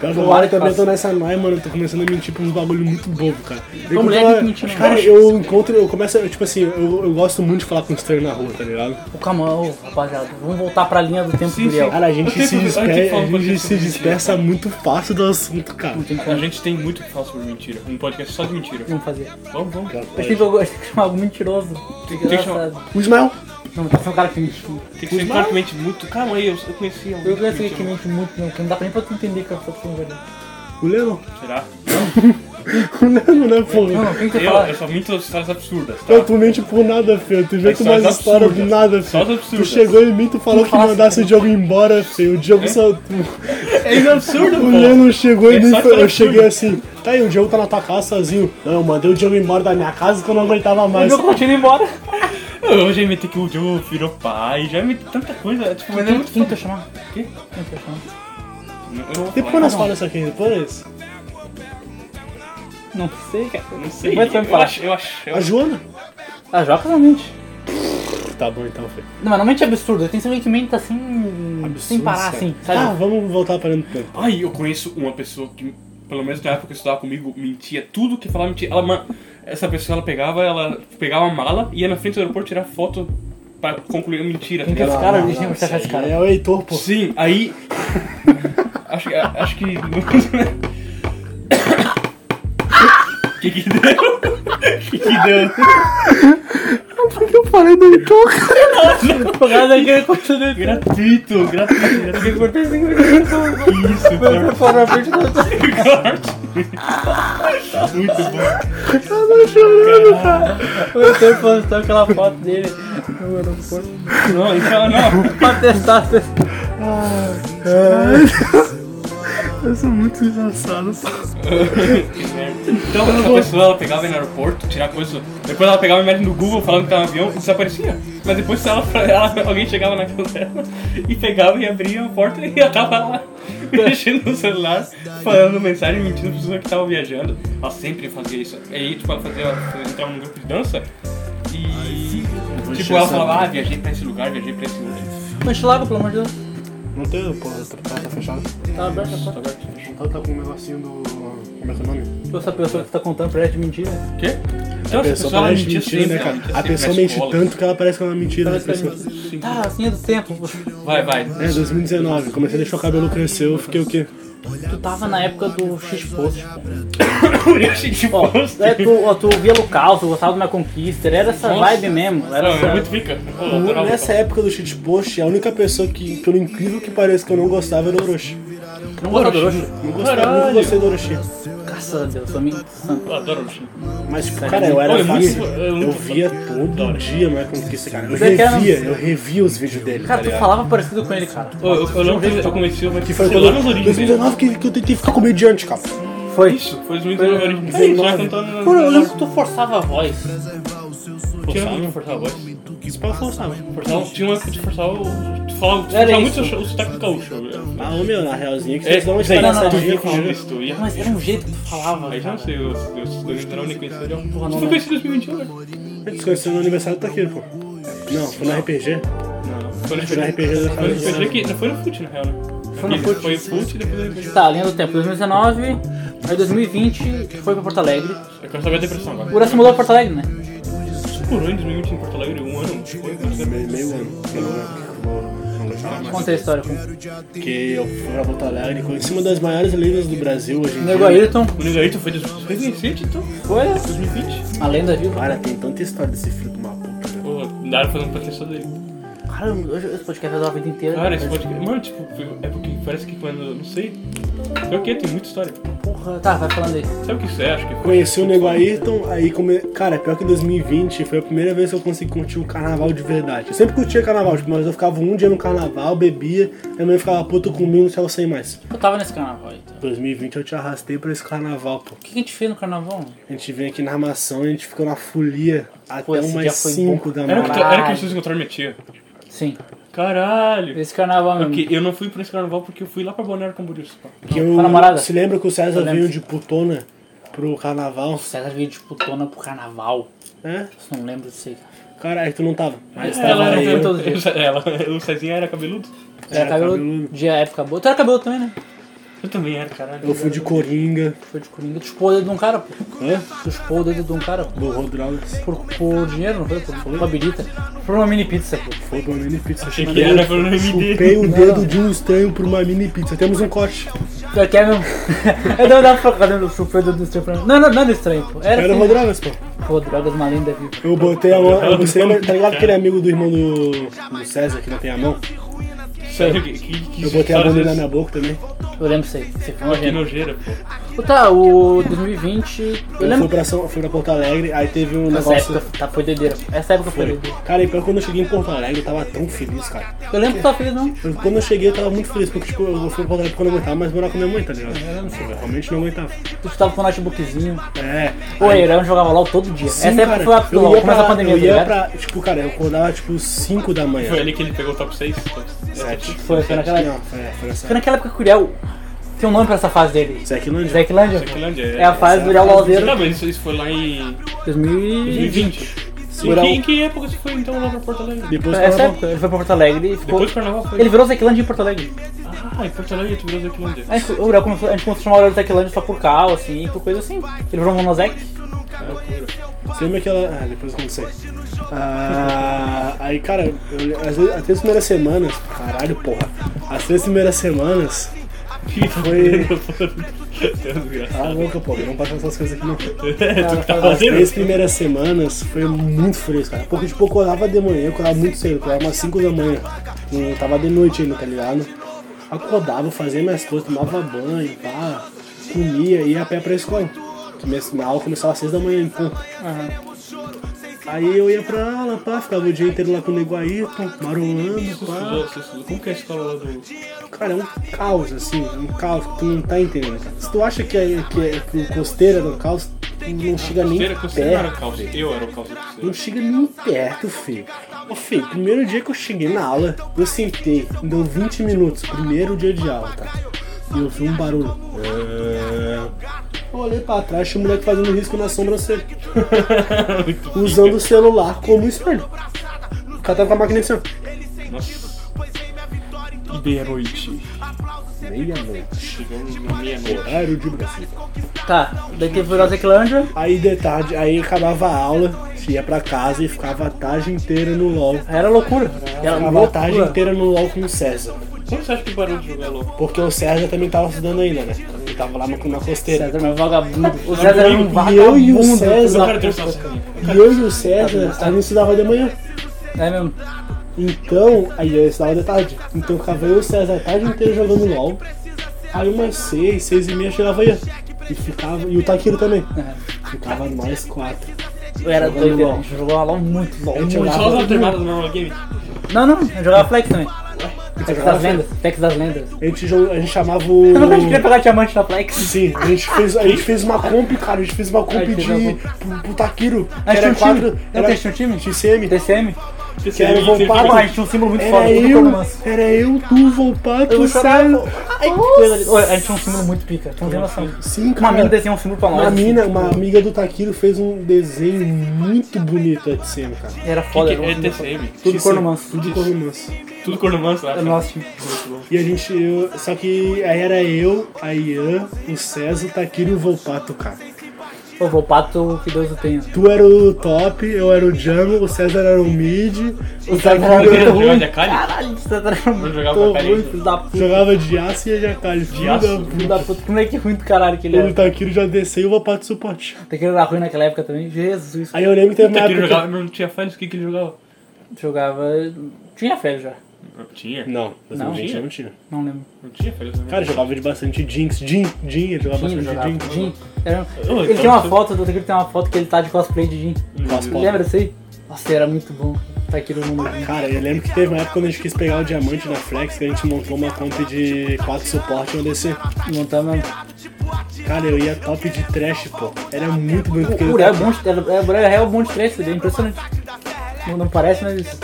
Speaker 4: Pior que
Speaker 3: Tomara
Speaker 4: eu
Speaker 3: que
Speaker 4: também
Speaker 3: faça.
Speaker 4: tô nessa noia, mano. Eu tô começando a mentir pra uns bagulho muito bobo, cara. Eu
Speaker 3: mulher
Speaker 4: encontro-
Speaker 3: tem que mentir, né?
Speaker 4: Cara, eu encontro, eu começo, eu, tipo assim, eu, eu gosto muito de falar com estranho na rua, tá ligado?
Speaker 3: é. Ô, calma, ô, rapaziada, vamos voltar pra linha do tempo Ah,
Speaker 5: Sim,
Speaker 3: do Uriel.
Speaker 4: Cara, a
Speaker 5: Eu
Speaker 4: gente
Speaker 5: tenho
Speaker 4: se,
Speaker 5: que- eu
Speaker 4: disper,
Speaker 5: tenho que falar um
Speaker 4: a gente
Speaker 5: pouquinho
Speaker 4: se
Speaker 5: sobre isso.
Speaker 4: dispersa muito fácil do assunto, cara.
Speaker 5: A gente tem muito o que falar sobre mentira. Um podcast só de mentira.
Speaker 3: Vamos fazer.
Speaker 5: Vamos, vamos.
Speaker 3: Mas tem que, eu gosto- tem que chamar algum mentiroso. Tem que
Speaker 5: Tem que chamar-
Speaker 3: engraçado.
Speaker 4: O Ismael,
Speaker 3: Não, tem que ser um cara que mente muito.
Speaker 5: Tem que ser um cara que mente muito. Calma aí, eu, eu conheci um alguém.
Speaker 3: Eu conheço alguém
Speaker 5: que
Speaker 3: que mente muito, não, que não dá pra nem pra tu entender que eu tô falando verdade.
Speaker 4: o Leno,
Speaker 5: mentiu. Será?
Speaker 4: o Leno, né, porra?
Speaker 3: Não, não, tem que
Speaker 5: Eu,
Speaker 3: falar.
Speaker 5: eu só minto histórias absurdas, tá?
Speaker 4: Eu, tu mente por nada, filho. Tu inventa
Speaker 5: Mas
Speaker 4: umas
Speaker 5: É só as
Speaker 4: histórias do
Speaker 5: absurdas.
Speaker 4: nada,
Speaker 5: Só as
Speaker 4: filho. Tu
Speaker 5: absurdas.
Speaker 4: chegou em mim, tu falou
Speaker 3: Tu
Speaker 4: que
Speaker 3: fala
Speaker 4: mandasse
Speaker 3: assim,
Speaker 4: o Diogo embora, filho. O Diogo só.
Speaker 5: É absurdo,
Speaker 4: O Leno chegou
Speaker 5: É
Speaker 4: e
Speaker 5: só
Speaker 4: me foi,
Speaker 5: história
Speaker 4: eu cheguei
Speaker 5: absurda.
Speaker 4: assim, tá aí, o Diogo tá na tua casa sozinho. Não, eu mandei o Diogo embora da minha casa que eu não aguentava
Speaker 3: O
Speaker 4: mais.
Speaker 5: assim.
Speaker 3: jogo continua embora.
Speaker 5: Eu já inventei que o Joe virou pai, já inventei tanta coisa. Tipo, mas é muito
Speaker 3: Quem
Speaker 5: foda.
Speaker 3: que eu chamar?
Speaker 5: Quê?
Speaker 3: Quem que eu chamar?
Speaker 5: Eu não vou
Speaker 4: Depois
Speaker 5: falar.
Speaker 4: nós falamos isso aqui, depois.
Speaker 3: Não sei, cara.
Speaker 5: Eu Não sei.
Speaker 3: Mas você vai
Speaker 5: Eu
Speaker 3: falar.
Speaker 5: acho, eu acho. Eu
Speaker 4: A
Speaker 5: acho.
Speaker 4: Joana?
Speaker 3: A Joca não mente.
Speaker 4: Tá bom então, foi.
Speaker 3: Não, mas não mente absurdo. Tem alguém que mente assim. sem parar, assim.
Speaker 4: Ah,
Speaker 3: Sabe?
Speaker 4: vamos voltar para no tempo.
Speaker 5: Ai, eu conheço uma pessoa que, pelo menos na época que estudava comigo, mentia tudo que falava mentia. Ela, ma- essa pessoa ela pegava, ela pegava a mala e ia na frente do aeroporto tirar foto pra concluir a mentira.
Speaker 3: Quem que é esse
Speaker 5: ligado?
Speaker 3: cara? Deixa eu achar esse cara.
Speaker 4: É o Heitor, pô.
Speaker 5: Sim, aí. acho, que- acho que. que que deu? que que deu?
Speaker 4: Eu falei do Heitor.
Speaker 3: O cara daí quer continuar. Ele
Speaker 5: Gratuito, gratuito, gratuito. Que isso, cara.
Speaker 3: foi na frente do
Speaker 5: Muito bom.
Speaker 3: O tempo postou aquela foto dele no aeroporto.
Speaker 5: é Não, então não.
Speaker 3: Pra testar se.
Speaker 4: Eu sou muito engraçado.
Speaker 5: Então essa pessoa ela pegava em aeroporto, tirava coisa. Depois ela pegava a imagem do Google falando que tava no avião e desaparecia. Mas depois ela, ela- alguém chegava na casa dela e pegava e abria a porta e ela tava lá mexendo no celular, falando mensagem, mentindo pra pessoa que tava viajando. Ela sempre fazia isso. E aí, tipo, ela fazia, entrava num grupo de dança e. Tipo, ela falava, ah, viajei pra esse lugar, viajei pra esse lugar.
Speaker 3: Mas logo, pelo amor de Deus.
Speaker 4: Não tem, pô, tá, tá fechado.
Speaker 3: Tá aberta a porta.
Speaker 4: Ela tá com um negocinho do. Como é que é o nome?
Speaker 3: Essa pessoa que tá contando pra ela de mentira.
Speaker 5: O quê? Então, essa pessoa ela mentia sempre, ela mentia
Speaker 4: né, A
Speaker 5: sempre na
Speaker 4: pessoa mente
Speaker 5: escola.
Speaker 4: tanto que ela parece que é uma mentira. né, pessoa?
Speaker 3: Tá, assim é do tempo.
Speaker 5: Vai, vai.
Speaker 4: É, 2019. Comecei a deixar o cabelo crescer, eu fiquei o quê?
Speaker 3: Tu tava na época do X-Post.
Speaker 5: Uriah Shit
Speaker 3: Ó,
Speaker 5: tipo Post.
Speaker 3: é, tu, ó, tu via Lucal, tu gostava do minha conquista, era essa
Speaker 5: Nossa.
Speaker 3: vibe mesmo. Era
Speaker 5: Não, é muito
Speaker 3: essa...
Speaker 5: pica. Pô, eu adorava
Speaker 4: Nessa época do shitpost, a única pessoa que, pelo incrível que pareça, que eu não gostava era o Orochi.
Speaker 3: Não gostava do Orochi.
Speaker 4: Não gostava,
Speaker 5: Caralho.
Speaker 4: nunca gostei do Orochi.
Speaker 3: Graças a Deus, também. santo.
Speaker 5: Eu adoro o Shin.
Speaker 4: Mas, tipo, cara, eu
Speaker 5: Olha,
Speaker 4: era
Speaker 5: é muito-
Speaker 4: vice.
Speaker 5: é muito-
Speaker 4: Eu via todo dia Michael Conquista, cara. Eu
Speaker 3: Mas é que era-
Speaker 4: revia, eu revia os vídeos dele, tá
Speaker 3: Cara, tu
Speaker 4: ligado?
Speaker 3: falava parecido com ele, cara.
Speaker 5: Eu, eu, eu lembro que eu comecei uma
Speaker 4: Que foi
Speaker 5: lá nas
Speaker 4: quando,
Speaker 5: origens. dele.
Speaker 4: 2019 que, que eu tentei ficar comediante, cara.
Speaker 3: Foi.
Speaker 5: Isso, foi 2019 origens. Aí, já
Speaker 4: 19.
Speaker 5: cantando.
Speaker 3: Pô, eu lembro que tu forçava a voz.
Speaker 5: Tinha uma que forçava a voz.
Speaker 4: Isso pra forçar, né?
Speaker 5: Forçava, tinha uma que te forçava. o- Tu falava, tu
Speaker 3: Era
Speaker 5: forçava
Speaker 3: isso.
Speaker 5: muito o so- o sotaque gaúcho.
Speaker 4: Ah, ô meu, na realzinha, que
Speaker 5: É,
Speaker 4: vocês dão uma
Speaker 3: não,
Speaker 5: daí,
Speaker 3: não,
Speaker 5: tu
Speaker 4: espalhaçadinha
Speaker 5: via
Speaker 4: com
Speaker 5: com
Speaker 4: o
Speaker 5: isso. ia-
Speaker 3: Mas era um jeito que tu falava,
Speaker 5: Aí já
Speaker 3: cara.
Speaker 5: não sei, eu não me conheci.
Speaker 3: Porra,
Speaker 5: Tu
Speaker 3: não
Speaker 5: foi
Speaker 3: lembro.
Speaker 5: conhecido em 2021, né?
Speaker 4: Desconheceu no aniversário tá aqui, pô. Não, foi no RPG.
Speaker 5: Foi no
Speaker 4: Foi no RPG da
Speaker 5: Foi no
Speaker 4: Fazenda.
Speaker 5: RPG que não foi no FUT, na real, né?
Speaker 3: Foi no
Speaker 5: Porque
Speaker 3: fut.
Speaker 5: Foi o FUT e depois no RPG.
Speaker 3: Tá, linha do tempo, 2019, aí 2020 foi pra Porto Alegre.
Speaker 5: É Eu quero saber a depressão agora.
Speaker 3: O Uraço mudou pra Porto Alegre, né?
Speaker 5: Por ano, 2020 em Porto Alegre, um ano. Foi,
Speaker 4: Meio, meio ano. Eu não- não gostava mais.
Speaker 3: Conta a história com
Speaker 4: Porque eu fui pra Porto Alegre, conheci uma das maiores lendas do Brasil hoje em
Speaker 3: Nego
Speaker 4: dia.
Speaker 3: Ayrton,
Speaker 5: O Negaito um, foi des- foi recente, então?
Speaker 3: foi
Speaker 5: 2020?
Speaker 3: a lenda viva.
Speaker 4: Cara, tem tanta história desse filho de uma puta. né?
Speaker 5: Pô, dá pra fazer um podcast só dele.
Speaker 3: Cara, hoje esse podcast vai dar a vida inteira. né?
Speaker 5: Cara, esse podcast. Mano, tipo, é porque parece que quando. Não sei. Sei o que, tem muita história.
Speaker 3: Porra, tá, vai falando aí.
Speaker 5: Sabe o que isso é? Acho que foi.
Speaker 4: Conheci o Nego Ayrton, aí come... Cara, pior que 2020 foi a primeira vez que eu consegui curtir o carnaval de verdade. Eu sempre curtia carnaval, tipo, mas eu ficava um dia no carnaval, bebia, minha mãe ficava puta comigo, não sei sem mais.
Speaker 3: Eu tava nesse carnaval, então.
Speaker 4: 2020 eu te arrastei pra esse carnaval, pô.
Speaker 3: O que que a gente fez no carnaval?
Speaker 4: A gente vem aqui na armação, a gente ficou na folia até
Speaker 3: Pô, esse dia
Speaker 4: umas
Speaker 3: foi
Speaker 4: 5
Speaker 3: bom.
Speaker 4: da
Speaker 5: Era que,
Speaker 4: manhã.
Speaker 5: tu- era que vocês encontraram minha tia.
Speaker 3: Sim,
Speaker 5: Caralho!
Speaker 3: esse carnaval mesmo.
Speaker 5: Porque eu não fui pra esse carnaval porque eu fui lá pra Balneário Camboriú. pá.
Speaker 4: Que eu,
Speaker 3: Com a namorada?
Speaker 4: se lembra que o César
Speaker 3: Eu lembro.
Speaker 4: veio de putona pro carnaval?
Speaker 3: O César veio de putona pro carnaval.
Speaker 4: É?
Speaker 3: Eu não lembro disso aí, cara.
Speaker 4: Caralho, tu não tava. Mas
Speaker 3: Ela era
Speaker 4: aí.
Speaker 3: foi todo dia.
Speaker 5: Ela, o Cezinha era cabeludo?
Speaker 3: Era cabelo
Speaker 4: cabeludo.
Speaker 3: de época boa. Tu era cabelo também, né?
Speaker 5: Eu também era, caralho.
Speaker 4: Eu fui de Coringa,
Speaker 3: Foi de Coringa. Tu chupou o dedo de um cara, pô.
Speaker 4: Hã?
Speaker 3: Tu chupou o dedo de um cara, pô.
Speaker 4: do Rodrigues.
Speaker 3: Por, por dinheiro, não foi? Por por uma birita. Por uma mini pizza, pô.
Speaker 4: Foi pra uma mini pizza.
Speaker 5: Achei que era pelo MD.
Speaker 4: Chupei o dedo de um estranho pra uma mini pizza. Temos um corte.
Speaker 3: Pior que é mesmo. Eu não dava pra fazer o chupei o dedo do estranho pra mim. Não, não, não era estranho, pô. Era,
Speaker 4: Era o
Speaker 3: assim.
Speaker 4: Rodrigues, pô.
Speaker 3: Pô, drogas, uma lenda viva.
Speaker 4: Eu botei a mão. Eu botei, tá ligado aquele amigo do irmão do, do César que não tem a mão?
Speaker 5: Sério, que, que, que
Speaker 4: Eu botei a
Speaker 5: histórias
Speaker 4: mão dele na
Speaker 5: essas?
Speaker 4: minha boca também.
Speaker 3: Eu lembro isso aí. Você foi
Speaker 5: Que
Speaker 3: nojento.
Speaker 5: nojeira, pô.
Speaker 3: Ô, Tá, o 2020. Eu
Speaker 4: Eu fui
Speaker 3: lembro.
Speaker 4: pra, São, fui pra Porto Alegre, aí teve um
Speaker 3: Essa
Speaker 4: negócio.
Speaker 3: época tá, foi doideira. Essa época foi
Speaker 4: Foi.
Speaker 3: doideira.
Speaker 4: Cara, e pior que quando eu cheguei em Porto Alegre, eu tava tão feliz, cara.
Speaker 3: Eu lembro que tu tava feliz, não.
Speaker 4: Eu- quando eu cheguei, eu tava muito feliz, porque tipo, eu fui pra Porto Alegre porque eu não aguentava mais morar com minha mãe, tá ligado? Eu realmente não aguentava.
Speaker 3: Tu tava com o notebookzinho.
Speaker 4: É.
Speaker 3: Pô, o Irã jogava LOL todo dia.
Speaker 4: Sim,
Speaker 3: Essa época
Speaker 4: cara,
Speaker 3: foi a
Speaker 4: eu ia
Speaker 3: pior. Começa
Speaker 4: pra-
Speaker 3: a pandemia,
Speaker 4: eu
Speaker 3: tá
Speaker 4: ia
Speaker 3: ligado?
Speaker 4: pra, tipo, cara, eu acordava tipo 5 da manhã.
Speaker 5: Foi ali que ele pegou o top 6, top
Speaker 3: É
Speaker 5: 7.
Speaker 3: Foi, foi naquela época.
Speaker 4: Não, foi, foi essa.
Speaker 3: Foi naquela época que o Uriel tem um nome pra essa fase dele.
Speaker 4: Zequilândia.
Speaker 3: Zequilândia.
Speaker 5: Zequilândia, é.
Speaker 3: É a fase do Uriel Lolzeiro.
Speaker 5: Tá, mas isso, isso foi lá em
Speaker 3: 2020.
Speaker 5: 2020. Em
Speaker 3: Uriel-
Speaker 5: que,
Speaker 4: um-
Speaker 5: em que época você foi então lá pra Porto Alegre?
Speaker 4: Depois
Speaker 3: Essa
Speaker 4: tava...
Speaker 3: época, ele foi pra Porto Alegre e ficou.
Speaker 5: Depois do carnaval foi.
Speaker 3: Ele virou Zequilândia em Porto Alegre.
Speaker 5: Ah, em Porto Alegre tu virou Zequilândia.
Speaker 4: É.
Speaker 3: A gente, o Uriel começou, a gente começou a chamar o Uriel de Zequilândia só por cal, assim, por coisa assim. Ele virou Monosec.
Speaker 4: Você lembra aquela. Ah, depois eu não sei. Ah, aí, cara, eu- as, as três primeiras semanas. Caralho, porra. As três primeiras semanas. Foi. Ah, louca, pô, não passa essas coisas aqui não. As três primeiras semanas foi muito fresco, cara. Porque, tipo, eu acordava de manhã, eu acordava muito cedo, eu acordava umas 5 da manhã. E Eu tava de noite ainda, tá ligado? Acordava, fazia minhas coisas, tomava banho, pá, comia e ia a pé pra escola. Minha minha aula começava às 6 da manhã, então. Aí eu ia pra lá, pá, ficava o dia inteiro lá com o nego Ayrton, marolando, pá.
Speaker 5: Estudou, você estudou. Como que é a escola lá do.
Speaker 4: Cara, é um caos, assim, um caos que tu não tá entendendo. cara. Se tu acha que, é, que, é- que o costeiro era um caos, tu não chega nem
Speaker 5: Primeiro que você não era
Speaker 4: perto.
Speaker 5: o calço. Eu era o calço pra você.
Speaker 4: Não chega nem perto, filho. Ô, filho, primeiro dia que eu cheguei na aula, eu sentei, deu 20 minutos, primeiro dia de aula, tá? E eu vi um barulho. Eu olhei pra trás, tinha um moleque fazendo risco na sobrancelha. Usando o celular como espelho. O cara tava com a máquina de celular.
Speaker 5: Nossa. E meia-noite.
Speaker 4: Meia-noite.
Speaker 5: Chegamos na meia-noite.
Speaker 4: Horário de Brasil.
Speaker 3: Tá, daí teve o Groseklandia.
Speaker 4: Aí de tarde, aí acabava a aula, ia pra casa e ficava a tarde inteira no LOL.
Speaker 3: Era loucura. Era
Speaker 4: Ficava a tarde
Speaker 3: loucura.
Speaker 4: inteira no LOL com o César.
Speaker 5: Quando você acha que parou de jogar louco?
Speaker 4: Porque o César também tava estudando ainda, né? Ele tava lá no- na costeira.
Speaker 3: César era um vagabundo. O César era um
Speaker 4: E eu e o
Speaker 3: vagabundo.
Speaker 5: Eu quero ter um
Speaker 4: César.
Speaker 5: salsinha.
Speaker 4: E eu e o César, a gente estudava de manhã.
Speaker 3: É mesmo.
Speaker 4: Então, aí eu estudava de tarde. Então ficava eu e o César a tarde inteira jogando LOL. Aí umas seis, seis e meia chegava aí. E ficava. E o Taquiro também.
Speaker 3: É.
Speaker 4: Ficava nós quatro.
Speaker 3: Eu era
Speaker 4: Jogando
Speaker 3: doido.
Speaker 4: LOL.
Speaker 3: A gente jogava LOL muito, LOL
Speaker 4: Eu
Speaker 3: muito.
Speaker 4: jogava
Speaker 5: Só as alternadas do normal game.
Speaker 3: Não, não, eu jogava Flex também. Flex das lendas. Flex das lendas.
Speaker 4: A gente, jo- a gente chamava
Speaker 3: tá Eu nunca queria
Speaker 4: o.
Speaker 3: pegar diamante na Flex.
Speaker 4: Sim, a gente, fez, a gente fez uma comp, cara. A gente fez uma comp
Speaker 3: gente fez
Speaker 4: de.
Speaker 3: uma
Speaker 4: pro, pro Taquiro. que
Speaker 3: A gente tinha
Speaker 4: Era
Speaker 3: um
Speaker 4: quatro.
Speaker 3: time. Não,
Speaker 4: Era
Speaker 3: a gente tinha um time?
Speaker 4: XCM.
Speaker 3: TCM?
Speaker 4: Quero voltar
Speaker 3: Porra, a gente tinha um símbolo muito
Speaker 4: Era
Speaker 3: foda. muito
Speaker 4: eu,
Speaker 3: performance.
Speaker 4: era eu, tu, Volpato,
Speaker 3: Eu
Speaker 4: o
Speaker 3: chorava.
Speaker 4: Célio.
Speaker 3: Ai, que coisa ali. Ô, A gente tinha um assim. símbolo muito pica. Tu não tem noção.
Speaker 4: Sim,
Speaker 3: Uma mina
Speaker 4: cara.
Speaker 3: desenhou um símbolo pra nós.
Speaker 4: Uma
Speaker 3: assim,
Speaker 4: mina,
Speaker 3: tipo,
Speaker 4: uma amiga do Taquiro fez um desenho muito bonito de cima, cara.
Speaker 3: Era foda. era um
Speaker 5: É
Speaker 3: símbolo
Speaker 5: TCM.
Speaker 3: Tudo
Speaker 4: Isso,
Speaker 3: cornomanso.
Speaker 4: Tudo cornomanso.
Speaker 5: Tudo cornomanço
Speaker 4: é
Speaker 5: lá.
Speaker 3: foda. Nossa, tipo,
Speaker 4: E a gente, eu, só que aí era eu, a Ian, o César, o Taquiro e o Volpato, cara.
Speaker 3: Ô, vou pato que Deus o tenha.
Speaker 4: Tu era o top, eu era o jungle, o César era o mid, o
Speaker 3: César
Speaker 4: Taquiro era
Speaker 3: era o
Speaker 5: Você
Speaker 4: o...
Speaker 5: jogava de Akali?
Speaker 3: Caralho, você tá
Speaker 5: Eu
Speaker 3: ruim.
Speaker 5: jogava
Speaker 4: Tô
Speaker 5: com Akali.
Speaker 4: muito.
Speaker 3: da puta.
Speaker 4: Jogava de aço e Jacalho. Filho
Speaker 5: aço?
Speaker 4: da
Speaker 3: Filho
Speaker 4: puta.
Speaker 3: da puta, é que moleque ruim do caralho que ele
Speaker 4: O
Speaker 3: era.
Speaker 4: Taquiro já desceu e o Volpato suporte.
Speaker 3: Tem que era ruim naquela época também. Jesus.
Speaker 4: Aí eu lembro que teve uma
Speaker 5: Puta, que ele
Speaker 4: época... que-
Speaker 5: jogava, não tinha fãs, o que que ele jogava?
Speaker 3: Jogava. Tinha férias já.
Speaker 5: Não tinha?
Speaker 4: Não, 2020
Speaker 5: tinha?
Speaker 4: não tinha.
Speaker 3: Não lembro.
Speaker 5: Não tinha né? fãs.
Speaker 4: Cara, eu jogava de bastante Jinx. Jin, Jin, ele jogava
Speaker 3: Jim, jogava.
Speaker 4: bastante Jin.
Speaker 3: Jim. Era- um-
Speaker 5: Ô,
Speaker 3: Ele
Speaker 5: então
Speaker 3: tem uma
Speaker 5: você-
Speaker 3: foto, do Taquiro tem uma foto que ele tá de cosplay de Jim.
Speaker 4: Nossa,
Speaker 3: Lembra disso aí? Nossa, era muito bom. Tá aqui no mundo.
Speaker 4: Cara, eu lembro que teve uma época quando a gente quis pegar o diamante na Flex, que a gente montou uma comp de 4 suporte e um DC.
Speaker 3: Montando.
Speaker 4: Cara, eu ia top de trash, pô. Era muito bom. Porque
Speaker 3: Pura, é bom de era, era, era bom de três, é impressionante. Não, não parece, mas.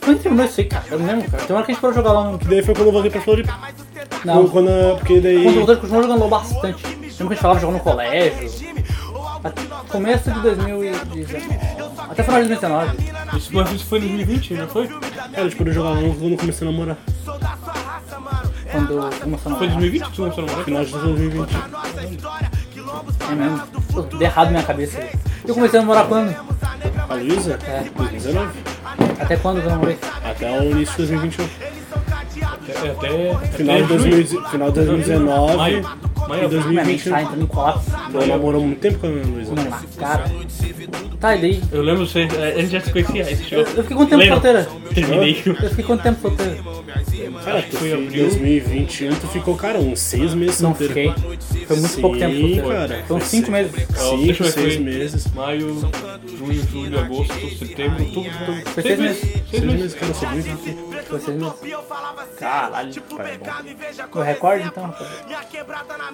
Speaker 3: Quando terminou isso aí, cara? Eu não lembro, cara. Tem uma hora que a gente parou jogar lá no.
Speaker 4: Daí foi quando eu voltei pra Floripa.
Speaker 3: Não,
Speaker 4: Quando- Quando, eu- porque daí...
Speaker 3: Quando voltou, a gente continuou jogando LOL bastante. Lembra que a gente falava jogando no colégio? Até começo de 2019. Até final de 2019.
Speaker 5: Isso, mas isso foi em 2020, não foi? Foi
Speaker 4: Cara, tipo, eu jogava lá quando eu comecei a namorar.
Speaker 3: Quando começou a
Speaker 5: em
Speaker 3: namorar.
Speaker 5: 2020 que tu começou a namorar?
Speaker 4: Final de 2020.
Speaker 3: É mesmo. Pô, Deu errado na minha cabeça. Eu comecei a namorar quando?
Speaker 4: A Luísa?
Speaker 3: É.
Speaker 4: 2019.
Speaker 3: Até quando que eu namorei?
Speaker 4: Até o início de 2021.
Speaker 5: Até, até,
Speaker 4: É, Final de,
Speaker 5: até É, julho.
Speaker 4: 2000, final de 2019
Speaker 5: Maio.
Speaker 4: e
Speaker 5: Maio.
Speaker 3: Minha mente
Speaker 4: 2021.
Speaker 3: tá entrando em colapso.
Speaker 4: Então, Eu namorou muito tempo com a minha Luísa.
Speaker 3: Vamos lá, cara. Tá, e daí?
Speaker 5: Eu lembro, você, a gente já se conhecia. Aí você chegou.
Speaker 3: Eu fiquei quanto tempo
Speaker 5: Lembra?
Speaker 3: solteira?
Speaker 5: Terminei.
Speaker 3: Eu fiquei quanto tempo solteiro?
Speaker 4: Cara, tu
Speaker 5: Foi
Speaker 4: foi em
Speaker 5: abril.
Speaker 4: 2021, tu ficou, cara, uns seis meses
Speaker 3: Não
Speaker 4: solteiro.
Speaker 3: fiquei. Foi muito
Speaker 4: Sim,
Speaker 3: pouco tempo solteiro.
Speaker 4: cara.
Speaker 3: Foi uns 5 meses.
Speaker 4: Cinco,
Speaker 5: Foi-
Speaker 4: seis
Speaker 5: foi-
Speaker 4: meses.
Speaker 5: Maio, junho, julho, agosto, setembro, outubro, outubro.
Speaker 3: Foi seis meses.
Speaker 5: Seis
Speaker 4: Seis
Speaker 5: meses.
Speaker 4: meses, cara, sou muito rápido.
Speaker 3: Foi seis meses.
Speaker 5: Caralho.
Speaker 3: O recorde, então?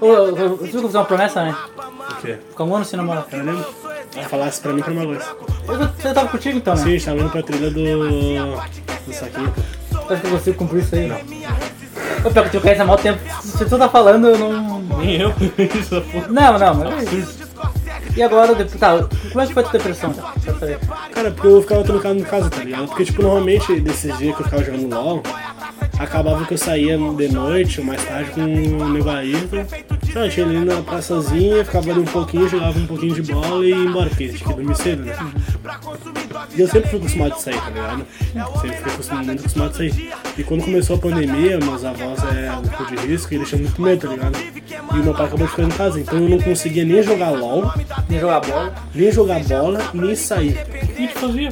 Speaker 3: Ô, eu, eu, eu tive que fazer uma promessa, né?
Speaker 4: O quê?
Speaker 3: Ficar um ano sem namorar.
Speaker 4: Eu lembro. Ah, falasse pra mim pra uma voz.
Speaker 3: Eu, eu tava contigo, então,
Speaker 4: Sim, a
Speaker 3: né?
Speaker 4: gente tava indo pra trilha do. do saquinho.
Speaker 3: Acho que eu consigo cumprir isso aí. Não. Eu pego que eu conheço há mal é tempo. Se tu tá falando, eu não...
Speaker 5: Nem eu. Isso porra.
Speaker 3: Não, não, mas... é E agora, depois- tá, como é que foi a tua depressão? Quero saber.
Speaker 4: Cara, porque eu ficava trancado em casa, tá ligado? Porque, tipo, normalmente, desses dias que eu ficava jogando LOL, acabava que eu saía de noite ou mais tarde com um o meu Ayrton. então, Sei lá, tinha ali na praçazinha, ficava ali um pouquinho, jogava um pouquinho de bola e ia embora, porque tinha que dormir cedo, né? E eu sempre fui acostumado a sair, tá ligado? Sempre fui acostumado, muito acostumado a sair. E quando começou a pandemia, meus avós é um pouco de risco e eles tinham muito medo, tá ligado? E meu pai acabou ficando em casa, então eu não conseguia nem jogar LOL,
Speaker 3: Nem jogar bola.
Speaker 4: nem jogar bola, nem sair.
Speaker 5: O que a gente fazia?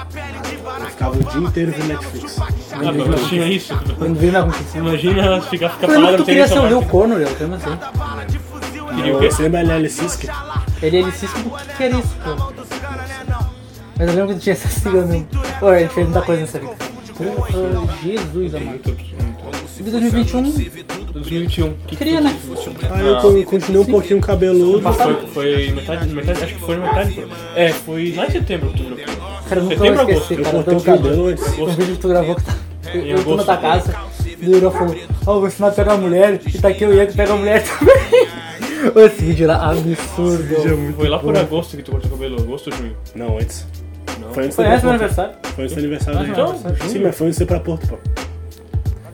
Speaker 4: Eu ficava o dia inteiro vendo Netflix.
Speaker 5: Ah, mas não tinha isso.
Speaker 3: Eu não vi nada acontecer.
Speaker 5: Imagina ficar, ficar
Speaker 3: Eu lembro
Speaker 5: parado
Speaker 3: é que tu
Speaker 5: sem
Speaker 3: queria
Speaker 5: nem
Speaker 3: ser um o
Speaker 5: trabalho.
Speaker 3: Leo Connor, eu lembro assim.
Speaker 5: Queria o
Speaker 4: Eu
Speaker 5: quê?
Speaker 4: sempre ali Sisk.
Speaker 3: Ele, ele se escuta, o que que era isso, é pô? Mas eu lembro que tinha essa sigla mesmo. Pô, a gente fez muita coisa nessa vida. Porra, Jesus, amado.
Speaker 5: Muito, muito.
Speaker 3: E 2021,
Speaker 5: 2021. Que
Speaker 3: queria, né?
Speaker 4: Aí eu con- continuei um pouquinho cabeludo.
Speaker 5: foi, foi metade, metade, acho que foi metade. É, foi lá em setembro, outubro.
Speaker 3: Cara, eu nunca vou
Speaker 5: Setembro,
Speaker 3: esquecer,
Speaker 5: agosto.
Speaker 3: cara.
Speaker 4: Eu
Speaker 3: do
Speaker 4: cortei o cabelo antes.
Speaker 3: vídeo- do vídeo que tu gravou que tá. Eu,
Speaker 5: Em
Speaker 3: eu tô na
Speaker 5: agosto. né?
Speaker 3: tua casa, e o Irã falou: Ó, o Bolsonaro pega a mulher, e tá aqui o Ian que pega a mulher também. Esse vídeo era absurdo.
Speaker 5: Foi lá por agosto que tu cortou o cabelo, agosto ou junho?
Speaker 4: Não, antes.
Speaker 5: Não. né,
Speaker 4: Foi antes do
Speaker 3: Foi antes do meu
Speaker 4: aniversário.
Speaker 3: aniversário?
Speaker 4: Foi antes do aniversário dele.
Speaker 5: Então,
Speaker 4: Sim, mas foi antes de ir pra Porto, pô.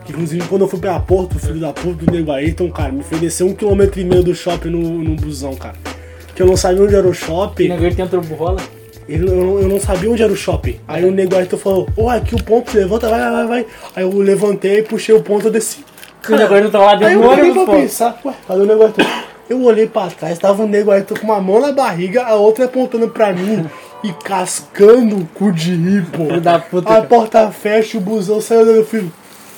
Speaker 4: Que, Inclusive, quando eu fui pra Porto, o filho da puta do nego Ayrton, cara, me foi descer um quilômetro e meio do shopping no, no busão, cara. Que eu não sabia onde era o
Speaker 3: E
Speaker 4: shopping.
Speaker 3: na verdade tem entrou burrola.
Speaker 4: Ele- eu, não, eu não sabia onde era o shopping. Aí o nego Ayrton falou, ô, aqui o ponto, levanta, vai, vai, vai. Aí eu levantei, puxei o ponto, eu desci.
Speaker 3: E na verdade eu tava tá lá
Speaker 4: Aí
Speaker 3: dentro
Speaker 4: eu
Speaker 3: do
Speaker 4: parei
Speaker 3: ônibus,
Speaker 4: pra
Speaker 3: pô.
Speaker 4: pensar, ué, cadê o nego Ayrton? Eu olhei pra trás, tava o nego Ayrton com uma mão na barriga, a outra apontando pra mim e cascando o cu de rir, pô.
Speaker 3: Filho da puta,
Speaker 4: a
Speaker 3: cara.
Speaker 4: porta fecha, o busão saiu do meu filho.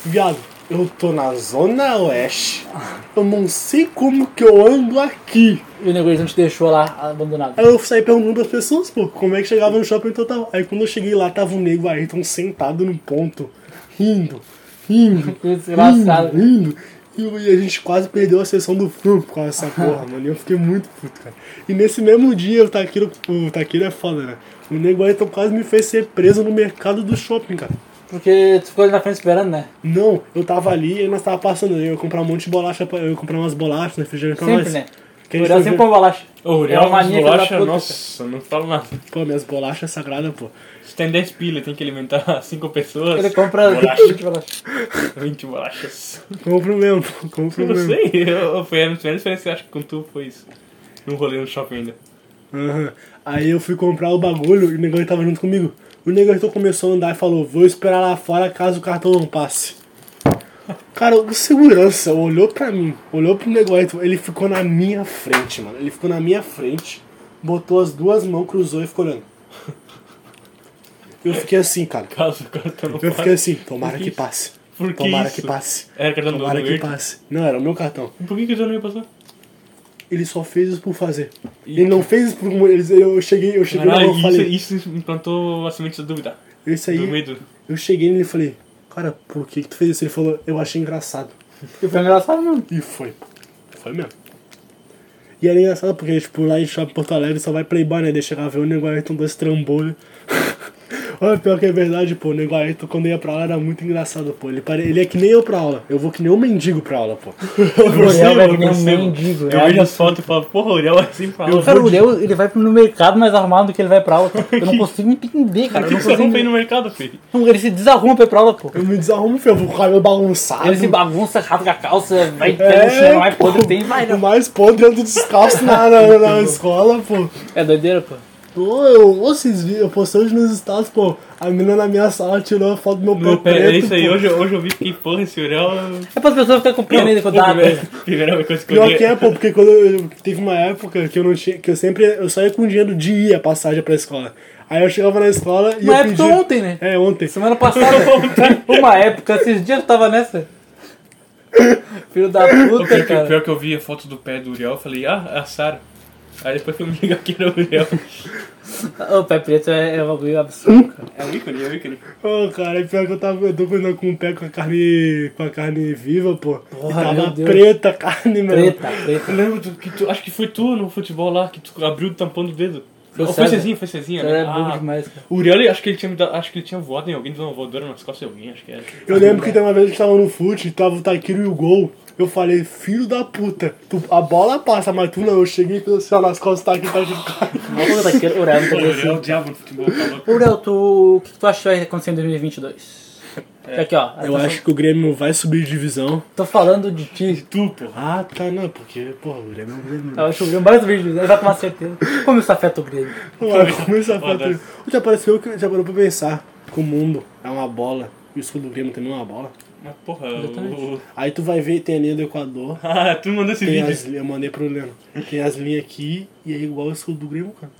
Speaker 4: Viado, eu tô na zona oeste. Eu não sei como que eu ando aqui.
Speaker 3: E o negócio não te deixou lá abandonado.
Speaker 4: Aí eu saí perguntando pras pessoas, pô, como é que chegava no shopping total. Aí quando eu cheguei lá, tava o nego Ayrton sentado no ponto, rindo, rindo,
Speaker 5: Hum.
Speaker 3: Esse lascado.
Speaker 4: rindo, rindo. E eu- E a gente quase perdeu a sessão do filme por causa dessa porra, mano. E eu fiquei muito puto, cara. E nesse mesmo dia, o Taquiro, o Taquiro é foda, né? O nego Ayrton quase me fez ser preso no mercado do shopping, cara.
Speaker 3: Porque tu ficou ali na frente esperando, né?
Speaker 4: Não, eu tava ali e nós tava passando. Eu ia comprar um monte de bolacha, pra, eu ia comprar umas bolachas, refrigerante pra
Speaker 5: assim?
Speaker 3: Sempre,
Speaker 4: nós.
Speaker 3: né?
Speaker 4: Que a
Speaker 3: O
Speaker 4: gente
Speaker 3: Uriel
Speaker 4: foi ver-
Speaker 3: sempre põe bolacha.
Speaker 5: Ô,
Speaker 3: É
Speaker 5: Uriel,
Speaker 3: uma
Speaker 5: as
Speaker 3: mania filha da
Speaker 5: bolachas,
Speaker 3: puta.
Speaker 5: nossa, não falo nada.
Speaker 4: Pô, minhas bolachas sagradas, pô.
Speaker 5: Se tem 10 pilas, tem que alimentar 5 pessoas.
Speaker 3: Ele compra
Speaker 5: Bolacha.
Speaker 3: 20 bolachas.
Speaker 5: 20 bolachas.
Speaker 4: Compro mesmo, pô, compro
Speaker 5: Eu não
Speaker 4: mesmo.
Speaker 5: sei, eu, foi a primeira experiência que eu acho que com tu foi isso. Num rolê no shopping ainda.
Speaker 4: Aham. Aí eu fui comprar o bagulho e o negão tava junto comigo. O negão então começou a andar e falou: Vou esperar lá fora caso o cartão não passe. Cara, o segurança olhou pra mim, olhou pro negócio, ele ficou na minha frente, mano. Ele ficou na minha frente, botou as duas mãos, cruzou e ficou olhando. Eu fiquei assim, cara.
Speaker 5: Caso o tá cartão não
Speaker 4: Eu
Speaker 5: passe.
Speaker 4: fiquei assim, tomara que passe.
Speaker 5: Por que
Speaker 4: Tomara
Speaker 5: isso?
Speaker 4: que passe.
Speaker 5: Era o cartão do
Speaker 4: Tomara que
Speaker 5: Ayrton.
Speaker 4: passe. Não, era o meu cartão.
Speaker 5: Por que que o Zé não ia passar?
Speaker 4: Ele só fez isso por fazer. Ele não fez isso por. um ele- Eu cheguei, eu cheguei na
Speaker 5: Caralho,
Speaker 4: mão e falei.
Speaker 5: Ah, isso, isso implantou a semente da dúvida.
Speaker 4: Isso aí,
Speaker 5: Do medo.
Speaker 4: eu cheguei nele e falei, cara, por que, que tu fez isso? Ele falou, eu achei engraçado.
Speaker 3: E foi engraçado mesmo.
Speaker 4: E foi. Foi mesmo. E era engraçado porque, tipo, lá em Shopping Porto Alegre só vai playboy, né? Deixa eu ver o Nego Ayrton dois trambolhos. Olha, pior que é verdade, pô. O Nego Ayrton, quando ia pra aula, era muito engraçado, pô. Ele, pare... ele é que nem eu pra aula. Eu vou que nem um mendigo pra aula, pô.
Speaker 3: O Uriel vai que nem um
Speaker 5: percebo.
Speaker 3: mendigo.
Speaker 5: Eu
Speaker 4: é
Speaker 5: olho as fotos e falo, porra, o Uriel é assim pra aula.
Speaker 3: Cara, o Uriel, ele vai no mercado mais armado do que ele vai pra aula. cara. Eu não consigo entender, cara. Eu
Speaker 5: Por
Speaker 3: não
Speaker 5: que você arruma aí
Speaker 4: um
Speaker 3: consigo...
Speaker 5: no mercado, filho?
Speaker 3: Não, Ele se desarruma pra ir pra aula, pô.
Speaker 4: Eu me desarrumo, filho. Eu vou com o cabelo balançado.
Speaker 3: Ele se bagunça, rasga a calça,
Speaker 5: É,
Speaker 3: vai pega o chão, vai
Speaker 4: pô.
Speaker 3: podre, tem, vai. né?
Speaker 4: O mais podre ando descalço na, na, na escola, pô.
Speaker 3: É doideira, pô.
Speaker 4: Ô, eu, ô, vocês viram, eu postei hoje nos status, pô. A menina na minha sala tirou a foto do meu,
Speaker 5: Meu
Speaker 4: pé
Speaker 5: pé,
Speaker 4: preto.
Speaker 5: é isso aí.
Speaker 4: pô.
Speaker 5: Hoje, hoje eu vi que, porra, esse Uriel...
Speaker 3: É para as pessoas ficarem com pena ainda quando dá uma coisa.
Speaker 5: primeira, primeira coisa que eu
Speaker 4: né? Pior
Speaker 5: li-
Speaker 4: que é, pô, porque quando eu, teve uma época que eu não tinha. Que eu sempre. Eu saía com dinheiro de ir a passagem pra escola. Aí eu chegava na escola e
Speaker 3: Uma
Speaker 4: eu
Speaker 3: época
Speaker 4: pedia-
Speaker 3: ontem, né?
Speaker 4: É, ontem.
Speaker 3: Semana passada. Uma época, esses dias eu tava nessa. Filho da
Speaker 5: O pior,
Speaker 3: puta,
Speaker 5: que, o
Speaker 3: cara.
Speaker 5: pior que eu vi a foto do pé do Uriel, eu falei, ah, é a Sara. Aí depois que eu me ligo aqui no Uriel.
Speaker 3: O pé preto é, é um bagulho absurdo, cara.
Speaker 5: É o ícone, é o ícone.
Speaker 4: Ô, cara, é pior que eu tava. Eu tô comendo com o pé com a carne. com a carne viva, pô. e
Speaker 3: Porra, meu
Speaker 4: tava
Speaker 3: Deus.
Speaker 4: preta a carne, mano.
Speaker 3: Preta, preta.
Speaker 5: Eu lembro do que tu, acho que foi tu no futebol lá, que tu abriu tampando o dedo.
Speaker 3: Foi o
Speaker 5: Ou foi
Speaker 3: César.
Speaker 5: Cezinha, foi Cezinha,
Speaker 3: Cara,
Speaker 5: né?
Speaker 3: é burro
Speaker 5: Ah,
Speaker 3: demais, cara.
Speaker 5: o Uriel, ele- acho que ele tinha, me dado- acho que ele tinha voado em alguém, deu uma voadora nas costas de alguém, acho que era.
Speaker 4: Eu lembro que tem uma vez que tava no fute, tava o Taquiro e o gol. Eu falei, filho da puta, tu, a bola passa, mas tu não. Eu cheguei e pensei, ó, nas costas do Taquiro, Taquiro, cara.
Speaker 3: Vamos botar aqui, Uriel, não
Speaker 5: Pô, O
Speaker 3: tem
Speaker 5: Uriel é
Speaker 3: assim.
Speaker 5: o diabo no futebol, tá louco.
Speaker 3: Uriel, tu, o que tu acha que vai acontecer em 2022? Aqui, ó.
Speaker 4: Eu acho que o Grêmio vai subir de divisão.
Speaker 3: Tô falando de ti.
Speaker 5: Tu, porra.
Speaker 4: Ah, tá, não, porque, porra, o Grêmio é o Grêmio.
Speaker 3: Eu acho que o Grêmio mais vídeos, né? eu já tenho uma certeza. Como isso afeta o Grêmio?
Speaker 4: Ué, Como isso
Speaker 5: Foda-se.
Speaker 4: afeta? Já pareceu que já parou pra pensar que o mundo é uma bola e o escudo do Grêmio também é uma bola.
Speaker 5: Mas porra, o...
Speaker 4: Aí tu vai ver, tem a linha do Equador,
Speaker 5: Ah, tu mandou esse
Speaker 4: tem
Speaker 5: vídeo.
Speaker 4: as, eu mandei pro Leno, tem as linhas aqui e é igual o escudo do Grêmio, cara.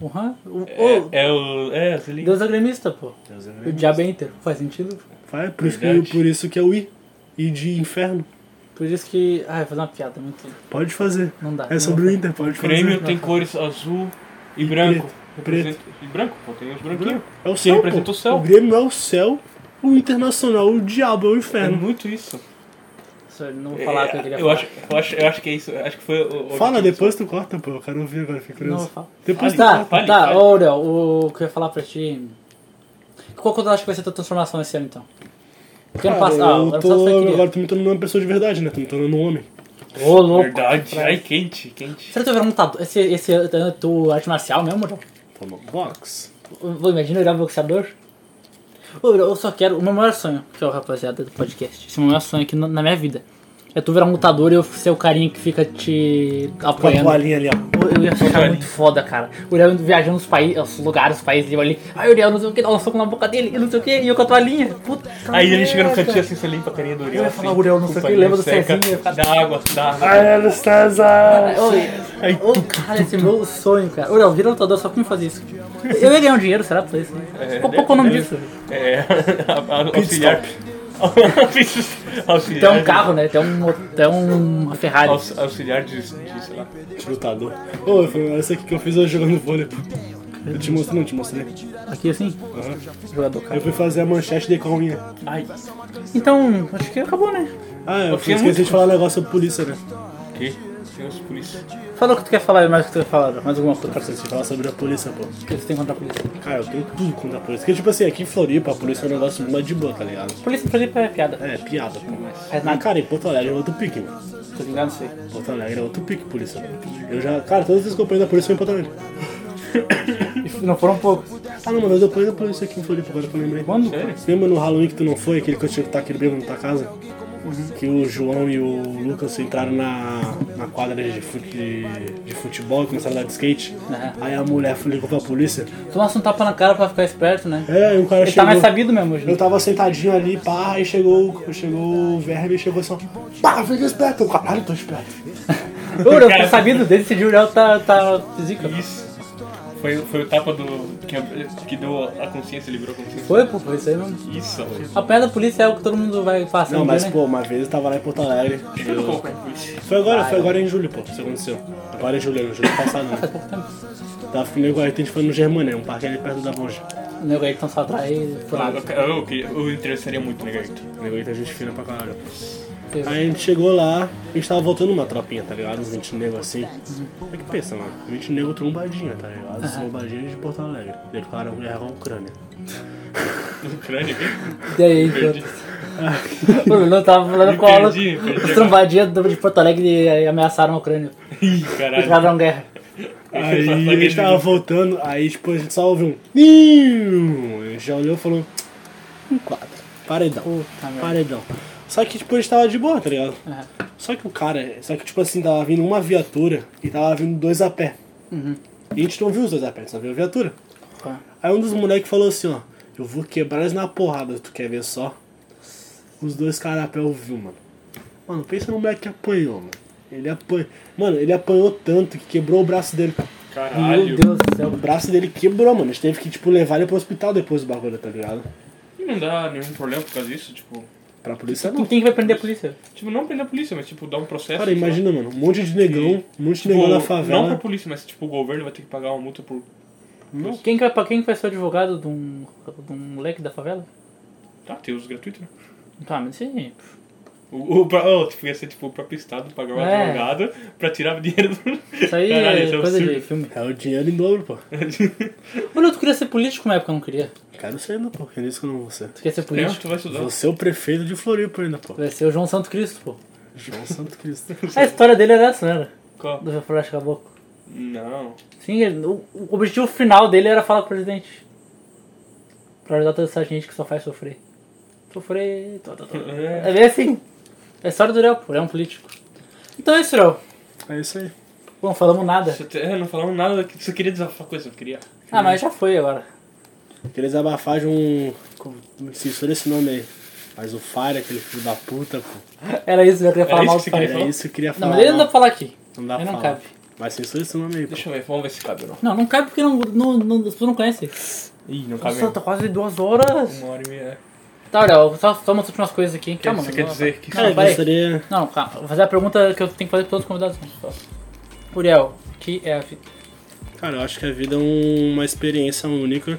Speaker 3: Uhum. O, o-
Speaker 5: É, é o... É, se liga.
Speaker 3: Deus é gremista, pô. E o diabo é Inter. Faz sentido?
Speaker 4: Faz, por, isso que,
Speaker 5: Verdade.
Speaker 4: por isso que é o I, I de inferno.
Speaker 3: Por isso que. Ah, eu vou fazer uma piada muito.
Speaker 4: Pode fazer.
Speaker 3: Não dá.
Speaker 4: É sobre o Inter, pode
Speaker 5: O Grêmio
Speaker 4: fazer.
Speaker 5: tem cores azul e branco. Representa... E branco, pô, tem os branquinhos.
Speaker 4: É o
Speaker 5: Que
Speaker 4: céu.
Speaker 5: representa
Speaker 4: pô.
Speaker 5: o céu.
Speaker 4: Grêmio é o céu, o Internacional, o Diabo é o
Speaker 5: É
Speaker 4: inferno.
Speaker 5: muito isso.
Speaker 3: Só ele não falar o que eu queria
Speaker 5: É, eu
Speaker 3: falar.
Speaker 5: acho, eu acho, eu acho que é isso. Acho que foi o. o-
Speaker 4: Fala, depois tu corta, pô. Eu quero ouvir agora, fiquei
Speaker 3: Não,
Speaker 4: curioso.
Speaker 3: fala.
Speaker 4: Depois tu
Speaker 3: Tá,
Speaker 5: Fale, fale,
Speaker 3: tá,
Speaker 5: fale.
Speaker 3: ô Léo, o que eu ia falar pra ti. Qual que eu acho que vai ser a tua transformação esse ano então? Porque ano
Speaker 4: Cara,
Speaker 3: passado. Ah,
Speaker 4: eu
Speaker 3: ano
Speaker 4: tô,
Speaker 3: passado foi
Speaker 4: agora
Speaker 3: criança.
Speaker 4: tu me tornando uma pessoa de verdade, né? Tu me tornando um homem.
Speaker 3: Ô, louco.
Speaker 5: Verdade. Ai, quente, quente.
Speaker 3: Será que tu vai montar um esse, esse ano tu arte marcial mesmo, Léo?
Speaker 4: Toma box.
Speaker 3: Vou imagina virar boxeador. Ô, Léo, eu só quero. O meu maior sonho, que é o rapaziada do podcast. Esse é o meu maior sonho aqui na- na minha vida. É tu virar um lutador e eu ser o carinha que fica te
Speaker 4: Com a
Speaker 3: apoiando.
Speaker 4: toalhinha ali, ó.
Speaker 3: Eu- Eu ia ficar muito foda, cara. O Uriel indo viajando os países, os lugares, os países, e eu ali. Ai, Uriel, não sei o que, dá um soco na boca dele, e não sei o que, e eu com a toalhinha. Puta.
Speaker 5: Aí ele chega no
Speaker 3: merda.
Speaker 5: cantinho assim, você limpa a carinha do Uriel.
Speaker 3: ia
Speaker 5: assim,
Speaker 3: falar, Uriel, não sei o
Speaker 5: chupa,
Speaker 3: que, lembra do
Speaker 5: seca,
Speaker 3: Cezinha, cara.
Speaker 5: Dá água, dá água.
Speaker 4: Ai, Anastasia!
Speaker 3: Ai, Ô, cara, esse é meu sonho, cara. Uriel, vira lutador só pra me fazer isso. Eu ia ganhar um dinheiro, será? Por isso? Ficou pouco o nome disso.
Speaker 5: É, a- a- auxiliar. auxiliar.
Speaker 3: Tem um carro, né? Tem, um, tem uma Ferrari.
Speaker 5: aux- Auxiliar de, de, sei lá.
Speaker 4: Lutador. Ô, foi essa aqui que eu fiz hoje jogando vôlei, pô. Eu te mostrei, não te mostrei.
Speaker 3: Aqui assim? Jogador,
Speaker 4: Eu
Speaker 3: cara.
Speaker 4: fui fazer a manchete de calminha.
Speaker 5: Uhum. Ai,
Speaker 3: Então, acho que acabou, né?
Speaker 4: Ah, eu
Speaker 5: Porque é
Speaker 4: esqueci
Speaker 5: muito-
Speaker 4: de falar um negócio sobre polícia, né?
Speaker 5: que? Tem uns polícia.
Speaker 3: Fala o que tu quer falar, mais o que tu quer falar, mais alguma coisa.
Speaker 4: Cara, você tem que falar sobre a polícia, pô.
Speaker 3: O que você tem contra a polícia?
Speaker 4: Cara, eu tenho tudo contra a polícia. Porque, tipo assim, aqui em Floripa, a polícia é um negócio mais de boa, tá ligado?
Speaker 3: Polícia, por exemplo, é piada.
Speaker 4: É, piada, pô.
Speaker 3: Faz
Speaker 4: Mas,
Speaker 3: nada.
Speaker 4: cara, em Porto Alegre é outro pique, mano.
Speaker 3: Tô ligado, não sei.
Speaker 4: Porto Alegre é outro pique, polícia. mano. Eu já, cara, todas as companhias da polícia são em Porto Alegre.
Speaker 3: E Não foram poucos.
Speaker 4: Ah, não, mas eu apanhei da polícia aqui em Floripa, agora que eu lembrei.
Speaker 3: Quando?
Speaker 5: Sério?
Speaker 4: Lembra no Halloween que tu não foi, aquele que eu tinha que estar aquele bêbado na tua casa?
Speaker 3: Uhum.
Speaker 4: Que o João e o Lucas entraram na, na quadra de, fute- de, de futebol e começaram a dar de skate.
Speaker 3: Aham.
Speaker 4: Aí a mulher ligou pra polícia.
Speaker 3: Tomassa um tapa na cara pra ficar esperto, né?
Speaker 4: É, e o cara
Speaker 3: Ele tá
Speaker 4: chegou.
Speaker 3: mais sabido mesmo hoje. né?
Speaker 4: Eu tava sentadinho ali, pá, aí chegou, chegou o verme e chegou assim, ó, pá, fica esperto, Eu, caralho, tô esperto.
Speaker 3: Ô, eu tô sabido dele, esse Jurel tá, tá física.
Speaker 5: Isso. Foi, foi o tapa do. Que, que deu a consciência, liberou a consciência.
Speaker 3: Foi, pô, foi isso aí mesmo.
Speaker 5: Isso, foi.
Speaker 3: Apanhar da polícia é o que todo mundo vai passando,
Speaker 4: Não, mas
Speaker 3: né?
Speaker 4: pô, uma vez eu tava lá em Porto Alegre.
Speaker 5: Chegando um pouco, né, polícia?
Speaker 4: Foi agora, foi agora em julho, pô, isso aconteceu. Agora em julho, no julho passado, né? Tá,
Speaker 3: Pouco tempo.
Speaker 4: Tava comigo agora, a gente foi no Germané, um parque ali perto da Monja.
Speaker 3: O nego aí que tão tá só atrás furado.
Speaker 5: Eu, eu, eu, queria- eu interessaria muito, né, Gaito?
Speaker 4: Negócio a gente fina pra caralho. Aí a gente chegou lá, a gente tava voltando uma tropinha, tá ligado? Uns 20 negros assim. É que pensa, mano. 20 negros trombadinha, tá ligado? Trombadinha de Porto Alegre. Declararam guerra à Ucrânia.
Speaker 5: No crânio.
Speaker 3: E aí,
Speaker 5: Perdi.
Speaker 3: pô, o Lula tava falando
Speaker 5: Me
Speaker 3: com a aula.
Speaker 5: perdi, perdi.
Speaker 3: Os trombadinhas do- de Porto Alegre e aí ameaçaram a Ucrânia.
Speaker 5: Ih,
Speaker 3: E
Speaker 5: caralho.
Speaker 3: travaram guerra.
Speaker 4: Aí a gente tava voltando, aí tipo a gente só ouviu um. "Niu!" A gente já olhou e falou. Um quadro. Paredão.
Speaker 3: Puta merda.
Speaker 4: Paredão. Só que tipo a gente tava de boa, tá ligado?
Speaker 3: Aham.
Speaker 4: Só que o cara, só que tipo assim, tava vindo uma viatura e tava vindo dois a pé. E a gente não viu os dois a pé, a gente só viu a viatura.
Speaker 3: Tá.
Speaker 4: Aí um dos moleques falou assim, ó, eu vou quebrar eles na porrada, tu quer ver só? Os dois caras a pé ouviu, mano. Mano, pensa no moleque que apanhou, mano. Ele apanhou. Mano, ele apanhou tanto que quebrou o braço dele.
Speaker 3: Meu
Speaker 5: Caralho.
Speaker 3: Deus do céu.
Speaker 4: O braço dele quebrou, mano. A gente teve que, tipo, levar ele pro hospital depois do bagulho, tá ligado?
Speaker 5: E não dá nenhum problema por causa disso, tipo.
Speaker 4: Pra polícia
Speaker 3: Com
Speaker 4: não.
Speaker 3: quem que vai prender a polícia?
Speaker 5: Tipo, não prender a polícia, mas tipo, dar um processo.
Speaker 4: Cara,
Speaker 5: sei lá. Tipo,
Speaker 4: imagina, mano. Um monte de negão, um monte de negão na
Speaker 5: Não pra
Speaker 4: favela.
Speaker 5: polícia, mas tipo, o governo vai ter que pagar uma multa por.
Speaker 3: Quem que vai, pra quem que vai ser o advogado de um, de um moleque da favela?
Speaker 5: Tá, tem os gratuitos, né?
Speaker 3: Tá, mas isso aí.
Speaker 5: O, o, pra- oh, tipo, ia ser tipo o próprio Estado pagar o
Speaker 3: É.
Speaker 5: advogado pra tirar o dinheiro do.
Speaker 3: Isso aí
Speaker 5: Caralho,
Speaker 3: é
Speaker 5: isso é um
Speaker 3: coisa de
Speaker 5: absurdo.
Speaker 3: filme.
Speaker 4: É o dinheiro em dobro, pô.
Speaker 3: Olha, tu queria ser político na época, eu não queria.
Speaker 4: Quero ser ainda, pô. Quem disse que eu não vou ser?
Speaker 3: Tu queria ser
Speaker 5: Não,
Speaker 3: político?
Speaker 5: tu vai estudar.
Speaker 4: Vou ser o prefeito de Floripa ainda, pô.
Speaker 3: Vai ser o João Santo Cristo, pô.
Speaker 4: João Santo Cristo.
Speaker 3: A história dele era essa, não era?
Speaker 5: Qual?
Speaker 3: Do Floresta Caboclo.
Speaker 5: Não.
Speaker 3: Sim, ele- o, o objetivo final dele era falar com o presidente. Pra ajudar toda essa gente que só faz sofrer. Sofrer. tó, tó, tó.
Speaker 5: É.
Speaker 3: É bem assim. É a história do Léo, pô. Ele é um político. Então é isso, Léo.
Speaker 4: É isso aí.
Speaker 3: Pô, não falamos nada.
Speaker 5: Você te- é, não falamos nada, que- só queria desabafar coisa, eu queria.
Speaker 3: Ah, mas já foi agora.
Speaker 4: Queria desabafar de um. como- Censura esse nome aí. Mas o Fire, aquele filho da puta, pô.
Speaker 3: Era isso, eu queria falar
Speaker 5: isso
Speaker 3: mal
Speaker 5: que
Speaker 3: do
Speaker 5: você
Speaker 3: pai.
Speaker 5: queria
Speaker 4: Era isso que eu queria
Speaker 3: Não,
Speaker 4: falar.
Speaker 3: mas ele não dá pra falar aqui.
Speaker 4: Não dá pra
Speaker 3: ele não
Speaker 4: falar.
Speaker 3: cabe.
Speaker 4: Mas censura esse nome aí, pô.
Speaker 5: Deixa eu ver, vamos ver se cabe ou não.
Speaker 3: Não, não cabe porque não, não, não, as pessoas não conhecem.
Speaker 5: Ih, não cabe.
Speaker 3: Nossa, tá quase duas horas.
Speaker 5: Uma hora e meia.
Speaker 3: Tá, Léo, só, só umas últimas coisas aqui. Calma,
Speaker 5: você
Speaker 3: não,
Speaker 5: quer
Speaker 3: não,
Speaker 5: dizer que.
Speaker 4: Cara, eu
Speaker 3: peraí.
Speaker 4: gostaria.
Speaker 3: Não, tá, calma. né, Vou fazer a pergunta que eu tenho que fazer pra todos os convidados. Uriel, o que é a vida?
Speaker 4: Cara, eu acho que a vida é um- uma experiência única,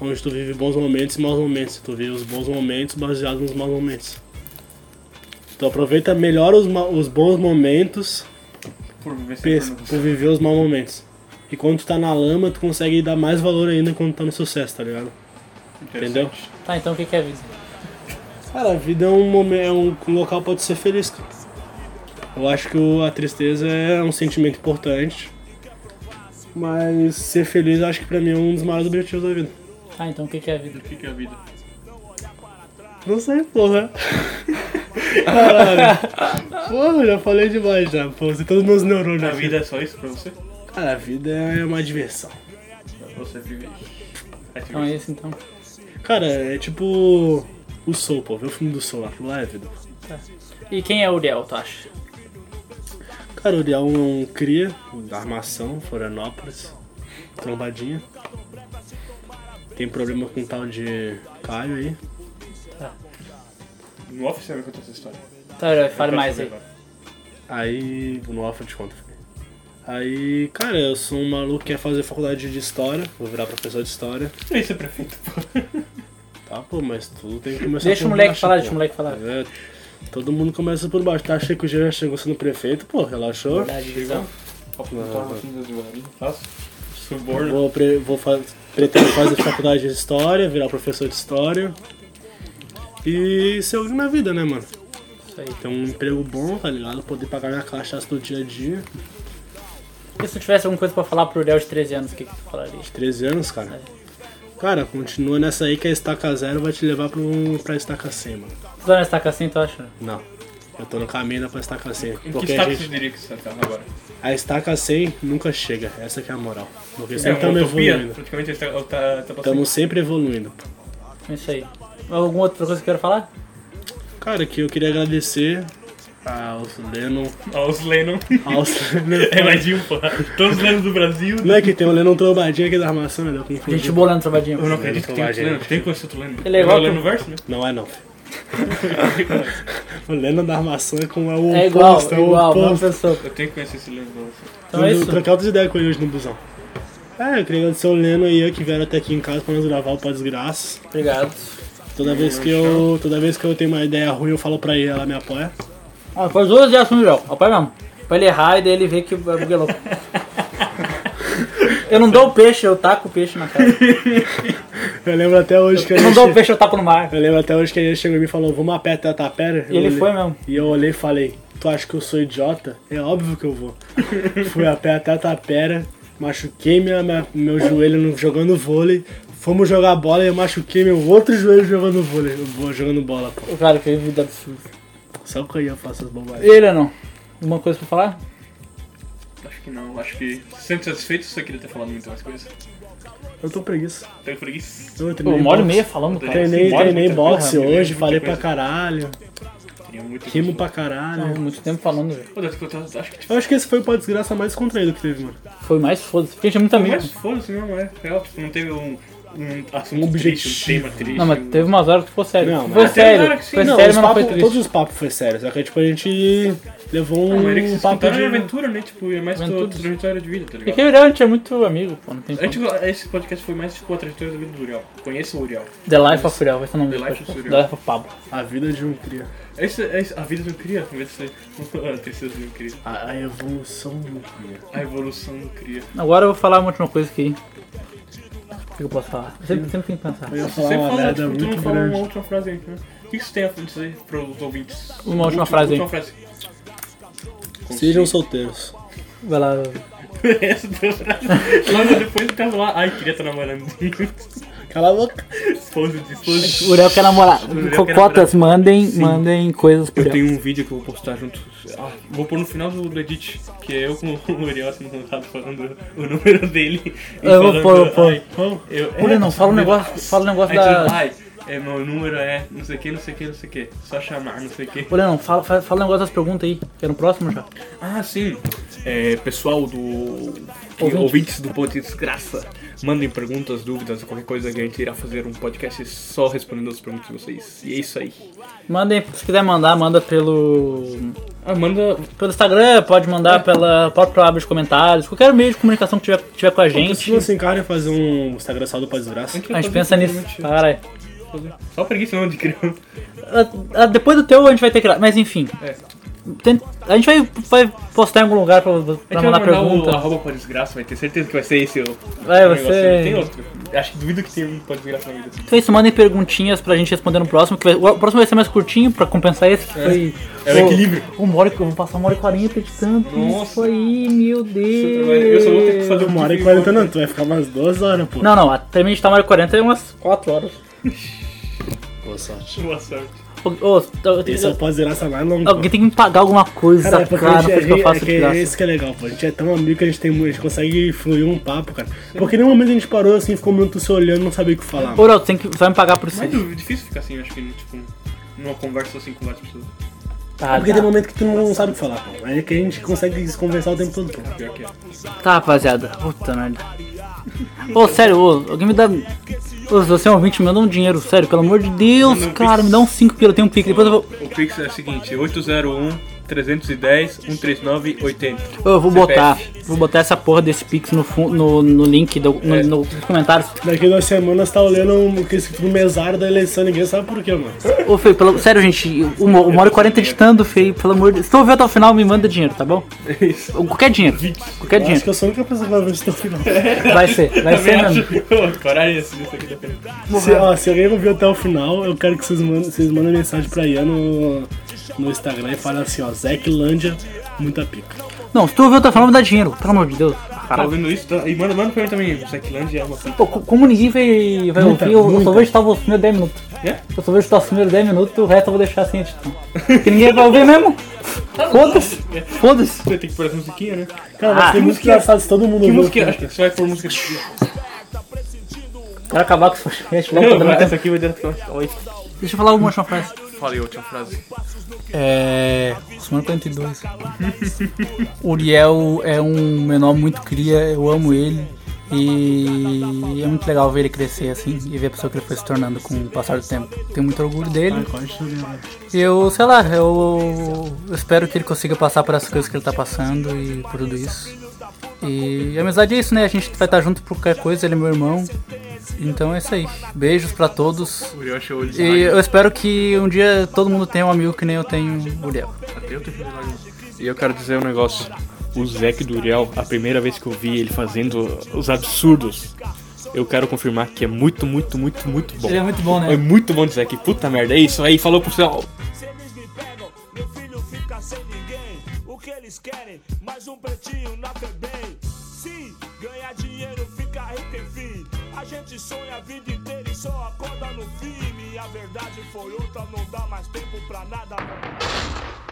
Speaker 4: onde tu vive bons momentos e maus momentos. Tu vive os bons momentos baseados nos maus momentos. Tu aproveita melhor os, ma- os bons momentos
Speaker 5: Por viver sem
Speaker 4: pes-
Speaker 5: problemas.
Speaker 4: por viver os maus momentos. E quando tu tá na lama, tu consegue dar mais valor ainda quando tá no sucesso, tá ligado? Entendeu?
Speaker 5: Interessante.
Speaker 3: Tá, então o que que é vida?
Speaker 4: Cara, a vida é um momento, é um local pra tu ser feliz. cara. Eu acho que o- a tristeza é um sentimento importante. Mas ser feliz, eu acho que pra mim é um dos maiores objetivos da vida.
Speaker 3: Tá, então o que que é vida?
Speaker 5: O que que é a vida?
Speaker 4: Não sei, porra. Caralho. Porra, já falei demais já. Pô, você todos os meus neurônios.
Speaker 5: A
Speaker 4: aqui.
Speaker 5: vida é só isso pra você?
Speaker 4: Cara, a vida é uma diversão.
Speaker 5: Você vive. É
Speaker 3: Então é
Speaker 5: triste.
Speaker 3: isso então.
Speaker 4: Cara, é tipo. O Soul, pô. Vê o filme do Soul lá. Aquilo lá é vida.
Speaker 3: E quem é o Del, tu acha?
Speaker 4: Cara, o Uriel é um cria da armação, Florianópolis, trombadinha. Tem problema com o tal de Caio aí.
Speaker 5: No office é eu conto essa história.
Speaker 3: Tá, Del, fale mais aí.
Speaker 4: Aí, no off eu te conto. filho. Aí, cara, eu sou um maluco que quer fazer faculdade de história, vou virar professor de história.
Speaker 5: E isso é prefeito, pô.
Speaker 4: Tá, pô, mas tu tem que começar
Speaker 3: Deixa o
Speaker 4: por
Speaker 3: moleque
Speaker 4: baixo,
Speaker 3: falar,
Speaker 4: pô.
Speaker 3: deixa o moleque falar.
Speaker 4: É, todo mundo começa por baixo. Tá, achei que o G já chegou sendo prefeito, pô, relaxou.
Speaker 3: Verdade, visão.
Speaker 5: Toma 15 mil, faço. Suborno.
Speaker 4: Vou, pre- vou fa- pretendo fazer faculdade de história, virar professor de história. E ser alguém na vida, né, mano?
Speaker 3: Isso aí.
Speaker 4: Ter um emprego bom, tá ligado? Poder pagar minha caixa do dia a dia.
Speaker 3: E se tu tivesse alguma coisa pra falar pro Del de 13 anos, o que que tu falaria?
Speaker 4: 13 anos, cara. Cara, continua nessa aí que a estaca zero vai te levar pra, um, pra estaca 100, mano.
Speaker 3: Tu tá nessa assim, tu acha?
Speaker 4: Não. Eu tô no caminho da pra estaca 100.
Speaker 5: Em que
Speaker 4: Porque a,
Speaker 5: estado você
Speaker 4: gente,
Speaker 5: diria que você tá agora?
Speaker 4: a estaca 100 nunca chega. Essa que é a moral. Porque
Speaker 5: É
Speaker 4: sempre
Speaker 5: uma
Speaker 4: estamos
Speaker 5: utopia,
Speaker 4: evoluindo.
Speaker 5: praticamente ele tá, ele tá, tá passando.
Speaker 4: Estamos sempre evoluindo.
Speaker 3: Isso aí. Alguma outra coisa que eu quero falar?
Speaker 4: Cara, que eu queria agradecer ao Lennon.
Speaker 5: Ó, os Lennon.
Speaker 4: Ao Lennon.
Speaker 5: É Ladinho, pô. Todos os Lennon do Brasil.
Speaker 4: Não é que tem o Lennon Trombadinha aqui da armação, né? Eu confundi.
Speaker 3: Gente boa lá no Trabadinho.
Speaker 5: Eu não acredito que tem outro
Speaker 4: Trollagem,
Speaker 5: Lennon. Tem que conhecer outro Lennon.
Speaker 3: Ele é igual
Speaker 5: o
Speaker 3: que-
Speaker 5: Lennon Verso, né?
Speaker 4: Não é não. o Lennon da armação é como é o
Speaker 3: É igual,
Speaker 4: oposto, é o
Speaker 3: igual, não
Speaker 4: oposto.
Speaker 3: pensou.
Speaker 5: Eu tenho que conhecer esse Lennon. Verso.
Speaker 3: Então é
Speaker 4: eu
Speaker 3: isso.
Speaker 4: troquei outras ideias com ele hoje no busão. É, eu queria agradecer o Lennon e eu que vieram até aqui em casa pra nós gravar o Pó Desgraça.
Speaker 3: Obrigado.
Speaker 4: Toda vez que eu. Toda vez que eu tenho uma ideia ruim, eu falo pra ele, ela me apoia.
Speaker 3: Ah, faz duas de assunto, Joel. Apoia mesmo. Pra ele errar e daí ele vê que o bagulho é louco. Eu não dou o peixe, eu taco o peixe na cara.
Speaker 4: Eu lembro até hoje que a
Speaker 3: Eu não dou o
Speaker 4: gente.
Speaker 3: peixe, eu taco no mar.
Speaker 4: Eu lembro até hoje que ele chegou em mim e falou, vamos a pé até a tapera?
Speaker 3: E ele foi mesmo.
Speaker 4: E eu olhei e falei, tu acha que eu sou idiota? É óbvio que eu vou. Fui a pé até a tapera, machuquei minha, minha- meu joelho no- jogando vôlei, fomos jogar bola e eu machuquei meu outro joelho jogando vôlei, vo- jogando bola, pô.
Speaker 3: O cara fez vida absurda.
Speaker 4: Só que eu ia fazer essas bobagens.
Speaker 3: Ele não. Alguma coisa pra falar?
Speaker 5: Acho que não. Acho que. Sendo satisfeito, só queria ter falado muito mais coisas.
Speaker 4: Eu tô com preguiça.
Speaker 5: Tenho preguiça.
Speaker 4: Eu
Speaker 3: Pô,
Speaker 4: treinei
Speaker 3: uma hora e
Speaker 4: boxe.
Speaker 3: meia falando, cara.
Speaker 4: Treinei,
Speaker 3: Uma hora e
Speaker 4: treinei
Speaker 3: meia. tá
Speaker 4: boxe
Speaker 5: porra,
Speaker 4: hoje,
Speaker 5: muita
Speaker 4: falei pra
Speaker 5: coisa.
Speaker 4: caralho,
Speaker 5: Tinha muito.
Speaker 4: rimo pra caralho.
Speaker 3: Muito tempo falando, velho.
Speaker 5: Pô, Deus, que eu tô- acho que tipo.
Speaker 4: Eu acho que esse foi o pó desgraça mais contraído que teve, mano.
Speaker 3: Foi mais foda-se. Porque tinha muito amigo.
Speaker 5: Mas foda-se mesmo, é real. Tipo, não teve um. Um assunto
Speaker 4: Um
Speaker 5: triste, um
Speaker 4: objetivo.
Speaker 5: tema triste.
Speaker 3: Não, mas
Speaker 5: um-
Speaker 3: teve umas horas que foi sério.
Speaker 4: Não,
Speaker 3: foi
Speaker 4: mas-
Speaker 3: sério.
Speaker 5: Tem hora que sim.
Speaker 3: Foi
Speaker 4: Não,
Speaker 3: sério,
Speaker 4: os
Speaker 3: mas não foi
Speaker 4: papos-
Speaker 3: triste.
Speaker 4: todos os papos foi sério, só que tipo, a gente levou
Speaker 5: Não, Eric,
Speaker 4: um
Speaker 5: vocês
Speaker 4: papo
Speaker 5: contaram
Speaker 4: de...
Speaker 5: a aventura, né? Tipo, é mais tua
Speaker 3: Aventura.
Speaker 5: trajetória de vida, tá
Speaker 3: Porque
Speaker 5: ligado?
Speaker 3: o Uriel a gente é muito amigo, pô. Não tem como.
Speaker 5: Antes, esse podcast foi mais tipo a trajetória da vida do Uriel. Conheça o Uriel.
Speaker 3: The Life of Uriel, vai ser o nome
Speaker 5: The
Speaker 3: do
Speaker 5: Life
Speaker 3: podcast.
Speaker 5: of Uriel.
Speaker 3: The Life of Pablo.
Speaker 4: A vida de um cria.
Speaker 5: Esse, esse, a vida do Cria, em vez de ser a tristeza do Cria.
Speaker 4: A, a evolução do cria.
Speaker 5: A evolução do Cria.
Speaker 3: Agora eu vou falar uma última coisa aqui. O que eu posso falar? Eu sempre, sempre tenho que pensar.
Speaker 4: Eu ia
Speaker 5: Você
Speaker 4: falar
Speaker 5: sempre
Speaker 4: é uma
Speaker 5: fala,
Speaker 4: merda
Speaker 5: tipo, tu não
Speaker 4: muito
Speaker 5: falou uma
Speaker 4: grande.
Speaker 5: última frase aí, né? O que que você tem a dizer pros ouvintes?
Speaker 3: Uma última frase aí.
Speaker 5: Última frase.
Speaker 4: Sejam solteiros.
Speaker 3: Vai lá.
Speaker 5: Essa tua frase. Logo depois do caso lá. Ai, queria estar namorando.
Speaker 4: Cala a boca.
Speaker 5: esposa de esposa.
Speaker 3: O Uriel quer namorar.
Speaker 5: Uriel quer
Speaker 3: Cocotas, mandem,
Speaker 5: Sim.
Speaker 3: mandem coisas pro
Speaker 5: Eu
Speaker 3: Uriel.
Speaker 5: tenho um vídeo que eu vou postar junto. Ah, vou pôr no final do Reddit, que é eu com o Uriel assim contado falando o número dele. e
Speaker 3: Eu vou
Speaker 5: falando,
Speaker 3: pôr, eu vou
Speaker 5: ai, eu- é,
Speaker 3: Uriel, não, fala o
Speaker 5: meu-
Speaker 3: negócio, fala o negócio
Speaker 5: Aí tu,
Speaker 3: da...
Speaker 5: ai, é, meu número é não sei o que, não sei o que, não sei o que. Só chamar, não sei o que.
Speaker 3: Uriel, não, fala, fala, fala o negócio das perguntas aí, que é no próximo já.
Speaker 5: Ah, sim. É, pessoal do.
Speaker 3: Ouvintes.
Speaker 5: Ouvintes do Ponte Desgraça. Mandem perguntas, dúvidas, qualquer coisa que a gente irá fazer um podcast só respondendo as perguntas de vocês. E é isso aí.
Speaker 3: Mandem, se quiser mandar, manda pelo.
Speaker 5: Ah, manda. É.
Speaker 3: Pelo Instagram, pode mandar pela própria aba de comentários, qualquer meio de comunicação que tiver, tiver com a
Speaker 4: Se
Speaker 3: gente.
Speaker 4: não se encara em fazer um Instagram só do Paz do Braço.
Speaker 5: vai
Speaker 3: A gente
Speaker 5: fazer um
Speaker 3: pensa nisso.
Speaker 5: provavelmente-
Speaker 3: Caralho.
Speaker 5: fazer. Só preguiça não de criar.
Speaker 3: Ah, ah, Depois do teu a gente vai ter que. Mas enfim.
Speaker 5: É.
Speaker 3: Tem- A gente vai, vai postar em algum lugar pra, pra
Speaker 5: A gente
Speaker 3: mandar
Speaker 5: vai mandar o
Speaker 3: pergunta.
Speaker 5: arroba pra desgraça, vai ter certeza que vai ser esse o.
Speaker 3: Vai,
Speaker 5: o
Speaker 3: vai
Speaker 5: negócio.
Speaker 3: ser-
Speaker 5: Não Tem outro. Acho que duvido que tenha um pra desgraça na vida.
Speaker 3: Então é isso, mandem perguntinhas pra gente responder no próximo. Que vai- o próximo vai ser mais curtinho pra compensar esse que foi.
Speaker 5: É o equilíbrio.
Speaker 3: Uma hora, que- eu vou passar uma hora e quarenta editando.
Speaker 5: Nossa.
Speaker 3: Isso aí, meu Deus.
Speaker 5: Eu só vou ter que fazer um
Speaker 4: Uma hora e
Speaker 5: vídeo-
Speaker 4: quarenta não, tu vai ficar umas duas horas, pô.
Speaker 3: Não, não, até mim editar uma hora e quarenta é umas 4 horas.
Speaker 4: Boa sorte.
Speaker 5: Boa sorte.
Speaker 3: Ô, ô, tá, eu- eu-
Speaker 4: Esse é o Paz do Braço mais longo.
Speaker 3: Alguém tem que me pagar alguma coisa,
Speaker 4: Cara, é
Speaker 3: cara,
Speaker 4: porque
Speaker 3: cara
Speaker 4: a gente,
Speaker 3: por isso que eu
Speaker 4: é-
Speaker 3: faço
Speaker 4: é
Speaker 3: de
Speaker 4: que é
Speaker 3: graça.
Speaker 4: isso que é legal, pô. A gente é tão amigo que a gente tem muito, a gente consegue fluir um papo, cara. Porque em nenhum momento a gente parou assim, ficou um minuto se olhando, não sabia o que falar.
Speaker 3: Ô, Léo, tu tem que tu vai me pagar por isso.
Speaker 5: Mas é difícil ficar assim, acho que, tipo, numa conversa assim com várias pessoas.
Speaker 4: é
Speaker 3: Tá,
Speaker 4: Porque tem um-
Speaker 3: tá,
Speaker 4: momento que tu não sabe o que falar, pô. Aí é que a gente consegue se conversar o tempo todo, pô.
Speaker 5: Pior que é.
Speaker 3: tá, rapaziada. Puta merda. Ô, sério, ô, alguém me dá. Ô, se você é um ouvinte, me dá um dinheiro, sério, pelo amor de Deus,
Speaker 5: Manda um
Speaker 3: cara,
Speaker 5: pix.
Speaker 3: me dá uns 5 pila, eu tenho um pique, depois eu vou.
Speaker 5: O Pix é o seguinte: 801 310 139 80.
Speaker 3: Eu vou botar. Vou botar essa porra desse pix no, fun- no, no link, do, no,
Speaker 5: É.
Speaker 3: no- nos comentários.
Speaker 4: Daqui duas semanas tá olhando o que é escrito no mesário da eleição, ninguém sabe por quê, mano.
Speaker 3: Ô, Fê, pelo... sério, gente, uma, uma hora e quarenta editando, Fê, pelo amor de Deus. Se tu ouviu até o final, me manda dinheiro, tá bom?
Speaker 5: Isso.
Speaker 3: Qualquer dinheiro. Qualquer
Speaker 4: Eu acho que
Speaker 3: dinheiro.
Speaker 4: eu sou a única pessoa que vai ver isso até o final.
Speaker 3: Vai ser, vai ser
Speaker 5: Também acho.
Speaker 3: mesmo.
Speaker 5: Coragem assim, isso aqui depende.
Speaker 4: Se, ó, se alguém ouviu até o final, eu quero que vocês mandem, vocês mandem mensagem pra Ian no, no Instagram e falem assim, ó, Zack Lândia, muita pica.
Speaker 3: Não, se tu ouviu até o final, me dá dinheiro, pelo amor de Deus.
Speaker 5: Tá
Speaker 3: Caralho.
Speaker 5: ouvindo isso? Tá- E manda, manda pra mim também. Sackland é uma puta.
Speaker 3: Pô, co- como ninguém vai, vai
Speaker 4: Muita,
Speaker 3: ouvir, eu, eu
Speaker 4: muita.
Speaker 3: só tá vou editar os primeiros 10 minutos.
Speaker 5: É?
Speaker 3: Eu só tá vou editar os primeiros 10 minutos, o resto eu vou deixar sem editar. Porque ninguém vai ouvir mesmo. Foda-se. Foda-se.
Speaker 5: Você tem que pôr as musiquinhas, né?
Speaker 4: Cara, vai
Speaker 3: Ah,
Speaker 4: ser
Speaker 3: que
Speaker 4: muito
Speaker 5: musiquinha?
Speaker 4: engraçado se todo mundo
Speaker 5: Que
Speaker 4: ouvir.
Speaker 5: música? Acho que você vai pôr música.
Speaker 3: Quero acabar com esse podcast logo pra dar
Speaker 5: Não,
Speaker 3: mais
Speaker 5: essa
Speaker 3: tempo.
Speaker 5: aqui vai dar. Oi.
Speaker 3: Deixa eu falar uma última frase.
Speaker 5: Falei a última frase.
Speaker 3: É. Semana 42. Uriel é um menor muito cria, eu amo ele. E é muito legal ver ele crescer assim e ver a pessoa que ele foi se tornando com o passar do tempo. Tenho muito orgulho dele. Eu, sei lá, eu eu espero que ele consiga passar por essas coisas que ele tá passando e por tudo isso. E a amizade é isso, né? A gente vai estar junto por qualquer coisa, ele é meu irmão. Então é isso aí. Beijos pra todos.
Speaker 5: O Uriel achou o
Speaker 3: E eu espero que um dia todo mundo tenha um amigo que nem eu tenho o Uriel.
Speaker 5: E eu quero dizer um negócio. O Zack do Uriel, a primeira vez que eu vi ele fazendo os absurdos, eu quero confirmar que é muito, muito, muito, muito bom.
Speaker 3: Ele é muito bom, né?
Speaker 5: É muito bom de Zack. Puta merda, é isso aí. Falou pro céu.
Speaker 1: Eles me pegam, meu filho fica sem ninguém. O que eles querem? Mais um pretinho na FEBEM. Sim, ganhar dinheiro, ficar rico, enfim. A gente sonha a vida inteira e só é acorda no fim. E a verdade foi outra, não dá mais tempo pra nada.